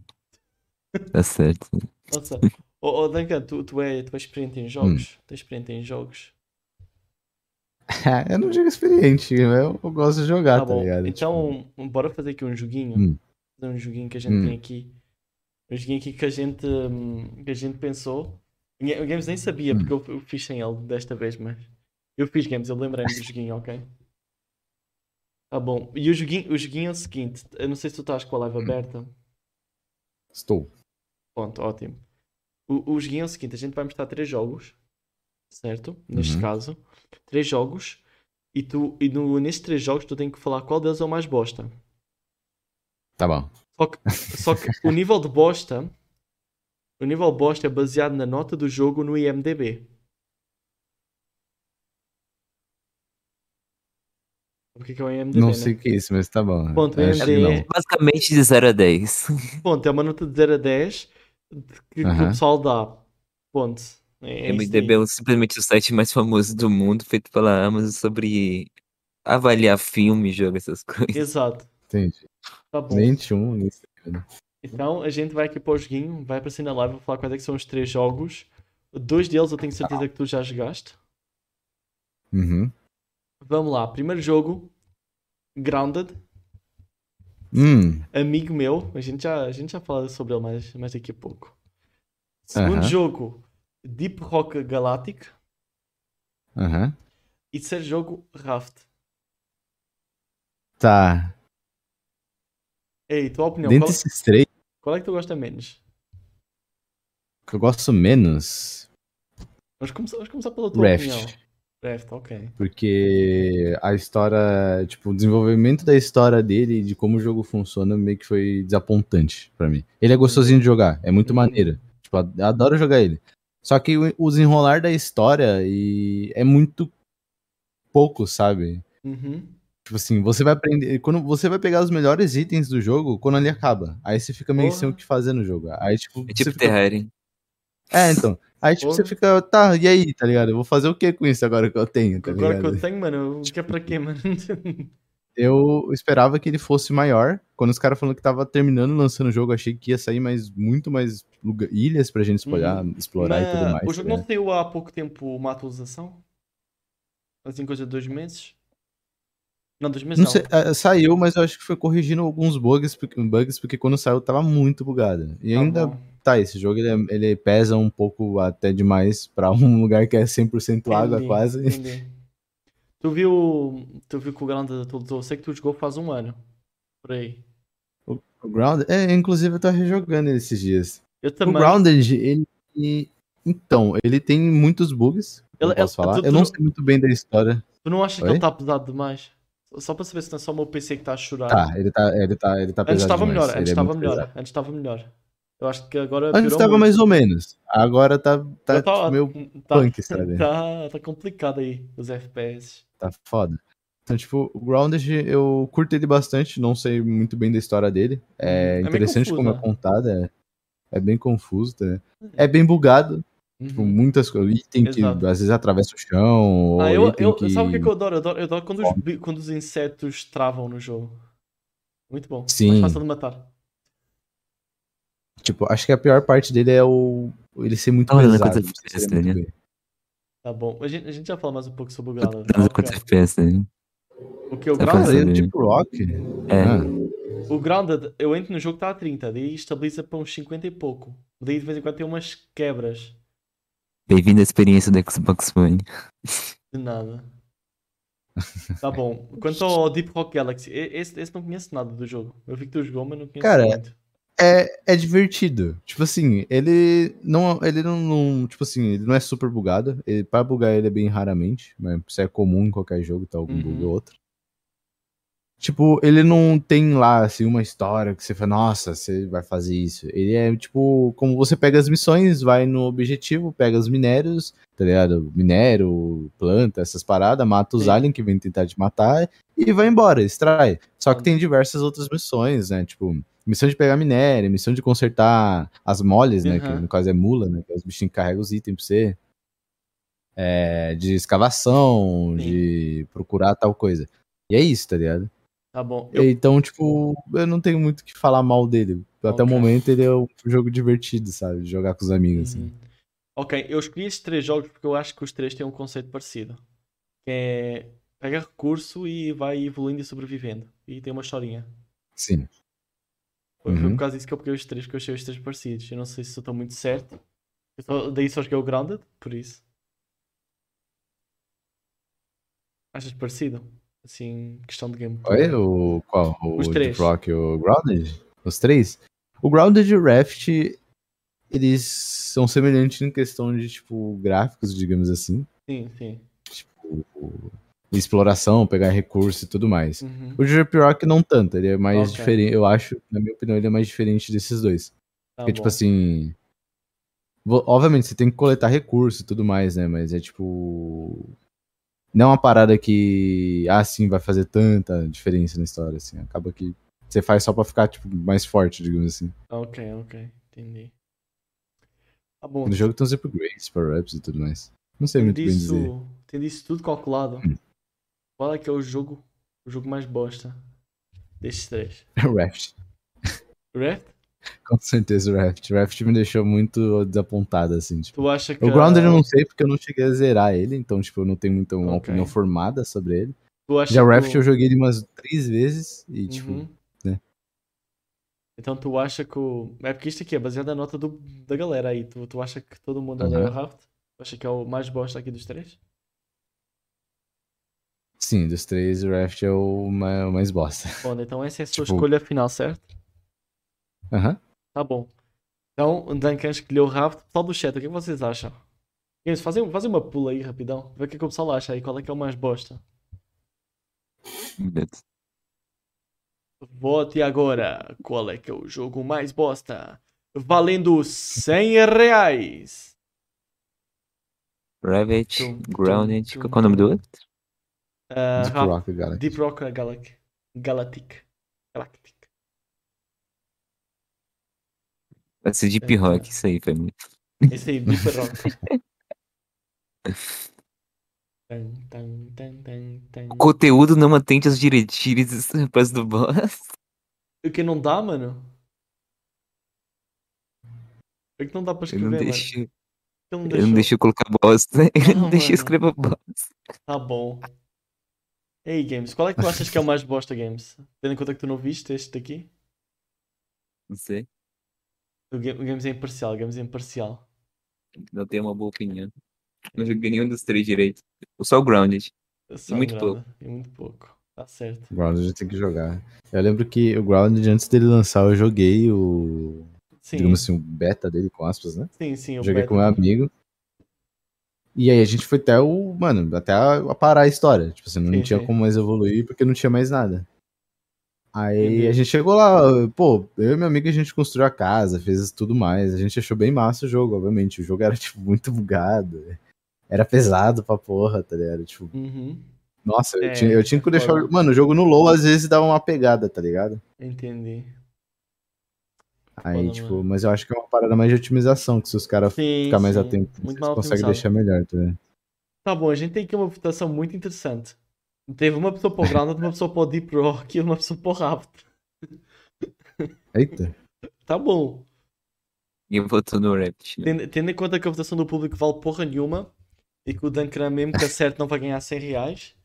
A: Tá certo.
C: Nossa. Ô, ô, Duncan, tu, tu, é, tu é experiente em jogos?
B: Hum.
C: Tu é experiente em jogos?
B: É, eu não digo experiente, eu, eu gosto de jogar,
C: tá
B: tá
C: bom.
B: ligado? Tipo,
C: Então, bora fazer aqui um joguinho.
B: Hum.
C: Fazer um joguinho que a gente
B: Hum.
C: tem aqui. Um joguinho aqui que a gente, hum, que a gente pensou. O Ga- o Games nem sabia,
B: Hum.
C: porque eu, eu fiz sem ele desta vez, mas. Eu fiz Games, eu lembrei-me do joguinho, ok? Tá bom. E o joguinho, o joguinho é o seguinte: eu não sei se tu estás com a
B: Hum.
C: live aberta.
B: estou.
C: Pronto, ótimo. O, o joguinho é o seguinte: a gente vai mostrar três jogos, certo? Neste
B: Uhum.
C: caso, três jogos, e tu e no, nestes três jogos tu tem que falar qual deles é o mais bosta.
B: Tá bom.
C: Só que, só que o nível de bosta, o nível de bosta é baseado na nota do jogo no IMDb. O que é que é o IMDb?
B: não
C: né?
B: sei o que é isso, mas tá bom.
C: Ponto,
B: Eu acho que
C: MDE.
B: não.
A: Basicamente de 0 a 10.
C: Ponto, é uma nota de 0 a 10 de que, que o
B: Aham.
C: pessoal dá. Ponto. É, é isso aí.
A: MDB é um- simplesmente o site mais famoso do mundo, feito pela Amazon sobre avaliar filme, jogo, essas coisas.
C: Exato.
B: Entendi.
C: Tá bom.
B: Nem tinha um, nem sei.
C: Então a gente vai aqui para o joguinho, vai para a cena live, vou falar quais é que são os três jogos. Dois deles eu tenho certeza que tu já jogaste.
B: Uhum.
C: Vamos lá, primeiro jogo, Grounded,
B: Hum,
C: amigo meu, a gente já, a gente já fala sobre ele mais, mais daqui a pouco. Segundo
B: Aham.
C: jogo, Deep Rock Galactic.
B: aham.
C: E terceiro jogo, Raft.
B: Tá.
C: Ei, tua opinião,
B: Dentre
C: qual,
B: esses três,
C: qual é que tu gosta menos?
B: o que eu gosto menos,
C: Vamos começar, vamos começar pela tua
B: Raft.
C: opinião. Raft, ok.
B: porque a história, tipo, o desenvolvimento da história dele e de como o jogo funciona meio que foi desapontante pra mim. Ele é gostosinho de jogar, é muito
C: Uhum.
B: maneiro. Tipo, ad- eu adoro jogar ele. Só que o o desenrolar da história e é muito pouco, sabe?
C: Uhum.
B: Tipo assim, você vai aprender. Quando você vai pegar os melhores itens do jogo quando ele acaba. Aí você fica meio
C: Porra.
B: sem o que fazer no jogo. Aí, tipo,
A: É tipo
B: você fica
A: Terraria.
B: É, então. Aí, tipo,
C: Porra.
B: você fica, tá, e aí, tá ligado? Eu vou fazer o que com isso agora que eu tenho, tá
C: Agora que
B: ligado?
C: eu tenho, mano, que é pra quê, mano?
B: Eu esperava que ele fosse maior. Quando os caras falaram que tava terminando lançando o jogo, eu achei que ia sair mais, muito mais lugar- ilhas pra gente explorar, explorar e tudo
C: Mas
B: mais.
C: O jogo
B: tá
C: Hum, não saiu há pouco tempo uma atualização? Assim, coisa de dois meses? Não, dois meses
B: Não
C: não.
B: sei, ah, saiu, mas eu acho que foi corrigindo alguns bugs, porque- bugs porque quando saiu tava muito bugado. E
C: Tá
B: ainda,
C: bom.
B: tá, esse jogo ele, é- ele pesa um pouco até demais pra um lugar que é 100% água
C: Entendi,
B: quase.
C: entendi. Tu viu, tu viu que o Ground atualizou? Eu sei que tu jogou faz um ano. Por aí.
B: O Ground, é, inclusive eu tô rejogando ele esses dias.
C: Eu
B: O
C: também.
B: Grounded, ele. Então, ele tem muitos bugs. eu
C: Ele- é
B: posso
C: ele-
B: falar?
C: tu-
B: eu
C: tu
B: não
C: não-
B: sei muito bem da história.
C: Tu não achas que
B: Oi?
C: ele tá pesado demais? Só para saber se não é só o meu PC que tá a chorar.
B: Tá, ele tá, ele tá, ele tá pesado.
C: antes estava
B: demais,
C: melhor,
B: ele
C: antes
B: é
C: estava
B: muito
C: melhor,
B: pesado.
C: antes estava melhor. Eu acho que agora
B: Antes
C: piorou
B: tava
C: muito.
B: mais ou menos. Agora tá, tá
C: Eu tava-
B: tipo, meio
C: tá,
B: punk, sabe?
C: tá, tá complicado aí os FPS.
B: Tá foda. Então, tipo, o Grounded, eu curto ele bastante, não sei muito bem da história dele.
C: É
B: É
C: meio
B: interessante
C: confuso,
B: como
C: né?
B: é contado, é, é bem confuso, tá? É bem bugado, tipo,
C: Uhum.
B: muitas coisas. Item que
C: Exato.
B: às vezes atravessa o chão,
C: Ah,
B: ou
C: eu,
B: item
C: eu,
B: que...
C: Sabe o que, é que eu adoro? Eu adoro, eu adoro quando, os, bi- quando os insetos travam no jogo. Muito bom.
B: Sim.
C: Mais fácil de matar.
B: Tipo, acho que a pior parte dele é o ele ser muito
A: Tá olhando
B: pesado.
A: quantos
B: ele ser
A: FPS
B: muito
A: tem, né?
B: bem.
C: Tá bom. A gente, a gente já fala mais um pouco sobre o
A: Tô
C: Gala.
A: dando quantos FPS, né?
C: O que o
B: Tá
A: Nossa,
C: Grounded,
B: fazendo
A: né?
B: tipo rock?
A: É.
B: Ah,
C: o Grounded, eu entro no jogo tá a 30, daí estabiliza para uns 50 e pouco. Daí de vez em quando tem umas quebras.
A: Bem-vindo à experiência do Xbox One.
C: De nada. Tá bom. Quanto ao Deep Rock Galaxy, e- esse, esse não conheço nada do jogo. Eu vi que tu jogou, mas não conheço
B: Cara,
C: muito.
B: é, é divertido. Tipo assim, ele não ele não, não- tipo assim, ele não é super bugado. Ele, para bugar ele é bem raramente, mas isso é comum em qualquer jogo, tá algum bug
C: Uhum.
B: ou outro. Tipo, ele não tem lá assim uma história que você fala, nossa, você vai fazer isso. Ele é tipo, como você pega as missões, vai no objetivo, pega os minérios, tá ligado? Minério, planta, essas paradas, mata os
C: Sim.
B: aliens que vêm tentar te matar e vai embora, extrai. Só que tem diversas outras missões, né? Tipo, missão de pegar minério, missão de consertar as moles, né?
C: Aham.
B: Que no caso é mula, né? Que é os bichinhos que carregam os itens pra você. É, de escavação,
C: Sim.
B: de procurar tal coisa. E é isso, tá ligado?
C: Tá bom.
B: E Então, tipo, eu não tenho muito o que falar mal dele. Até
C: Ok.
B: o momento ele é um jogo divertido, sabe? De jogar com os amigos, assim.
C: Uhum. Ok, eu escolhi estes três jogos porque eu acho que os três têm um conceito parecido. Que é pega recurso e vai evoluindo e sobrevivendo. E tem uma historinha.
B: Sim.
C: Foi, foi
B: Uhum.
C: por causa disso que eu peguei os três, porque eu achei os três parecidos. Eu não sei se eu estou muito certo. Eu só- daí só joguei o Grounded, por isso. Achas parecido? Assim, questão de game.
B: Olha o qual? O
C: Os três.
B: Deep Rock e o Grounded? Os três? O Grounded e o Raft, eles são semelhantes em questão de, tipo, gráficos, digamos assim.
C: Sim, sim.
B: Tipo, exploração, pegar recurso e tudo mais.
C: Uhum.
B: O Deep Rock não tanto, ele é mais
C: Ok.
B: diferente, eu acho, na minha opinião, ele é mais diferente desses dois.
C: Tá
B: Porque, tipo
C: bom.
B: assim. vo- Obviamente, você tem que coletar recurso e tudo mais, né? Mas é tipo. Não é uma parada que. Ah, sim, vai fazer tanta diferença na história, assim. Acaba que você faz só pra ficar, tipo, mais forte, digamos assim.
C: Ok, ok. Entendi. Tá bom.
B: No jogo tem os upgrades, power-ups e tudo mais. Não sei
C: Tem
B: muito bem
C: disso,
B: dizer. Hum.
C: tem disso tudo calculado. Qual é que é o jogo, o jogo mais bosta destes três?
B: Raft.
C: Raft?
B: Com certeza o Raft. Raft me deixou muito desapontado, assim. Tipo.
C: Tu acha que
B: O Grounded eu não sei porque eu não cheguei a zerar ele, então, tipo, eu não tenho muita uma
C: Ok.
B: opinião formada sobre ele.
C: tu acha
B: Já o
C: que
B: Raft
C: o-
B: eu joguei ele umas três vezes e, tipo,
C: Uhum.
B: né?
C: Então tu acha que o... É porque isto aqui é baseado na nota do, da galera aí. Tu, tu acha que todo mundo odeia o
B: Aham.
C: Raft? Tu acha que é o mais bosta aqui dos três?
B: Sim, dos três, o Raft é o ma- o mais bosta.
C: Bom, então essa é a sua
B: Tipo-
C: escolha final, certo?
B: Aham.
C: Tá bom. Então, o Duncan escolheu o Raft. Pessoal do chat, o que é que vocês acham? Games, fazem, fazem uma pula aí rapidão. Vê o que, é que o pessoal acha aí. Qual é que é o mais bosta?
A: Meu Deus.
C: Vote agora. Qual é que é o jogo mais bosta? Valendo 100 reais.
A: Revit,
C: Tum, tum,
A: Grounded.
C: tum.
A: Qual que é o nome do outro?
C: Ah,
B: Deep
C: Raft,
B: Rock Galaxy.
C: Deep Rock Galac Galactic. Galactic.
A: Vai ser Deep
C: É.
A: Rock, isso aí, pra mim.
C: Esse aí, Deep Rock. Tan, tan, tan, tan, tan.
A: O conteúdo não atende aos diretrizes rapaz do boss.
C: O É que não dá, mano? O É que não dá pra
A: Ele não
C: escrever, mano?
A: deixa,
C: Então Ele não
A: ele não
C: deixou.
A: deixa eu colocar bosta. Ele não
C: Ah,
A: deixa
C: mano.
A: eu escrever bosta.
C: Tá bom. Ei, Games, qual é que tu achas que é o mais bosta, Games? Tendo em conta que tu não viste este daqui?
A: Não sei.
C: O, Ga- o Games é imparcial, o Games é imparcial.
A: Não tenho uma boa opinião. Não joguei nenhum dos três direito. Só o Grounded.
C: É só
A: muito
C: grana, É muito pouco. Tá certo.
B: O Grounded tem que jogar. Eu lembro que o Grounded, antes dele lançar, eu joguei o.
C: Sim,
B: Digamos assim, o beta dele, com aspas, né?
C: sim, sim. o
B: joguei
C: beta
B: com meu
C: também.
B: amigo. E aí a gente foi até o. Mano, até a, a parar a história. Tipo assim, não
C: Sim,
B: tinha
C: sim.
B: como mais evoluir porque não tinha mais nada. Aí
C: Entendi.
B: a gente chegou lá, pô, eu e meu amigo a gente construiu a casa, fez tudo mais. A gente achou bem massa o jogo, obviamente. O jogo era, tipo, muito bugado. Era pesado pra porra, tá ligado? Tipo,
C: Uhum,
B: nossa,
C: É,
B: eu, tinha, eu tinha que
C: é
B: deixar.
C: foda.
B: o- Mano, o jogo no low às vezes dava uma pegada, tá ligado?
C: entendi.
B: Aí,
C: Foda,
B: tipo,
C: mano.
B: mas eu acho que é uma parada mais de otimização, que se os caras
C: Sim,
B: ficar mais
C: sim.
B: atentos,
C: Muito
B: eles
C: mal
B: conseguem
C: otimizado.
B: deixar melhor, tá ligado?
C: Tá bom, a gente tem aqui uma votação muito interessante. Teve uma pessoa para o Grounded, uma pessoa para o Deep Rock e uma pessoa para o Raft.
B: Eita.
C: Tá bom.
A: Ninguém votou no Rabbit, né?
C: Tendo, tendo em conta que a votação do público vale porra nenhuma e que o Duncan, mesmo que acerte, não vai ganhar 100 reais,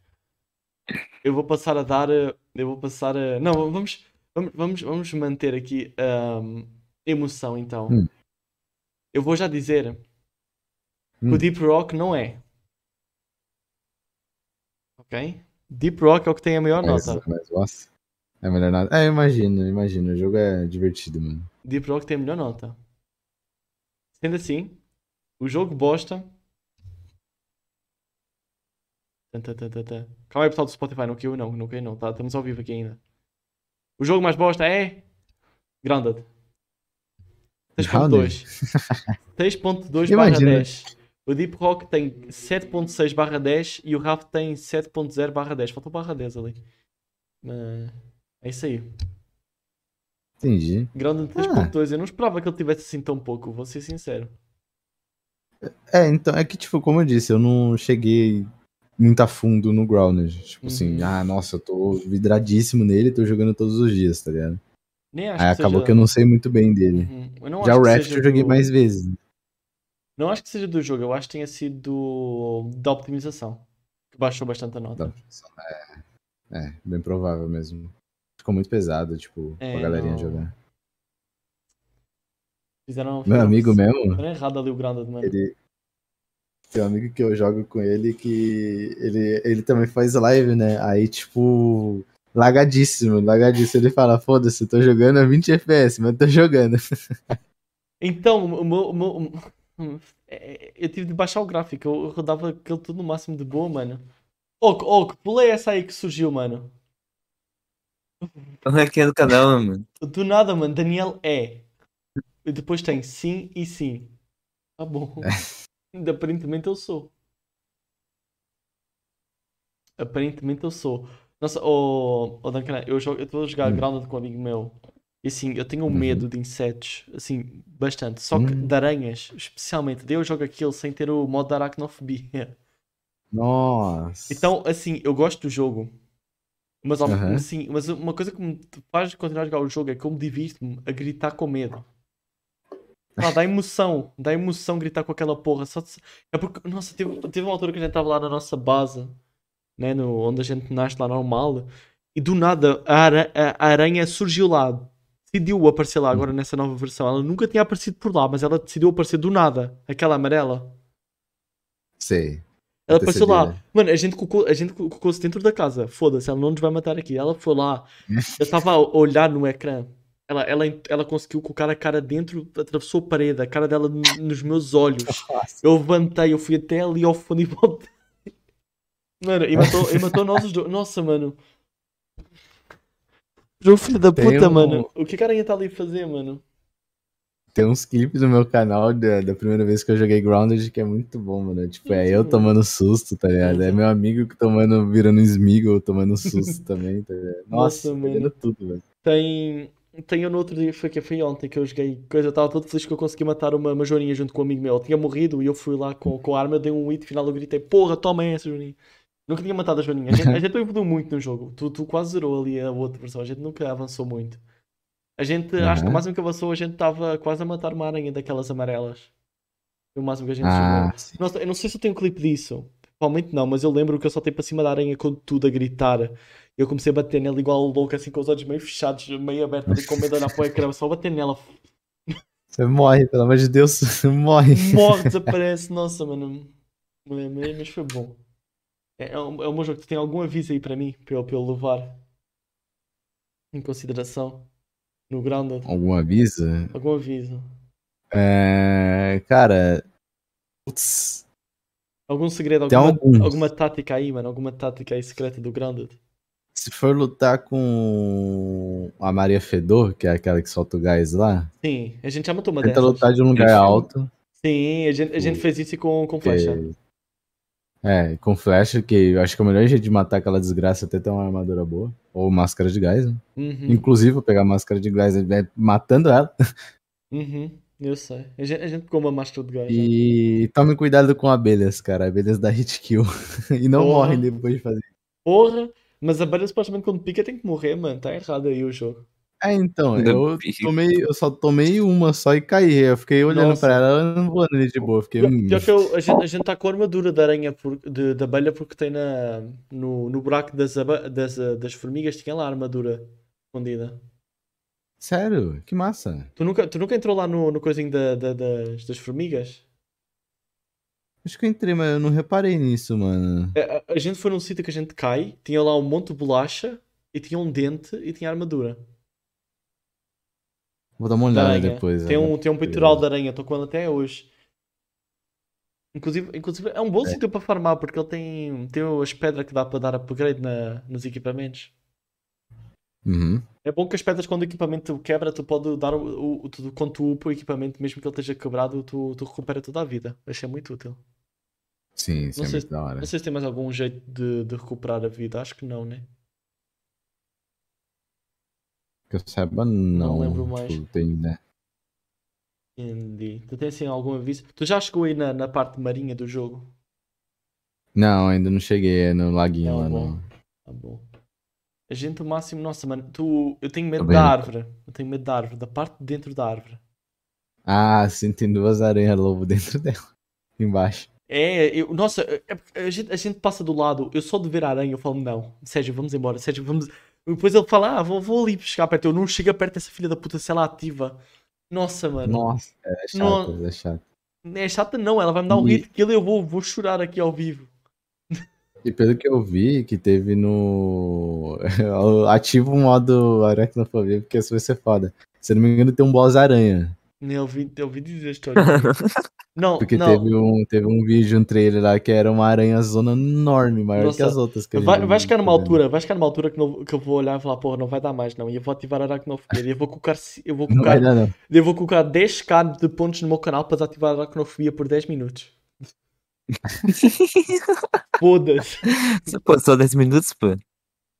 C: eu vou passar a dar. eh, Eu vou passar a. Não, vamos, vamos, vamos, vamos manter aqui a emoção então.
E: Hum.
C: Eu vou já dizer que o
E: Hum.
C: Deep Rock não é. Ok? Deep Rock é o que tem a maior
E: Mas,
C: nota.
E: mas, nossa.
B: É melhor nada. É, eu imagino, eu imagino. O jogo é divertido, mano.
C: Deep Rock tem a melhor nota. Sendo assim, o jogo bosta. Tan, tan, tan, tan, tan. Calma aí, pessoal do Spotify, não caiu, não, não caiu, não. Tá, estamos ao vivo aqui ainda. O jogo mais bosta é. Grounded. 6.2. 6.2 barra
B: Imagina.
C: 10. O Deep Rock tem 7.6 barra 10 e o Raft tem 7.0 barra 10. Faltou barra 10 ali. Mas é isso aí.
B: Entendi.
C: Grounded
B: Ah.
C: 3.2, eu não esperava que ele tivesse assim tão pouco, vou ser sincero.
B: É, então, é que, tipo, como eu disse, eu não cheguei muito a fundo no Grounded. Tipo assim,
C: Uhum.
B: ah, nossa, eu tô vidradíssimo nele, tô jogando todos os dias, tá ligado?
C: Nem acho
B: Aí Ah,
C: que
B: acabou
C: seja...
B: que eu não sei muito bem dele.
C: Uhum. Eu não
B: Já
C: acho
B: o
C: que
B: Raft
C: seja
B: eu joguei
C: do-
B: mais vezes.
C: Não acho que seja do jogo, eu acho que tenha sido do- da optimização. Que baixou bastante a nota.
B: Da opção. É, é, bem provável mesmo. Ficou muito pesado, tipo,
C: É,
B: pra galerinha
C: não.
B: jogar.
C: Fizeram.
B: Meu amigo mesmo,
C: Fizeram errado ali o Grounded, mano.
B: ele. Tem um amigo que eu jogo com ele que ele, ele também faz live, né? Aí, tipo, lagadíssimo, lagadíssimo. Ele fala: foda-se, eu tô jogando a 20 FPS, mas tô jogando.
C: Então, o meu. o meu- o- é, é, Eu tive de baixar o gráfico, eu eu rodava aquilo tudo no máximo de boa, mano. Oco, Oco, pulei essa aí que surgiu, mano.
A: Olha aqui no é canal, né, mano.
C: Do nada, mano, Daniel é. E depois tem sim e sim. Tá bom.
B: É.
C: Aparentemente eu sou. Aparentemente eu sou. Nossa, ô oh, Duncan, eu jogo, eu estou a jogar
B: Hum.
C: Grounded com um amigo meu. E assim, eu tenho um
B: Uhum.
C: medo de insetos, assim, bastante. Só que
B: Hum.
C: de aranhas, especialmente. Daí eu jogo aquilo sem ter o modo da aracnofobia.
B: Nossa.
C: Então, assim, eu gosto do jogo. Mas, ao-
B: Aham.
C: assim, mas uma coisa que me faz continuar a jogar o jogo é que eu me divirto-me a gritar com medo. Pá, dá emoção, dá emoção gritar com aquela porra. Só de- É porque, nossa, teve, teve uma altura que a gente estava lá na nossa base, né, no, onde a gente nasce lá normal, e do nada a, ara- a- a aranha surgiu lá, decidiu aparecer lá agora nessa nova versão. Ela nunca tinha aparecido por lá, mas ela decidiu aparecer do nada, aquela amarela.
B: Sei.
C: Ela
B: Até
C: apareceu
B: cedia,
C: lá.
B: né?
C: Mano, a gente colocou, a gente colocou-se dentro da casa. Foda-se, ela não nos vai matar aqui. Ela foi lá. Eu tava a olhar no ecrã. Ela, ela, ela conseguiu colocar a cara dentro, atravessou a parede, a cara dela no- nos meus olhos. Eu levantei, eu fui até ali ao fundo e voltei. Mano, e matou, e matou nós os dois. Nossa, mano. João, filho da
B: Tem
C: puta,
B: um-
C: mano. O que a aranha tá ali a fazer, mano?
B: Tem uns clipes no meu canal da, da primeira vez que eu joguei Grounded que é muito bom, mano. Tipo, é eu tomando susto, tá ligado? É meu amigo que tomando, virando um Smeagol, tomando susto também, tá ligado? Nossa,
C: Nossa, mano.
B: perdendo tudo, velho.
C: Tem. Tem eu no outro dia, foi que foi ontem que eu joguei coisa, eu estava todo feliz que eu consegui matar uma, uma Joaninha junto com um amigo meu. Ele tinha morrido e eu fui lá com, com a arma, eu dei um hit final, eu gritei, porra, toma essa Joaninha. Nunca tinha matado a Joaninha. A gente, a gente não evoluiu muito no jogo. Tu, tu quase zerou ali a outra versão, a gente nunca avançou muito. A gente, acho que o
B: Aham.
C: máximo que avançou, a gente estava quase a matar uma aranha daquelas amarelas. Foi o máximo que a gente chegou.
B: Ah, sim.
C: Nossa, eu não sei se eu tenho um clipe disso. Provavelmente não, mas eu lembro que eu saltei para cima da aranha com tudo a gritar. Eu comecei a bater nela igual louco, assim, com os olhos meio fechados, meio abertos, ali, com medo de olhar para o ecrã, só bater nela.
B: Você morre, pelo amor de Deus, você morre.
C: Morre, desaparece. Nossa, mano. Mas- Mas mas foi bom. É, é um, é um bom jogo. Tu tem algum aviso aí para mim, para eu, pra eu levar em consideração? No Grounded?
B: Algum aviso?
C: Algum aviso?
B: É, cara. Putz,
C: Algum segredo?
B: tem
C: Alguma,
B: alguns.
C: alguma tática aí, mano? Alguma tática aí secreta do Grounded?
B: Se for lutar com a Maria Fedor, que é aquela que solta o gás lá,
C: Sim, a gente já matou uma
B: tenta
C: dessas.
B: lutar de um lugar
A: Deixa eu-
B: alto.
C: Sim, a gente, a gente
B: O-
C: fez isso com, com
B: que-
C: flecha.
B: É, com flecha, que eu acho que é o melhor jeito de matar aquela desgraça é até ter uma armadura boa. Ou máscara de gás, né?
C: Uhum,
B: Inclusive, vou pegar a máscara de gás né, matando ela.
C: uhum, eu sei. A gente, a gente pegou uma máscara de gás. né?
B: E tome cuidado com abelhas, cara. Abelhas dá hit kill. e não
C: Porra.
B: morrem depois de fazer.
C: Porra! Mas a Bela supostamente quando pica tem que morrer, mano. Tá errado aí o jogo.
B: É, então,
A: Ainda
B: eu
A: bem.
B: tomei, eu só tomei uma só e caí. Eu fiquei olhando
C: Nossa.
B: pra ela, eu não vou ali de boa, eu fiquei.
C: Pior,
B: hum.
C: pior que eu, a, gente, a gente tá com a armadura da aranha, por- de, da abelha, porque tem na, no, no buraco das, aba- das, ah, das formigas, tinha lá a armadura escondida.
B: Sério, que massa.
C: Tu nunca, tu nunca entrou lá no, no coisinho da- da- das, das formigas?
B: Acho que eu entrei, mas eu não reparei nisso, mano.
C: A, a- a gente foi num sítio que a gente cai, tinha lá um monte de bolacha, e tinha um dente, e tinha a armadura.
B: Vou dar uma
C: da
B: olhada
C: aranha.
B: depois. é.
C: Tem
B: agora.
C: um, tem um peitoral de aranha, estou com ele até hoje. Inclusive, inclusive é um bom sítio para farmar, porque ele tem, tem as pedras que dá para dar upgrade na, nos equipamentos.
B: Uhum.
C: É bom que as pedras, quando o equipamento quebra, tu pode dar o, o, tu- quando tu upa o equipamento, mesmo que ele esteja quebrado, tu, tu recupera toda a vida. Achei muito útil.
B: Sim, isso
C: Não
B: é
C: sei-
B: muito da hora.
C: Vocês têm mais algum jeito de, de recuperar a vida? Acho que não, né?
B: Que eu saiba, não.
C: lembro mais.
B: Tipo, tem, né?
C: Entendi. Tu tens assim algum aviso? Tu já chegou aí na, na parte marinha do jogo?
B: Não, ainda não cheguei é no laguinho
C: Não,
B: lá,
C: bom.
B: não.
C: Tá bom. A gente, o máximo, nossa, mano, tu, eu tenho medo
B: Também
C: da
B: não.
C: árvore. Eu tenho medo da árvore, da parte de dentro da árvore.
B: Ah, sim, tem duas aranhas lobo dentro dela. Embaixo.
C: É, eu, nossa, é- é- a gente, a gente passa do lado, eu só de ver a aranha, eu falo, não, Sérgio, vamos embora, Sérgio, vamos. Depois ele fala, ah, vou, vou ali chegar perto, eu não chego perto dessa filha da puta se ela ativa. Nossa, mano.
B: Nossa, é chato,
C: Não.
B: é chato.
C: É chata, não, ela vai me dar um
B: E-
C: hit kill e eu vou, vou chorar aqui ao vivo.
B: E pelo que eu vi, que teve no. Eu ativo o modo aracnofobia, porque isso vai ser foda. Se eu não me engano, tem um boss aranha.
C: Eu ouvi, eu ouvi dizer a história. Não,
B: Porque
C: não.
B: teve um, teve um vídeo, um trailer lá, que era uma aranha zona enorme, maior que
C: Nossa,
B: as outras. Que a
C: Vai,
B: gente
C: vai chegar numa
B: tá vendo.
C: altura, vai chegar numa altura que, não- que eu vou olhar e falar, porra, não vai dar mais não. E eu vou ativar a aracnofobia. E eu vou colocar, ci- eu vou
B: Não vai
C: colocar,
B: dar, não.
C: eu vou colocar 10k de pontos no meu canal para desativar a aracnofobia por 10 minutos. Foda-se.
A: Só, pô, só 10 minutos, pô.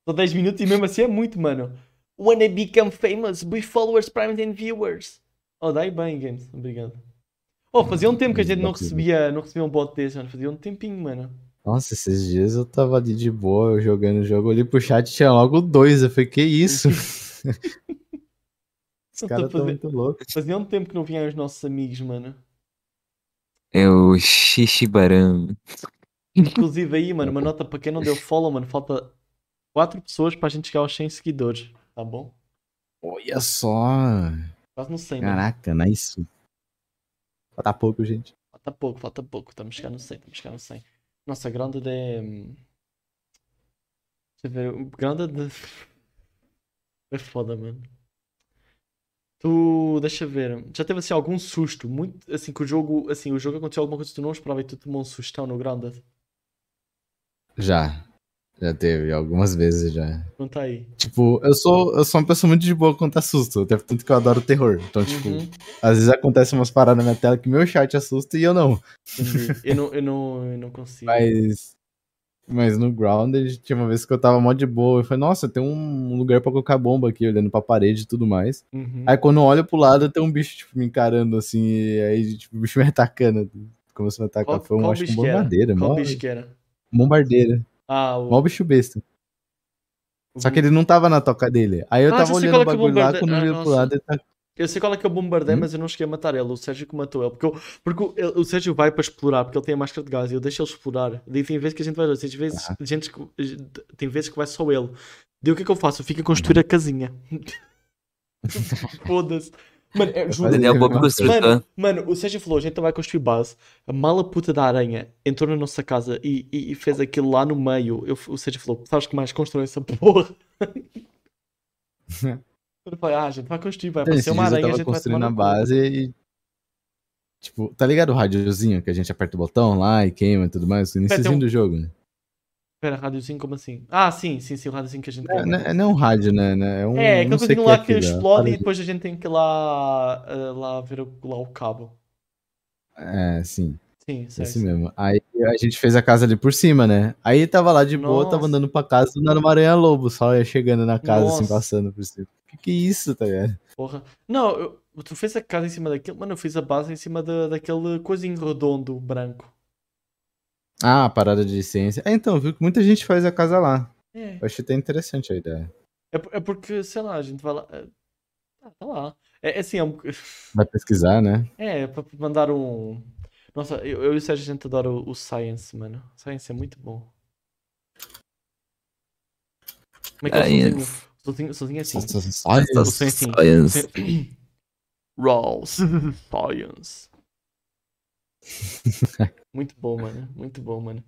C: Só 10 minutos e mesmo assim é muito, mano. Wanna become famous with followers, prime and viewers. Oh, daí bem, games. Obrigado. Oh, fazia um tempo que a gente não recebia, não recebia um bot desse, mano. Fazia um tempinho, mano.
B: Nossa, esses dias eu tava ali de boa, eu jogando o jogo, olhei pro chat tinha logo dois. Eu falei, que isso? Os
C: Eu tô
B: caras tão
C: fazendo-
B: muito loucos.
C: Fazia um tempo que não vinham os nossos amigos, mano.
A: É o Xixi-Barão.
C: Inclusive aí, mano, uma nota para quem não deu follow, mano, falta 4 pessoas para a gente chegar aos 100 seguidores, tá bom?
B: Olha só.
C: Quase no né? 100, mano.
B: Caraca, nice. Falta pouco, gente.
C: Falta pouco, falta pouco, estamos chegando no 100, estamos chegando no 100. Nossa, grande de... hum, Deixa eu ver, o grande de... É foda, mano. Tu, deixa eu ver, já teve assim algum susto, muito, assim, que o jogo, assim, o jogo aconteceu alguma coisa que tu não esperava e tu tomou um sustão no grande?
B: Já. Já teve, algumas vezes já.
C: Conta aí.
B: Tipo, eu sou, eu sou uma pessoa muito de boa quanto assusto. Até tanto que eu adoro terror. Então, tipo,
C: Uhum.
B: às vezes acontece umas paradas na minha tela que meu chat assusta e eu não.
C: Entendi. Eu não, eu não, eu não consigo.
B: Mas. Mas no Grounded tinha uma vez que eu tava mó de boa. Eu falei, nossa, tem um lugar pra colocar bomba aqui, olhando pra parede e tudo mais.
C: Uhum.
B: Aí quando eu olho pro lado, tem um bicho, tipo, me encarando assim. E aí, tipo, o bicho me atacando. Começou a me atacar.
C: Qual-
B: Foi um,
C: qual
B: acho que um
C: bicho que era?
B: bombardeiro, é?
C: Qual
B: mó,
C: bicho que era?
B: bombardeira.
C: Ah, o.
B: Mó bicho besta.
C: o
B: Só que ele não tava na toca dele. Aí eu
C: Ah, já
B: tava
C: sei
B: olhando
C: qual é
B: o
C: que é o
B: bagulho lá,
C: bombarde-
B: quando eu
C: Ah,
B: olhei pro
C: nossa.
B: lado, ele tá.
C: Eu sei qual é que eu bombardei,
B: Hum?
C: mas eu não cheguei a matar ele. O Sérgio que matou ele. Porque, eu- porque o- ele- o Sérgio vai para explorar, porque ele tem a máscara de gás. E eu deixo ele explorar. Daí tem vezes que a gente vai. Tem vezes, gente, que- tem vezes que vai só ele. Daí o que é que eu faço? Eu fico a
B: Uhum.
C: construir a casinha. Foda-se. Mano, é, juro,
B: Mas ele é
A: Daniel
B: um
A: Bob
B: bom
A: Construtor.
C: Mano, o Sérgio falou, a gente vai construir base. A mala puta da aranha entrou na nossa casa e, e- e fez aquilo lá no meio. Eu, o Sérgio falou, sabes que mais constrói essa porra? Eu falei, ah, a gente vai construir, vai
B: Esses
C: aparecer uma
B: dias eu
C: aranha, a
B: tava
C: gente vai tomar
B: construindo a
C: no cu."
B: base e. Tipo, tá ligado o rádiozinho que a gente aperta o botão lá e queima e tudo mais? O iníciozinho
C: um-
B: do jogo.
C: Pera, rádiozinho, como assim? Ah, sim, sim, sim, o rádiozinho que a gente
B: É,
C: tem.
B: né, é não um rádio, né? né, É, um,
C: É,
B: não sei o
C: aquele coisinho lá que
B: aquilo, é uma
C: explode e
B: parada-
C: depois a gente tem que ir lá, ah, lá ver o, lá o cabo.
B: É, sim,
C: Sim,
B: é
C: certo.
B: esse mesmo. Aí a gente fez a casa ali por cima, né? Aí tava lá de boa,
C: Nossa.
B: tava andando pra casa, do nada uma aranha-lobo, só ia chegando na casa, assim,
C: Nossa.
B: passando por cima. Que que é isso, tá ligado?
C: Porra. Não, eu- tu fez a casa em cima daquilo, mano, eu fiz a base em cima da, daquele coisinho redondo, branco.
B: Ah, a parada de ciência. É, então, viu que muita gente faz a casa lá.
C: É.
B: Eu achei até interessante a ideia.
C: É, por- é porque, sei lá, a gente vai lá. Ah, tá lá. É é assim, é um.
B: Vai pesquisar, né?
C: É, pra pra mandar um. Nossa, eu, eu e o Sérgio a gente adora o, o Science, mano. Science é muito bom. Como é que é o
A: Science.
C: sozinho? Sozinho, sozinho é assim. é
B: Olha,
C: Nossa, sim, sim.
A: Science.
C: Raw Science. Muito bom, mano. Muito bom, mano.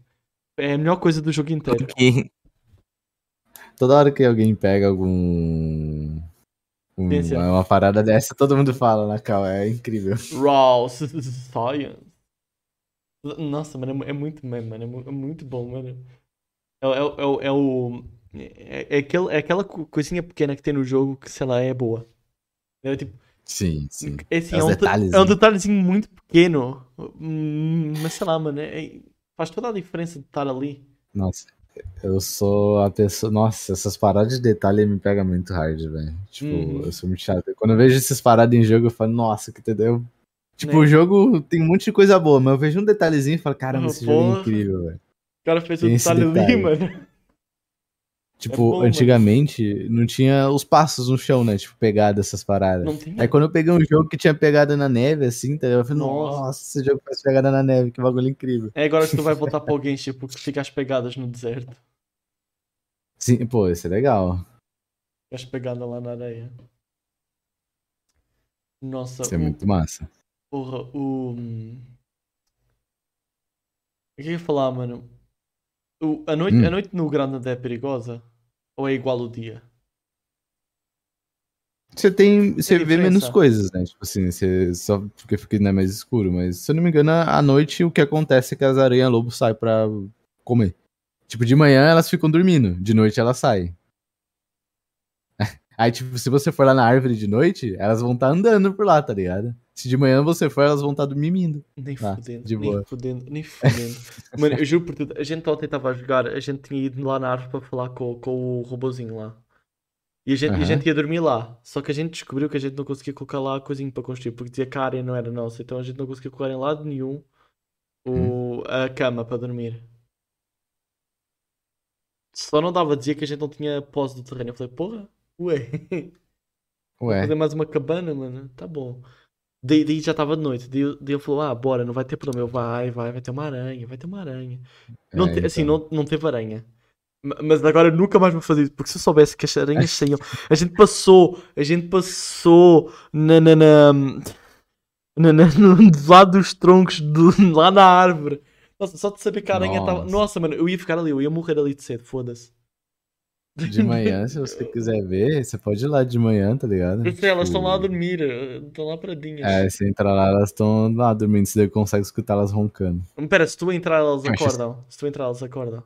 C: É a melhor coisa do jogo inteiro.
A: Porque-
B: toda hora que alguém pega algum. um-
C: Ciência.
B: uma parada dessa, todo mundo fala na cal, é incrível.
C: Raw Science. Nossa, mano, é mu- é muito meme, mano. É mu- é muito bom, mano. É, o- é, o- é, o- é o. É, é, aquele, é aquela co- coisinha pequena que tem no jogo que, sei lá, é boa. É tipo,
B: Sim, sim.
C: é, assim,
B: É
C: é,
B: os
C: um, de-
B: detalhes,
C: é um
B: né?
C: detalhezinho muito pequeno. Hum, Mas sei lá, mano. é- faz toda a diferença de estar ali.
B: Nossa, eu sou a pessoa. Nossa, essas paradas de detalhe me pegam muito hard, velho. Tipo,
C: Uhum.
B: eu sou muito chato. Quando eu vejo essas paradas em jogo, eu falo, nossa, que entendeu? Tipo,
C: Né?
B: o jogo tem um monte de coisa boa, mas eu vejo um detalhezinho e falo, caramba,
C: Ah,
B: esse jogo
C: porra.
B: é incrível, velho.
C: O cara fez o
B: Tem esse
C: detalhe ali,
B: detalhe.
C: mano.
B: Tipo,
C: É bom, mas-
B: antigamente não tinha os passos no chão, né? Tipo, pegada essas paradas.
C: Não tem.
B: Aí quando eu peguei um jogo que tinha pegada na neve, assim, tá? ligado? eu falei,
C: Nossa.
B: nossa, esse jogo faz pegada na neve, que bagulho incrível.
C: É agora que tu vai voltar para o Genshin porque fica as pegadas no deserto.
B: Sim, pô, isso é legal.
C: Fica as pegadas lá na areia. Nossa,
B: Isso é
C: o-
B: muito massa.
C: porra, o. O que é que eu ia falar, mano? O- a, noite,
B: Hum.
C: a noite no Granada é perigosa? Ou é igual o dia?
B: Você tem. Você vê
C: diferença.
B: menos coisas, né? Tipo assim, você só porque fica né, mais escuro, mas se eu não me engano, à noite o que acontece é que as aranhas lobo saem pra comer. Tipo, de manhã elas ficam dormindo, de noite elas saem. Aí, tipo, se você for lá na árvore de noite, elas vão estar andando por lá, tá ligado? Se de manhã você for, elas vão estar dormindo.
C: Nem
B: Ah,
C: fudendo,
B: de
C: nem
B: boa.
C: fudendo, nem fudendo. Mano, eu juro por tudo, a gente ontem estava a jogar, a gente tinha ido lá na árvore para falar com, com o robozinho lá. E a, gente, e a
B: Aham.
C: gente ia dormir lá. Só que a gente descobriu que a gente não conseguia colocar lá a coisinha para construir, porque dizia que a área não era nossa. Então a gente não conseguia colocar em lado nenhum
B: Uhum.
C: o, a cama para dormir. Só não dava a dizer que a gente não tinha posse do terreno. Eu falei, porra, ué.
B: Ué. É.
C: Fazer mais uma cabana, mano? Tá bom. Daí, daí já tava de noite. Daí, eu- daí eu falou: Ah, bora, não vai ter problema. Eu, vai, vai, vai ter uma aranha, vai ter uma aranha. Não
B: é,
C: te- Assim,
B: então.
C: não, não teve aranha. Ma- Mas agora eu nunca mais vou fazer isso, porque se eu soubesse que as aranhas saíam. A gente passou, a gente passou na. na, na, na, na no- do lado dos troncos, do, lá na árvore. Nossa, só de saber que a aranha tava.
B: Nossa.
C: Nossa, mano, eu ia ficar ali, eu ia morrer ali de cedo, foda-se.
B: De manhã, se você quiser ver, você pode ir lá de manhã, tá ligado?
C: Eu sei, elas
B: Tipo,
C: estão lá a dormir, eh, estão lá paradinhas.
B: É, você entra lá, elas estão lá dormindo, você daí consegue escutar elas roncando.
C: Pera, se tu entrar, elas
B: Eu acho
C: acordam. Se tu entrar, elas acordam.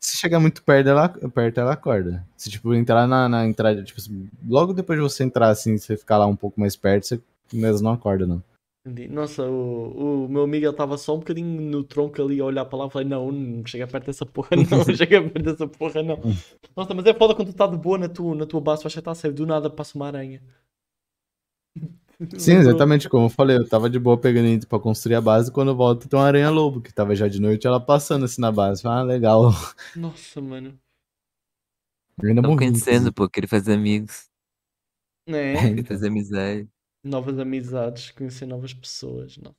B: Se chegar muito perto, ela, perto, ela acorda. Se, tipo, entrar na, na entrada, tipo, se- logo depois de você entrar, assim, você ficar lá um pouco mais perto, você mesmo não acorda, não.
C: Entendi. Nossa, o, o meu amigo ele estava só um bocadinho no tronco ali a olhar para lá e falei: Não, não chega perto dessa porra, não, não chega perto dessa porra, não. Nossa, mas é foda quando tu tá de boa na tua, na tua base, vais tentar sair do nada, passa uma aranha.
B: Sim, exatamente como eu falei, eu tava de boa pegando indo pra construir a base, quando eu volto tem uma aranha-lobo, que tava já de noite, ela passando assim na base. Ah, legal.
C: Nossa, mano.
B: Eu ainda
A: Tava
B: morri.
A: conhecendo, pô, queria fazer amigos,
B: É.
C: Né?
A: queria fazer amizade.
C: Novas amizades, conhecer novas pessoas. Não.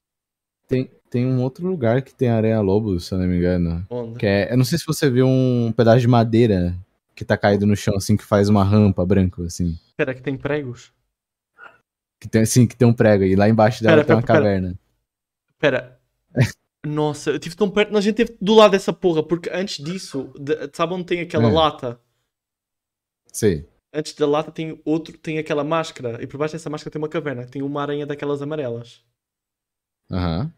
B: Tem, tem um outro lugar que tem aranha-lobo, se eu não me engano.
C: Onde?
B: Que é, eu não sei se você viu um pedaço de madeira que tá caído no chão, assim, que faz uma rampa branca, assim.
C: Pera, que tem pregos?
B: Que tem, assim, que tem um prego, e lá embaixo dela
C: Pera,
B: tem
C: pera,
B: uma
C: pera.
B: caverna.
C: Pera. Nossa, eu estive tão perto. A gente teve do lado dessa porra, porque antes disso, de- sabe onde tem aquela
B: É.
C: lata?
B: Sei.
C: Antes da lata tem outro, tem aquela máscara, e por baixo dessa máscara tem uma caverna, que tem uma aranha daquelas amarelas.
B: Aham.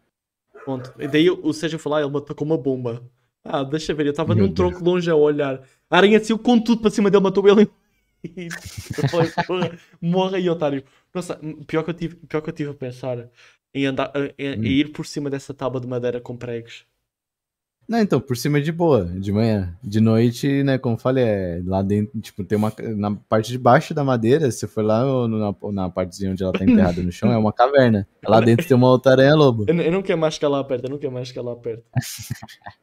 C: Pronto. E daí o Sérgio foi lá, ele matou com uma bomba. Ah, deixa ver, eu estava
B: Meu
C: num tronco longe a olhar. A aranha saiu com tudo para cima dele, matou ele. em- eu falei, porra, morre aí, otário. Nossa, pior que eu tive, pior que eu tive a pensar em andar, em, em
B: Hum.
C: ir por cima dessa tábua de madeira com pregos.
B: Não, então, por cima é de boa, de manhã. De noite, né, como eu falei, é lá dentro, tipo, tem uma. Na parte de baixo da madeira, se for lá no- na, na partezinha onde ela tá enterrada no chão, é uma caverna. Lá dentro tem uma outra aranha-lobo.
C: Eu, eu não quero mais chegar lá perto, eu não quero mais chegar lá perto.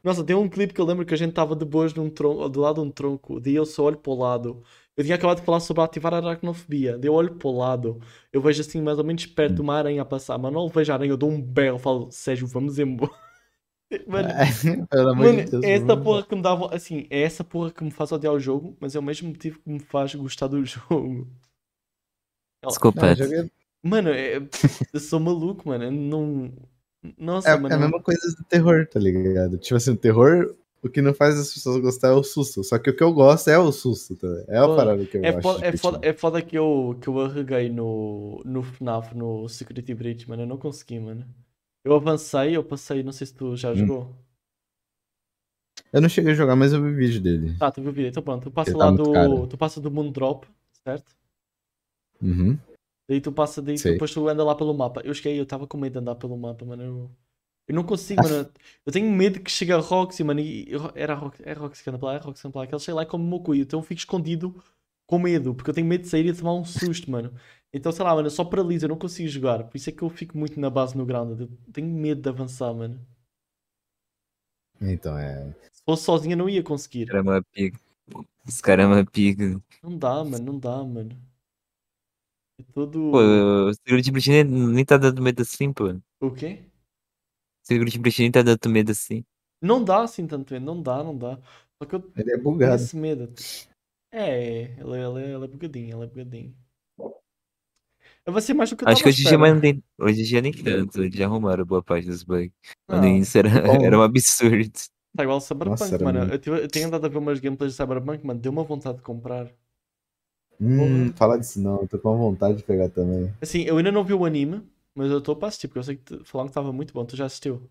C: Nossa, tem um clipe que eu lembro que a gente estava de boas num tronco, do lado de um tronco, daí eu só olho para o lado Eu tinha acabado de falar sobre ativar a aracnofobia. Eu olho para o lado, eu vejo assim, mais ou menos perto de
B: Hum.
C: uma aranha a passar, mas não vejo a aranha, eu dou um berro, falo, Sérgio, vamos embora. Mano,
B: Pelo amor
C: Mano,
B: de Ah, Deus.
C: é essa
B: mano.
C: porra que me dava. Assim, é essa porra que me faz odiar o jogo, mas é o mesmo motivo que me faz gostar do jogo.
B: Não,
A: Desculpa.
B: o jogo é-
C: Mano, é- eu sou maluco, mano. eu não. Nossa,
B: É,
C: mano.
B: é a mesma coisa do terror, tá ligado? Tipo assim, o terror, o que não faz as pessoas gostar é o susto. Só que o que eu gosto é o susto, tá? ligado? É a
C: Pô,
B: parada que tipo, eu
C: É
B: acho.
C: foda, é,
B: divertida.
C: foda, é foda que eu, que eu arreguei no, no FNAF, no Security Breach, mano. Eu não consegui, mano. Eu avancei, eu passei, não sei se tu já
F: Hum.
C: jogou.
B: Eu não cheguei a jogar, mas eu vi vídeo dele.
C: Tá, tu viu vídeo, então pronto. Tu passa
B: Ele tá
C: lá
B: muito
C: do.
B: caro.
C: Tu passa do Moon Drop, certo?
B: Uhum.
C: Daí tu passa, daí tu,
B: Sei.
C: depois tu anda lá pelo mapa. Eu cheguei, eu tava com medo de andar pelo mapa, mano. Eu, eu não consigo, mano. Eu tenho medo que chegue a Roxy, mano. E, e Ro- era a Roxy, é a Roxy que anda pra lá, é a Roxy que anda pra lá. Que ela chega lá e come o meu cu. Então eu fico escondido com medo, porque eu tenho medo de sair e tomar um susto, mano. Então sei lá, mano, eu só paraliso, eu não consigo jogar. Por isso é que eu fico muito na base no ground. Eu tenho medo de avançar, mano.
B: Então, é.
C: Se fosse sozinho eu não ia conseguir.
A: Caramba, é pica. Os caramba, pica.
C: Não dá, mano, não dá, mano. É todo.
A: Pô, o segredo de Britney nem tá dando medo assim, pô. O
C: O quê?
A: segredo de Britney nem tá dando medo assim.
C: Não dá assim tanto medo, não dá, não dá. Só que eu
B: Ele é
C: Tenho
B: bugado.
C: esse medo. É, ela, ela, ela é bugadinha, ela é bugadinha. Eu vou ser mais do que eu
A: Acho que
C: tava à
A: hoje em dia
C: espera.
A: mais não tem. Hoje em dia nem tanto. Hoje já arrumaram boa parte dos bugs. Quando
C: Não,
A: isso era,
B: é Bom.
A: era um absurdo.
C: tá igual ao Cyberpunk,
B: Nossa, era
C: mano.
B: muito.
C: Eu, tive- eu tenho andado a ver umas gameplays de Cyberpunk, mano. Deu uma vontade de comprar.
B: Hum, fala disso não, eu tô com vontade de pegar também.
C: Assim, eu ainda não vi o anime, mas eu estou para assistir, porque eu sei que te- falaram que estava muito bom. Tu já assistiu?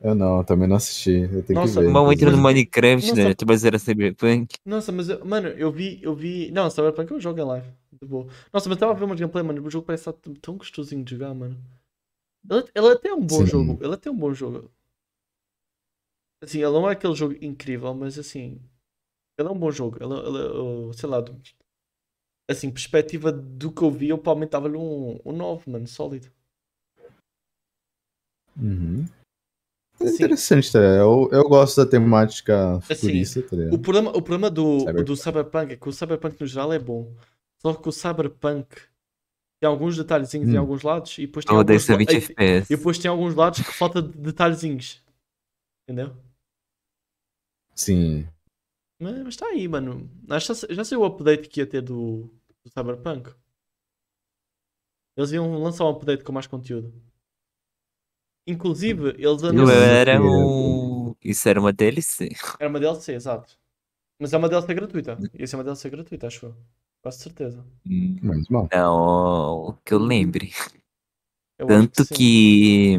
B: Eu não, eu também não assisti. Eu tenho
C: Nossa,
B: que ver.
A: Mal entra no
B: inclusive.
A: Minecraft,
C: Nossa.
A: né? Tu vai zerar Cyberpunk.
C: Nossa, mas, eu- mano, eu vi, eu vi... Não, Cyberpunk eu jogo em live. De boa. Nossa, mas estava a ver um umas gameplays, mano. O jogo parece estar t- tão gostosinho de jogar, mano. Ele, ele até é um bom
B: Sim.
C: jogo. Ele até é um bom jogo. Assim, ele não é aquele jogo incrível, mas assim... Ele é um bom jogo. Ele, ele- eu- sei lá, do- assim, perspectiva do que eu vi, eu provavelmente dava-lhe um, um 9, mano, sólido.
B: Uhum. É
C: Assim,
B: interessante, tá? ligado? Eu, eu gosto da temática futurista, tá
C: O
B: ligado?
C: problema, o problema do,
B: Cyberpunk.
C: do Cyberpunk é que o Cyberpunk no geral é bom. Só que o Cyberpunk tem alguns detalhezinhos em
B: Hum.
C: alguns lados e depois tem
A: Ou
C: alguns
A: 10 a
C: la-
A: 20
C: e- e
A: FPS.
C: depois tem alguns lados que falta de detalhezinhos. Entendeu?
B: Sim.
C: Mas, mas tá aí, mano. Acho que já sa- já saiu o update que ia ter do, do Cyberpunk. Eles iam lançar um update com mais conteúdo. Inclusive, eles
A: Não
C: anunciaram.
A: era
B: sei.
A: um. Isso era uma DLC.
C: Era uma DLC, exato. Mas é uma DLC gratuita. Isso é uma DLC gratuita, acho eu. Quase certeza.
B: Menos mal.
A: Não, que eu lembre.
C: Eu acho
A: Tanto
C: sim.
A: que.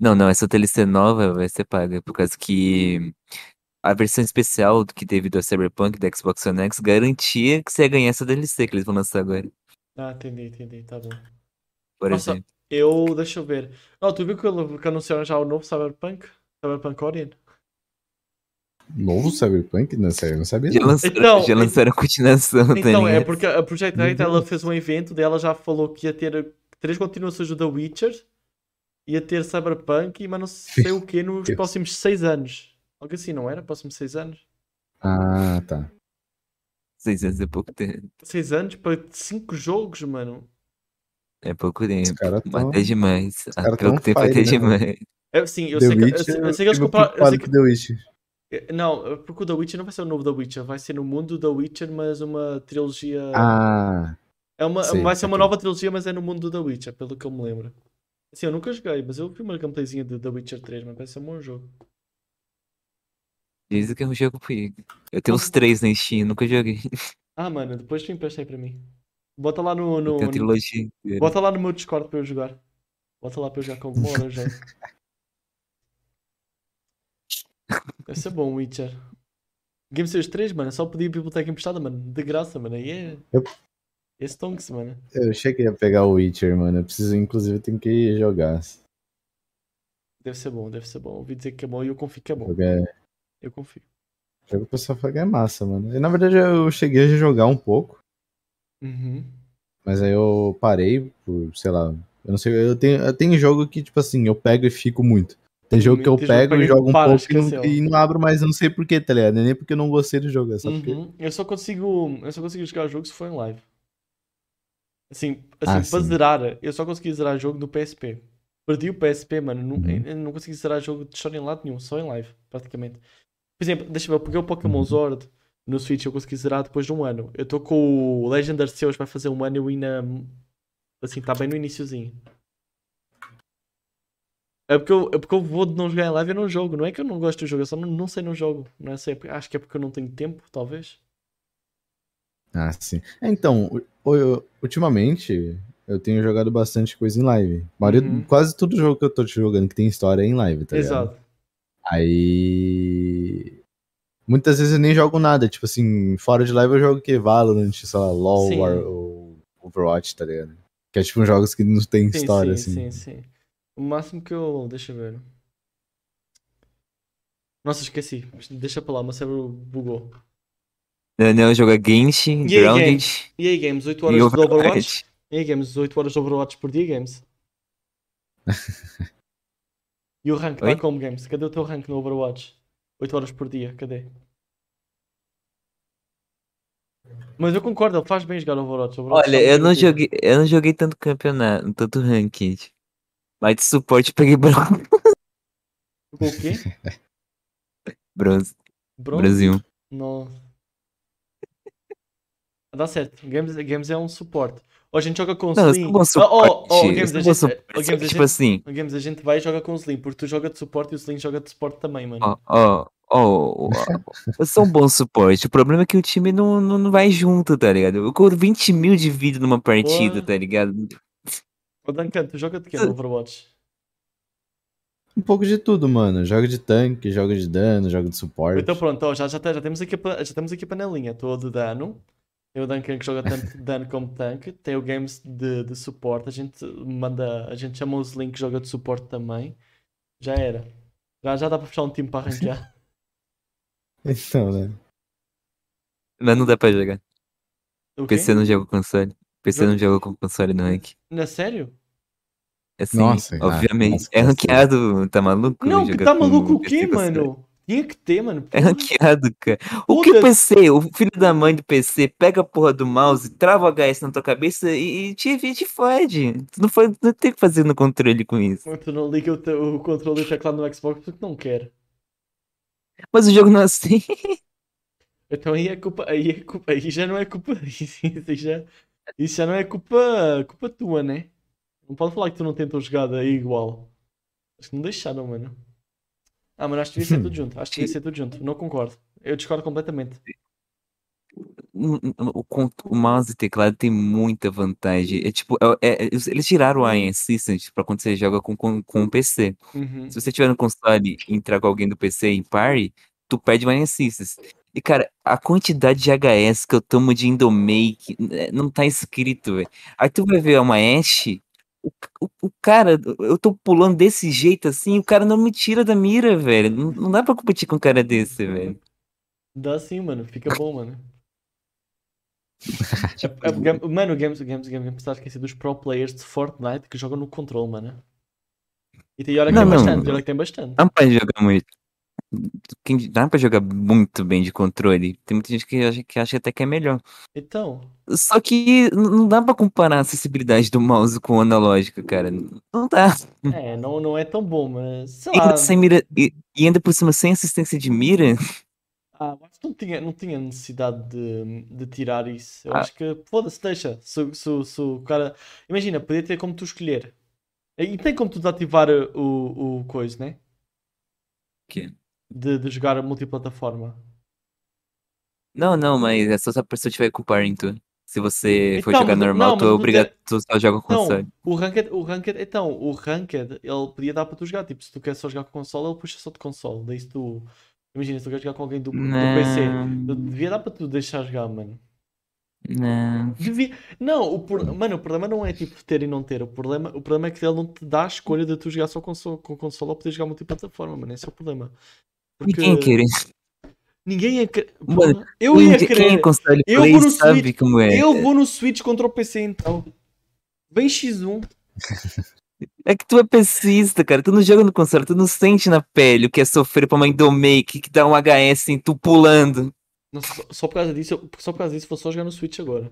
A: Não, não, essa DLC nova vai ser paga, por causa que a versão especial que teve do Cyberpunk da Xbox One X garantia que você ia ganhar essa DLC que eles vão lançar agora,
C: Ah, entendi, entendi, tá bom.
A: por
C: Nossa.
A: exemplo.
C: Eu, deixa eu ver. Não, tu viu que, ele- que anunciaram já o novo Cyberpunk? Cyberpunk Orient?
B: Novo Cyberpunk? né? Não sei, eu não sabia.
A: Já
B: Não.
A: lançaram,
C: Então,
A: já lançaram a continuação, tá
C: Então, é
A: ligado?
C: porque a Project Data, ela fez um evento dela, já falou que ia ter três continuações do The Witcher, ia ter Cyberpunk e mas não sei o que nos
B: Deus.
C: próximos seis anos. Algo assim, não era? Próximos seis anos?
B: Ah, tá.
A: Seis anos é pouco tempo.
C: Seis anos para cinco jogos, mano.
A: É pouco
B: Os
A: tempo.
B: caras tão.
A: Até demais.
B: Então, caras tão
A: pouco tempo
B: fire,
A: até
B: né,
A: demais.
C: É, sim, eu
B: The
C: sei que, eu,
B: Witch,
C: sei- eu sei que eles
B: fico
C: compraram... eu
B: preocupado
C: sei que-
B: com The Witch.
C: Não, porque o The Witcher não vai ser o novo The Witcher, vai ser no mundo The Witcher, mas uma trilogia...
B: Ah,
C: É uma,
B: Sei,
C: vai ser uma
B: saquei.
C: nova trilogia, mas é no mundo do The Witcher, pelo que eu me lembro. Assim, eu nunca joguei, mas eu vi uma gameplayzinha de The Witcher 3, mas parece ser um bom jogo.
A: Diz que é um jogo perigo. Eu tenho uns três na Steam, nunca joguei.
C: Ah, mano, depois tu empresta aí para mim. Bota lá no, no-
A: Eu tenho a é trilogia né? inteira.
C: bota lá no meu Discord para eu jogar. Bota lá para eu jogar com uma hora eu jogo. Deve ser bom, Witcher. Game Series 3, mano, só pedi a biblioteca emprestada, mano, de graça, mano, aí é...
B: Eu-
C: É stonks, mano.
B: eu cheguei a pegar o Witcher, mano. Eu preciso, inclusive, eu tenho que jogar.
C: Deve ser bom, deve ser bom. Ouvi dizer que é bom e eu confio que é bom.
B: Jogo é-
C: Eu confio.
B: jogo o pessoal fala que é massa, mano. E, na verdade, eu cheguei a jogar um pouco.
C: Uhum.
B: Mas aí eu parei por, sei lá, eu não sei, eu tenho, eu tenho jogo que, tipo assim, eu pego e fico muito.
D: Tem jogo que eu
C: Tem jogo que
D: pego
C: pega
D: e
C: e
D: jogo um
C: para,
D: pouco e
C: esqueceu.
D: não, e não abro mais, não sei porquê, tá ligado? Nem porque eu não gostei do jogo, é só porque.
C: Uhum. Eu só consigo. Eu só consigo jogar jogo se for em live. Assim, assim
D: Ah,
C: para
D: sim.
C: zerar, eu só consegui zerar jogo no PSP. Perdi o PSP, mano. Não,
B: Uhum.
C: eu não consegui zerar jogo de história em lado nenhum, só em live, praticamente. Por exemplo, deixa eu ver, eu peguei o Pokémon
B: Uhum.
C: Zord no Switch, eu consegui zerar depois de um ano. Eu estou com o Legend Arceus, vai fazer um ano e eu ainda. Assim, está bem no iniciozinho. É porque, eu, é porque eu vou de não jogar em live e não jogo. Não é que eu não gosto do jogo, eu só não, não sei no jogo. Não é sei, acho que é porque eu não tenho tempo, talvez.
D: Ah, sim. É, então, u- u- ultimamente eu tenho jogado bastante coisa em live. A maioria-
C: Uhum.
D: Quase todo jogo que eu tô jogando que tem história é em live, tá ligado?
C: Exato.
D: Aí. Muitas vezes eu nem jogo nada. Tipo assim, fora de live eu jogo o quê? Valorant, sei lá, LOL
C: Sim.
D: War- ou Overwatch, tá ligado? Que é tipo jogos que não tem
C: Sim,
D: história,
C: sim,
D: assim.
C: sim, sim. O máximo que eu. Deixa eu ver. Nossa, esqueci. Deixa pra lá, meu cérebro bugou.
A: Não, não, joga Genshin,
C: E aí, é
A: Grounded
C: Games? E aí, Games? 8 horas
A: e
C: de
A: Overwatch.
C: Overwatch? E aí, Games? 8 horas de Overwatch por dia, Games? e o rank? Tá
A: Oi?
C: como, Games? Cadê o teu rank no Overwatch? 8 horas por dia, cadê? Mas eu concordo, ele faz bem jogar Overwatch. Overwatch
A: Olha,
C: tá muito
A: eu não,
C: divertido.
A: joguei, eu não joguei tanto campeonato, tanto ranked. Mas de suporte eu peguei bron-
C: Jogou o quê?
A: bronze.
C: Bronze?
A: Brasil.
C: Nossa. Dá certo. Games, games é um suporte. Ou a gente joga com o
A: Não, eu
C: Slim.
A: sou bom
C: Oh, oh,
A: suporte.
C: oh,
A: eu
C: Games,
A: sou
C: a
A: um bom
C: gente,
A: suporte,
C: oh,
A: só
C: Games,
A: que,
C: a
A: tipo
C: gente,
A: assim,
C: oh, Games, a gente vai e joga com o Slim, porque tu joga de suporte e o Slim joga de suporte também, mano.
A: ó, ó, ó, ó, eu sou um bom suporte. O problema é que o time não, não, não vai junto, tá ligado? Eu corro 20 mil de vida numa partida,
C: Boa.
A: tá ligado?
C: Ô, Duncan, tu joga de quê no Overwatch?
D: Um pouco de tudo, mano. Jogo de tanque, jogo de dano, jogo de suporte.
C: Então pronto, ó, já, já, tá- já temos aqui, a pa- já temos aqui a panelinha. Estou de dano. Tem o Duncan que joga tanto dano como tanque. Tem o Games de, de suporte. A gente manda. A gente chama o Slim que joga de suporte também. Já era. Já, já dá para fechar um time para arranjar.
D: Então, né?
A: Mas não dá pra jogar.
C: O quê?
A: PC não joga com console. PC não joga com console no rank.
C: Não é sério?
A: É Assim,
D: Nossa, cara,
A: obviamente.
D: nossa,
A: é
D: cara,
A: ranqueado, tá maluco?
C: Não,
A: Jogar
C: que tá
A: com
C: maluco o
A: PC
C: quê,
A: com console.
C: mano? Tinha que ter, mano.
A: tipo É
C: Porra.
A: ranqueado, cara. O que o PC, o filho da mãe do PC, pega a porra do mouse, trava o HS na tua cabeça e, e te, e te fode. Tu não, fode, não tem o que fazer no controle com isso.
C: Tu não liga o, te- o controle do teclado no Xbox porque não quer.
A: Mas o jogo não é assim.
C: Então aí é culpa. Aí, é culpa, aí já não é culpa. Isso isso já, isso já não é culpa, culpa tua, né? Não pode falar que tu não tentou jogar aí igual. Acho que não deixaram, mano. Ah, mano, acho que devia ser tudo junto. Acho que devia ser tudo junto. Não concordo. Eu discordo completamente.
A: O, Hum, o con- o mouse e teclado tem muita vantagem. É tipo, é- é- eles tiraram a aim assistant pra quando você joga com, com, com o PC.
C: Uhum.
A: Se você tiver no console e entrar com alguém do PC em party, tu perde mais assistance. E, cara, a quantidade de HS que eu tomo de Indomake né, não tá escrito, velho. Aí tu vai ver uma Ashe, o, ca- o, o cara, eu tô pulando desse jeito assim, o cara não me tira da mira, velho. Não, não dá pra competir com um cara desse, velho.
C: Dá sim, mano. Fica bom, mano. É- é- Gam- mano, o Games, o Games, o Games, o Games tá esquecido dos pro players de Fortnite que jogam no controle, mano. E tem hora que
A: Não,
C: tem
A: não.
C: bastante, tem hora que tem bastante.
A: Dá pra jogar muito. Quem- Dá pra jogar muito bem de controle. Tem muita gente que acha, que acha até que é melhor.
C: Então,
A: Só que n- não dá pra comparar a acessibilidade do mouse com o analógico, cara. Não dá.
C: é, não, não é tão bom, mas sei
A: E
C: lá.
A: ainda, sem mira, e, e ainda por cima sem assistência de mira,
C: Ah, eu acho que não tinha, não tinha necessidade de, de tirar isso. Eu
A: Ah.
C: acho que, foda-se, deixa. Se, se, se o cara. Imagina, podia ter como tu escolher. E tem como tu desativar uh, o, o coisa, né?
A: Quê?
C: De, de jogar multiplataforma.
A: não, não, mas é só se a pessoa tiver com par em tu. Se você for
C: Então,
A: jogar
C: mas-
A: normal,
C: não,
A: tu é
C: mas não
A: obrigado,
C: tem-
A: tu só joga com
C: Então,
A: console.
C: o ranked, o ranked, então, o ranked, ele podia dar para tu jogar, tipo, se tu quer só jogar com console, ele puxa só de console, daí se tu, imagina, se tu quer jogar com alguém do, do PC,
A: Não,
C: devia dar para tu deixar jogar, mano.
A: não.
C: Devia, não, o por- mano, o problema não é, tipo, ter e não ter, o problema, o problema é que ele não te dá a escolha de tu jogar só com, so- com console ou poder jogar multiplataforma, mano, esse é o problema. Porque
A: Ninguém quer isso.
C: ninguém ia querer,
A: é? Mano,
C: Porra, eu ia
A: Ninguém- Quem é
C: querer,
A: console
C: Eu
A: play
C: vou no
A: sabe
C: Switch,
A: como é.
C: um. eu vou no Switch contra o PC então, vem X1.
A: É que tu é pessimista, cara. Tu não joga no console, tu não sente na pele o que é sofrer pra uma Indomake que dá um HS em tu pulando.
C: Nossa, só- só por causa disso, eu- só por causa disso, vou só jogar no Switch agora.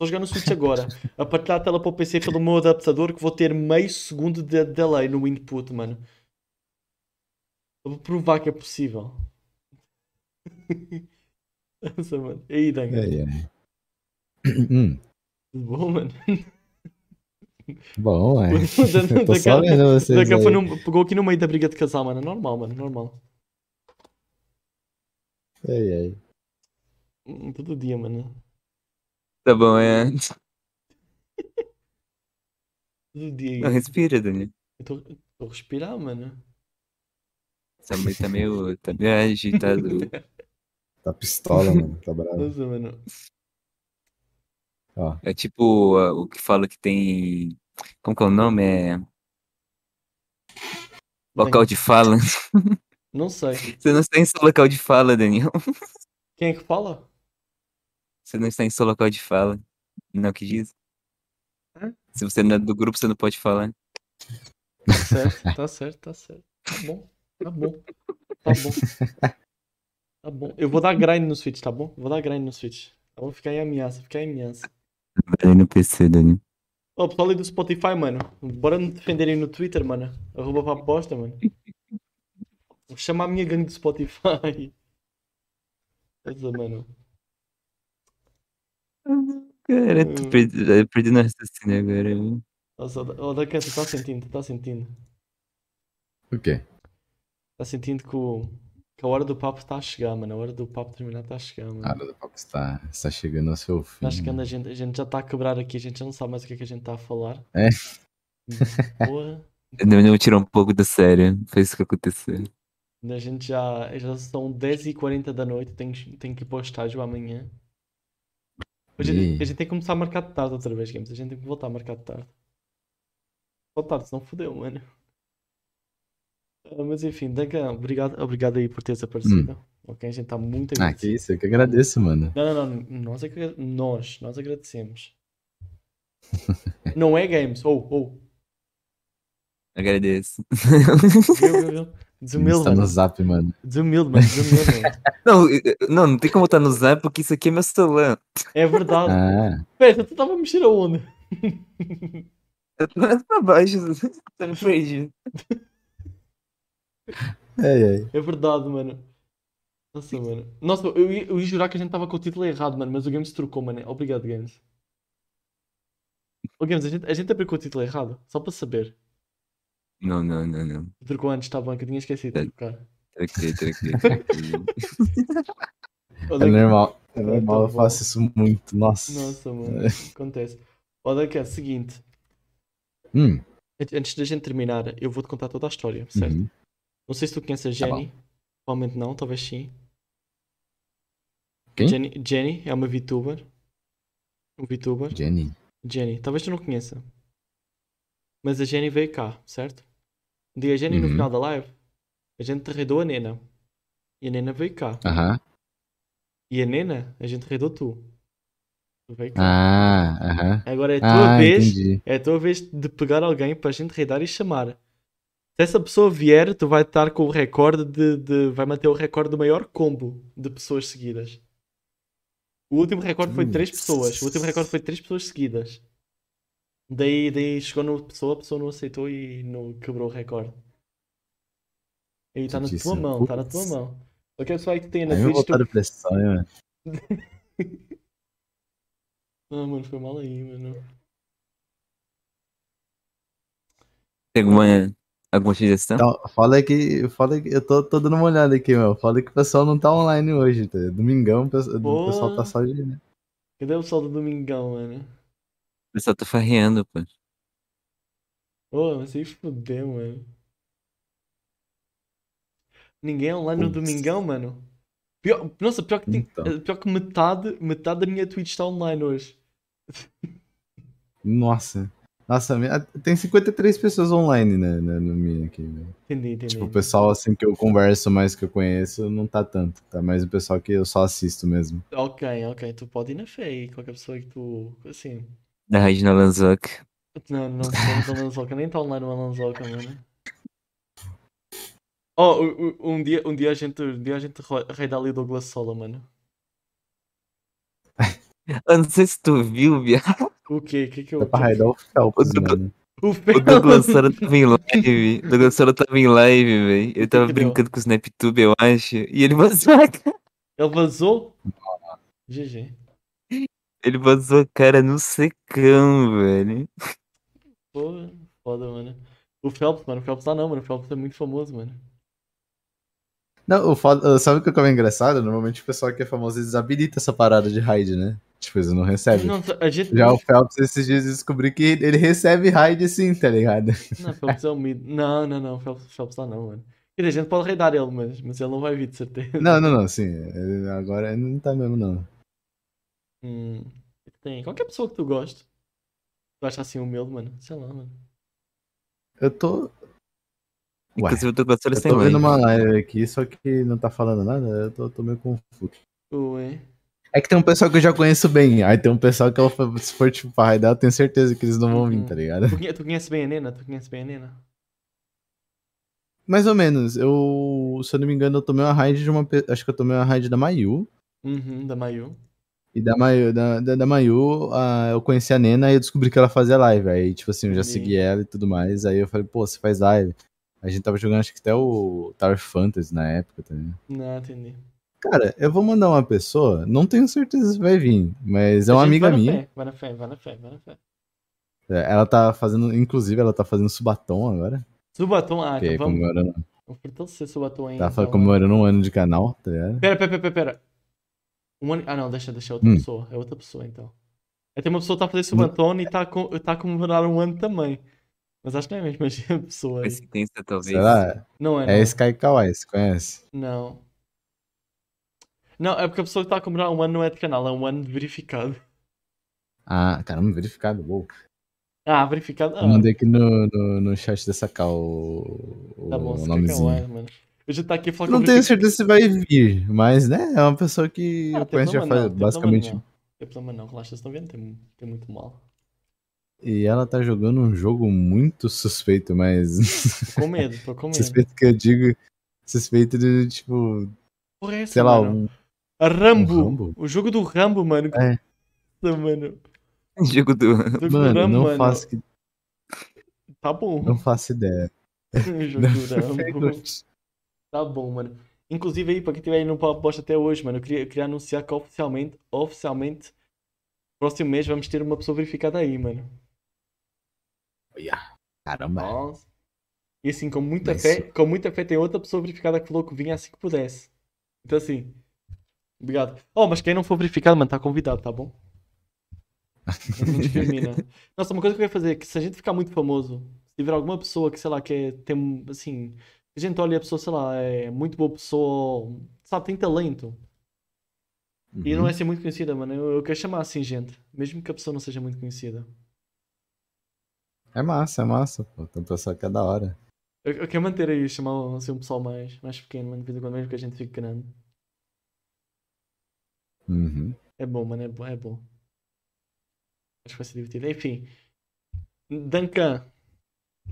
C: Vou jogar no Switch agora. A partilhar a tela para o PC pelo meu adaptador que vou ter meio segundo de delay no input, mano. Eu vou provar que é possível. Nossa, mano. E aí, Danga?
B: É, é.
D: Hum,
C: Tudo bom, mano?
B: Bom, é.
C: Da-
B: Eu tô
C: da
B: só
C: cara-
B: vendo vocês
C: Daqui a
B: aí.
C: pouco não- pegou aqui no meio da briga de casal, mano. É Normal, mano. Normal.
B: Ai, ai.
C: Hum, Todo dia, mano.
A: Tá bom, é.
C: Todo dia.
A: Não, Então respira, Daniel.
C: Estou a respirar, mano.
A: Tá meio, tá meio, tá meio agitado.
B: Tá pistola, mano. Tá bravo.
C: Nossa, mano.
A: É tipo a- o que fala que tem. Como que é o nome? É. Local de fala.
C: Não sei.
A: Você não está em seu local de fala, Daniel.
C: Quem é que fala?
A: Você não está em seu local de fala. Não, é que diz?
C: Hã?
A: Se você não é do grupo, você não pode falar.
C: Tá certo, tá certo, tá certo. Tá bom, tá bom. Tá bom. Tá bom. Eu vou dar grind no Switch, tá bom? Vou dar grind no Switch. Tá bom? Fica em ameaça, fica em ameaça.
A: Vai no PC, Daniel.
C: Ó, o pessoal aí do Spotify, mano. Bora me defenderem no Twitter, mano. Arroba pra aposta, mano. Vou chamar a minha gangue do Spotify. Essa, mano.
A: Cara, eu tô
C: Hum.
A: perdi- eu perdi no raciocínio agora. viu?
C: Nossa, ó, Dacan, tu tá sentindo, tu tá sentindo.
B: O quê?
C: Tá sentindo que, o- que a hora do papo tá a chegar, mano. A hora do papo terminar tá a chegar, mano.
B: A hora do papo está, está chegando ao seu fim.
C: Acho que anda a gente, a gente já está a quebrar aqui, a gente já não sabe mais o que é que a gente está a falar.
B: É.
C: Porra,
A: Daniel me tirou um pouco do sério. Foi isso que aconteceu.
C: a gente já, já são 10h40 da noite, tenho, tenho que ir para o estágio amanhã. A gente,
B: Ih.
C: a gente tem que começar a marcar de tarde outra vez, Games. A gente tem que voltar a marcar de tarde. Só de tarde, senão fodeu, mano. Ah, Mas enfim, Duncan, obrigado, obrigado aí por teres aparecido. Ok, a gente está muito
B: Hum. Ah, que
C: agradecido.
B: isso, eu que agradeço, mano.
C: Não, não, não. Nós, agra- nós, nós agradecemos. não é games. Ou, oh, ou.
A: Agradeço.
C: Oh. Viu, viu, viu? Desumilde,
B: Está no
C: mano.
B: zap, mano.
C: Desumilde, mano. Desumilde, mano.
A: Não, eu- eu- não, não tem como botar no zap porque isso aqui é meu celular.
C: É verdade.
B: Ah,
C: Pera, tu estava a mexer aonde?
A: Eu tô olhando pra baixo. Tá me perdido.
B: ai, ai.
C: É verdade, mano. Nossa, mano. Nossa, eu ia, eu ia jurar que a gente estava com o título errado, mano. Mas o Games trocou, mano. Obrigado, Games. Ô, Games, a gente, a gente abriu com o título errado. Só para saber.
A: Não, não, não, não.
C: Tu trocou antes, tá bom, que eu tinha esquecido de trocar.
A: Tranquilo, tranquilo, tranquilo.
B: É normal. É normal, eu
C: bom.
B: faço isso muito. Nossa.
C: Nossa, mano. Acontece. Olha, Duncan, seguinte.
B: Hum,
C: Ant- Antes da gente terminar, eu vou-te contar toda a história, certo?
B: uhum.
C: Não sei se tu conheces a
B: Tá bom.
C: Jenny. Provavelmente não, talvez sim.
B: Quem?
C: Jenny, Jenny é uma VTuber. Um VTuber.
B: Jenny.
C: Jenny, talvez tu não conheça. Mas a Jenny veio cá, certo? Um dia a Jenny, no
B: Uhum.
C: final da live, a gente arredou a Nena. E a Nena veio cá.
B: Aham.
C: E a Nena, a gente arredou tu. Tu veio cá.
B: Ah, aham.
C: Agora é a tua
B: Ah,
C: vez.
B: entendi.
C: É a tua vez de pegar alguém para a gente reidar e chamar. Se essa pessoa vier, tu vai estar com o recorde de, de- Vai manter o recorde do maior combo de pessoas seguidas. O último recorde
B: Hum.
C: foi de 3 pessoas. O último recorde foi de 3 pessoas seguidas. Daí, daí chegou numa pessoa, a pessoa não aceitou e não quebrou o recorde. E está na tua
B: Certíssimo.
C: mão, está na tua
B: Putz.
C: mão. Qualquer pessoa aí que tenha na
B: Aí eu
C: Twitch, tu...
B: voltar depressão, hein, mano.
C: Ah, mano, foi mal aí, mano.
A: Tem alguma, alguma sugestão?
B: Então,
D: Fala que, fala que eu tô, tô dando uma olhada aqui, meu. Fala que o pessoal não tá online hoje, tá? Domingão, o pessoal, o pessoal tá só de.
C: Cadê o pessoal do Domingão, mano?
A: O pessoal tá farreando, pô.
C: Ô, mas aí fudeu, mano. Ninguém online no
B: Putz.
C: domingão, mano. Pior- nossa, pior que, tem- eh,
B: Então.
C: pior que metade, metade da minha Twitch está online hoje.
B: Nossa.
D: Nossa, minha- tem 53 pessoas online, né? né, No minha aqui, né?
C: Entendi, entendi.
D: Tipo, o pessoal assim que eu converso mais que eu conheço não tá tanto, tá? Mas o pessoal que eu só assisto mesmo.
C: Ok, ok. Tu pode ir na fé aí, qualquer pessoa que tu. Assim.
A: Da Regina Lanzoc.
C: Não, não somos Alanzoca, nem está online o Alanzoca, mano. Oh, u- u- um dia, um dia a gente, um dia a gente ro- raida ali o Douglas Sola, mano.
A: Eu não sei se tu viu, viado.
C: O quê? O que que eu...
D: É
B: Dá É pra raidar o Phelps,
D: né?
B: mano.
C: O
A: O
C: Fel-
A: Douglas Sora tava em live. O Douglas Sora tava em live, velho. Ele tava
C: que deu?
A: brincando com o SnapTube, eu acho. E ele vazou a cara.
C: Ele vazou? GG.
A: Ele vazou a cara no secão, velho.
C: Porra, foda, mano. O Phelps, mano, o Phelps lá não, mano. O Phelps é muito famoso, mano.
B: Não, o foda- sabe o que eu é engraçado? Normalmente o pessoal que é famoso desabilita essa parada de raid, né? Tipo, eles não recebem.
C: Não, a gente.
B: Já o Phelps esses dias descobri que ele recebe raid sim, tá ligado?
C: Não, o Phelps é um mid. Não, não, não. O Phelps, o Phelps lá não, mano. Quer dizer, a gente pode raidar ele, mas, mas ele não vai vir, de certeza.
B: Não, não, não, sim. ele- Agora ele não tá mesmo, não.
C: Hum, tem. Qualquer pessoa que tu goste. Tu acha assim humilde, mano? Sei lá, mano.
B: Eu tô. Ué,
A: Inclusive, o Douglas Sora
B: eu
A: está em
B: tô
A: live.
B: vendo uma live aqui, só que não tá falando nada, eu tô, tô meio confuso.
C: Ué.
B: É que tem um pessoal que eu já conheço bem, aí tem um pessoal que eu, se for tipo pra raidar, eu tenho certeza que eles não vão vir, tá ligado?
C: Tu, conhe- tu conhece bem a Nena? Tu conhece bem a Nena?
B: Mais ou menos, eu. Se eu não me engano, eu tomei uma raid de uma. pe- Acho que eu tomei uma raid da Mayu.
C: Uhum, da Mayu.
B: E da Mayu, da, da, da Mayu ah, eu conheci a Nena e eu descobri que ela fazia live. Aí, tipo assim, eu já
C: Entendi.
B: segui ela e tudo mais. Aí eu falei, pô, você faz live. A gente tava jogando, acho que até o Tower Fantasy na época também.
C: Não, entendi.
B: Cara, eu vou mandar uma pessoa, não tenho certeza se vai vir, mas é uma
C: A gente
B: amiga
C: vai na
B: minha.
C: fé, Vai na fé, vai na fé, vai na fé.
B: É, Ela tá fazendo, inclusive, ela tá fazendo Subatom agora.
C: Subatom, ah,
B: que é
C: então vamos. Então
B: comemorando,
C: Vamos fortalecer Subatom ainda.
B: tá comemorando um ano de canal, tá ligado?
C: Pera, pera, pera, pera. Um ano- Ah não, deixa, deixa, é outra
B: Hum.
C: pessoa. É outra pessoa então. É tem uma pessoa que tá fazendo subantone e tá, com, tá comemorando um ano também. Mas acho que não é a mesma pessoa. aí.
A: Coincidência, talvez.
B: Será?
C: Não é, não.
B: É Sky Kawaii, você conhece?
C: Não. Não, é porque a pessoa que tá comemorando um ano não é de canal, é um ano verificado.
B: Ah, caramba, verificado, uou.
C: Ah, verificado. Ah,
B: Eu mandei aqui no, no, no chat dessa cal o, o
C: tá bom, você quer que eu
B: nomezinho.
C: erre, mano. Eu já tá aqui falando
B: Não
C: com
B: tenho
C: verificado.
B: certeza se vai vir, mas né, é uma pessoa que
C: Ah,
B: eu
C: tem
B: conheço já
C: problema
B: faz
C: não, tem
B: basicamente. um.
C: problema não. Tem problema não, relaxa, vocês estão vendo? Tem, tem muito mal.
B: E ela tá jogando um jogo muito suspeito, mas.
C: Tô com medo, tô com medo.
B: suspeito que eu digo. Suspeito de, tipo,
C: Porra, é essa,
B: sei lá,
C: mano?
B: um.
C: A Rambo.
B: Um Rambo?
C: O jogo do Rambo, mano.
B: É.
C: Nossa, mano.
A: Jogo do.
C: O jogo do
B: Mano,
C: Rambo,
B: não
C: mano.
B: faço, que-
C: Tá bom.
B: não faço ideia.
C: O jogo do Rambo. Tá bom, mano. Inclusive aí, pra quem tiver aí no aposta até hoje, mano, eu queria, eu queria anunciar que oficialmente, oficialmente, próximo mês vamos ter uma pessoa verificada aí, mano.
B: Caramba. é.
C: Nossa. E assim, com muita
B: Mas
C: fé, com muita fé tem outra pessoa verificada que falou que vinha assim que pudesse. Então assim. Obrigado. Oh, mas quem não for verificado, mano, tá convidado, tá bom? Não discrimina. Nossa, uma coisa que eu ia fazer é que se a gente ficar muito famoso, se tiver alguma pessoa que, sei lá, que é, tem, assim, a gente olha e a pessoa, sei lá, é muito boa pessoa, ou, sabe, tem talento, e
B: Uhum.
C: não é ser muito conhecida, mano, eu, eu quero chamar assim gente, mesmo que a pessoa não seja muito conhecida.
B: É massa, é massa, pô. Tem um pessoal que é da hora.
C: Eu, eu quero manter aí, chamar assim, um pessoal mais, mais pequeno, mano, de vez em quando, mesmo que a gente fique grande.
B: Uhum.
C: É bom, mano, é bom, é bom. Acho que vai ser divertido. Enfim. Duncan.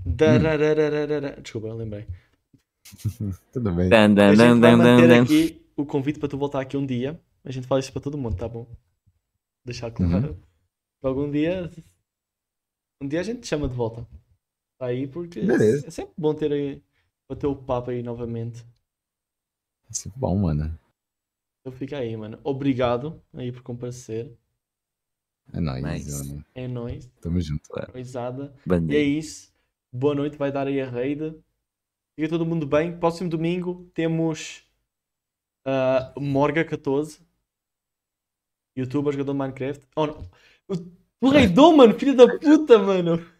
C: Darararararara. Desculpa, eu lembrei.
B: Tudo bem.
A: Dan, dan, dan,
C: A gente vai
A: dan, dan,
C: manter
A: dan.
C: aqui o convite para tu voltar aqui um dia. A gente fala isso para todo mundo, tá bom? Deixar claro.
A: Uhum.
C: Pra Algum dia. Um dia a gente te chama de volta. Tá aí porque
B: Beleza.
C: é sempre bom ter aí. Bater o papo aí novamente.
B: Isso é bom, mano.
C: Então fica aí, mano. Obrigado aí por comparecer.
B: É nóis,
A: Nice.
B: mano.
C: É nóis.
B: Tamo junto.
C: Noisada. E é
A: Bandeira.
C: isso. Boa noite, vai dar aí a raid. Fica todo mundo bem. Próximo domingo temos ah, Morga14, youtuber, jogador de Minecraft. Oh, não. O- Tu raidou, mano, filho da puta, mano.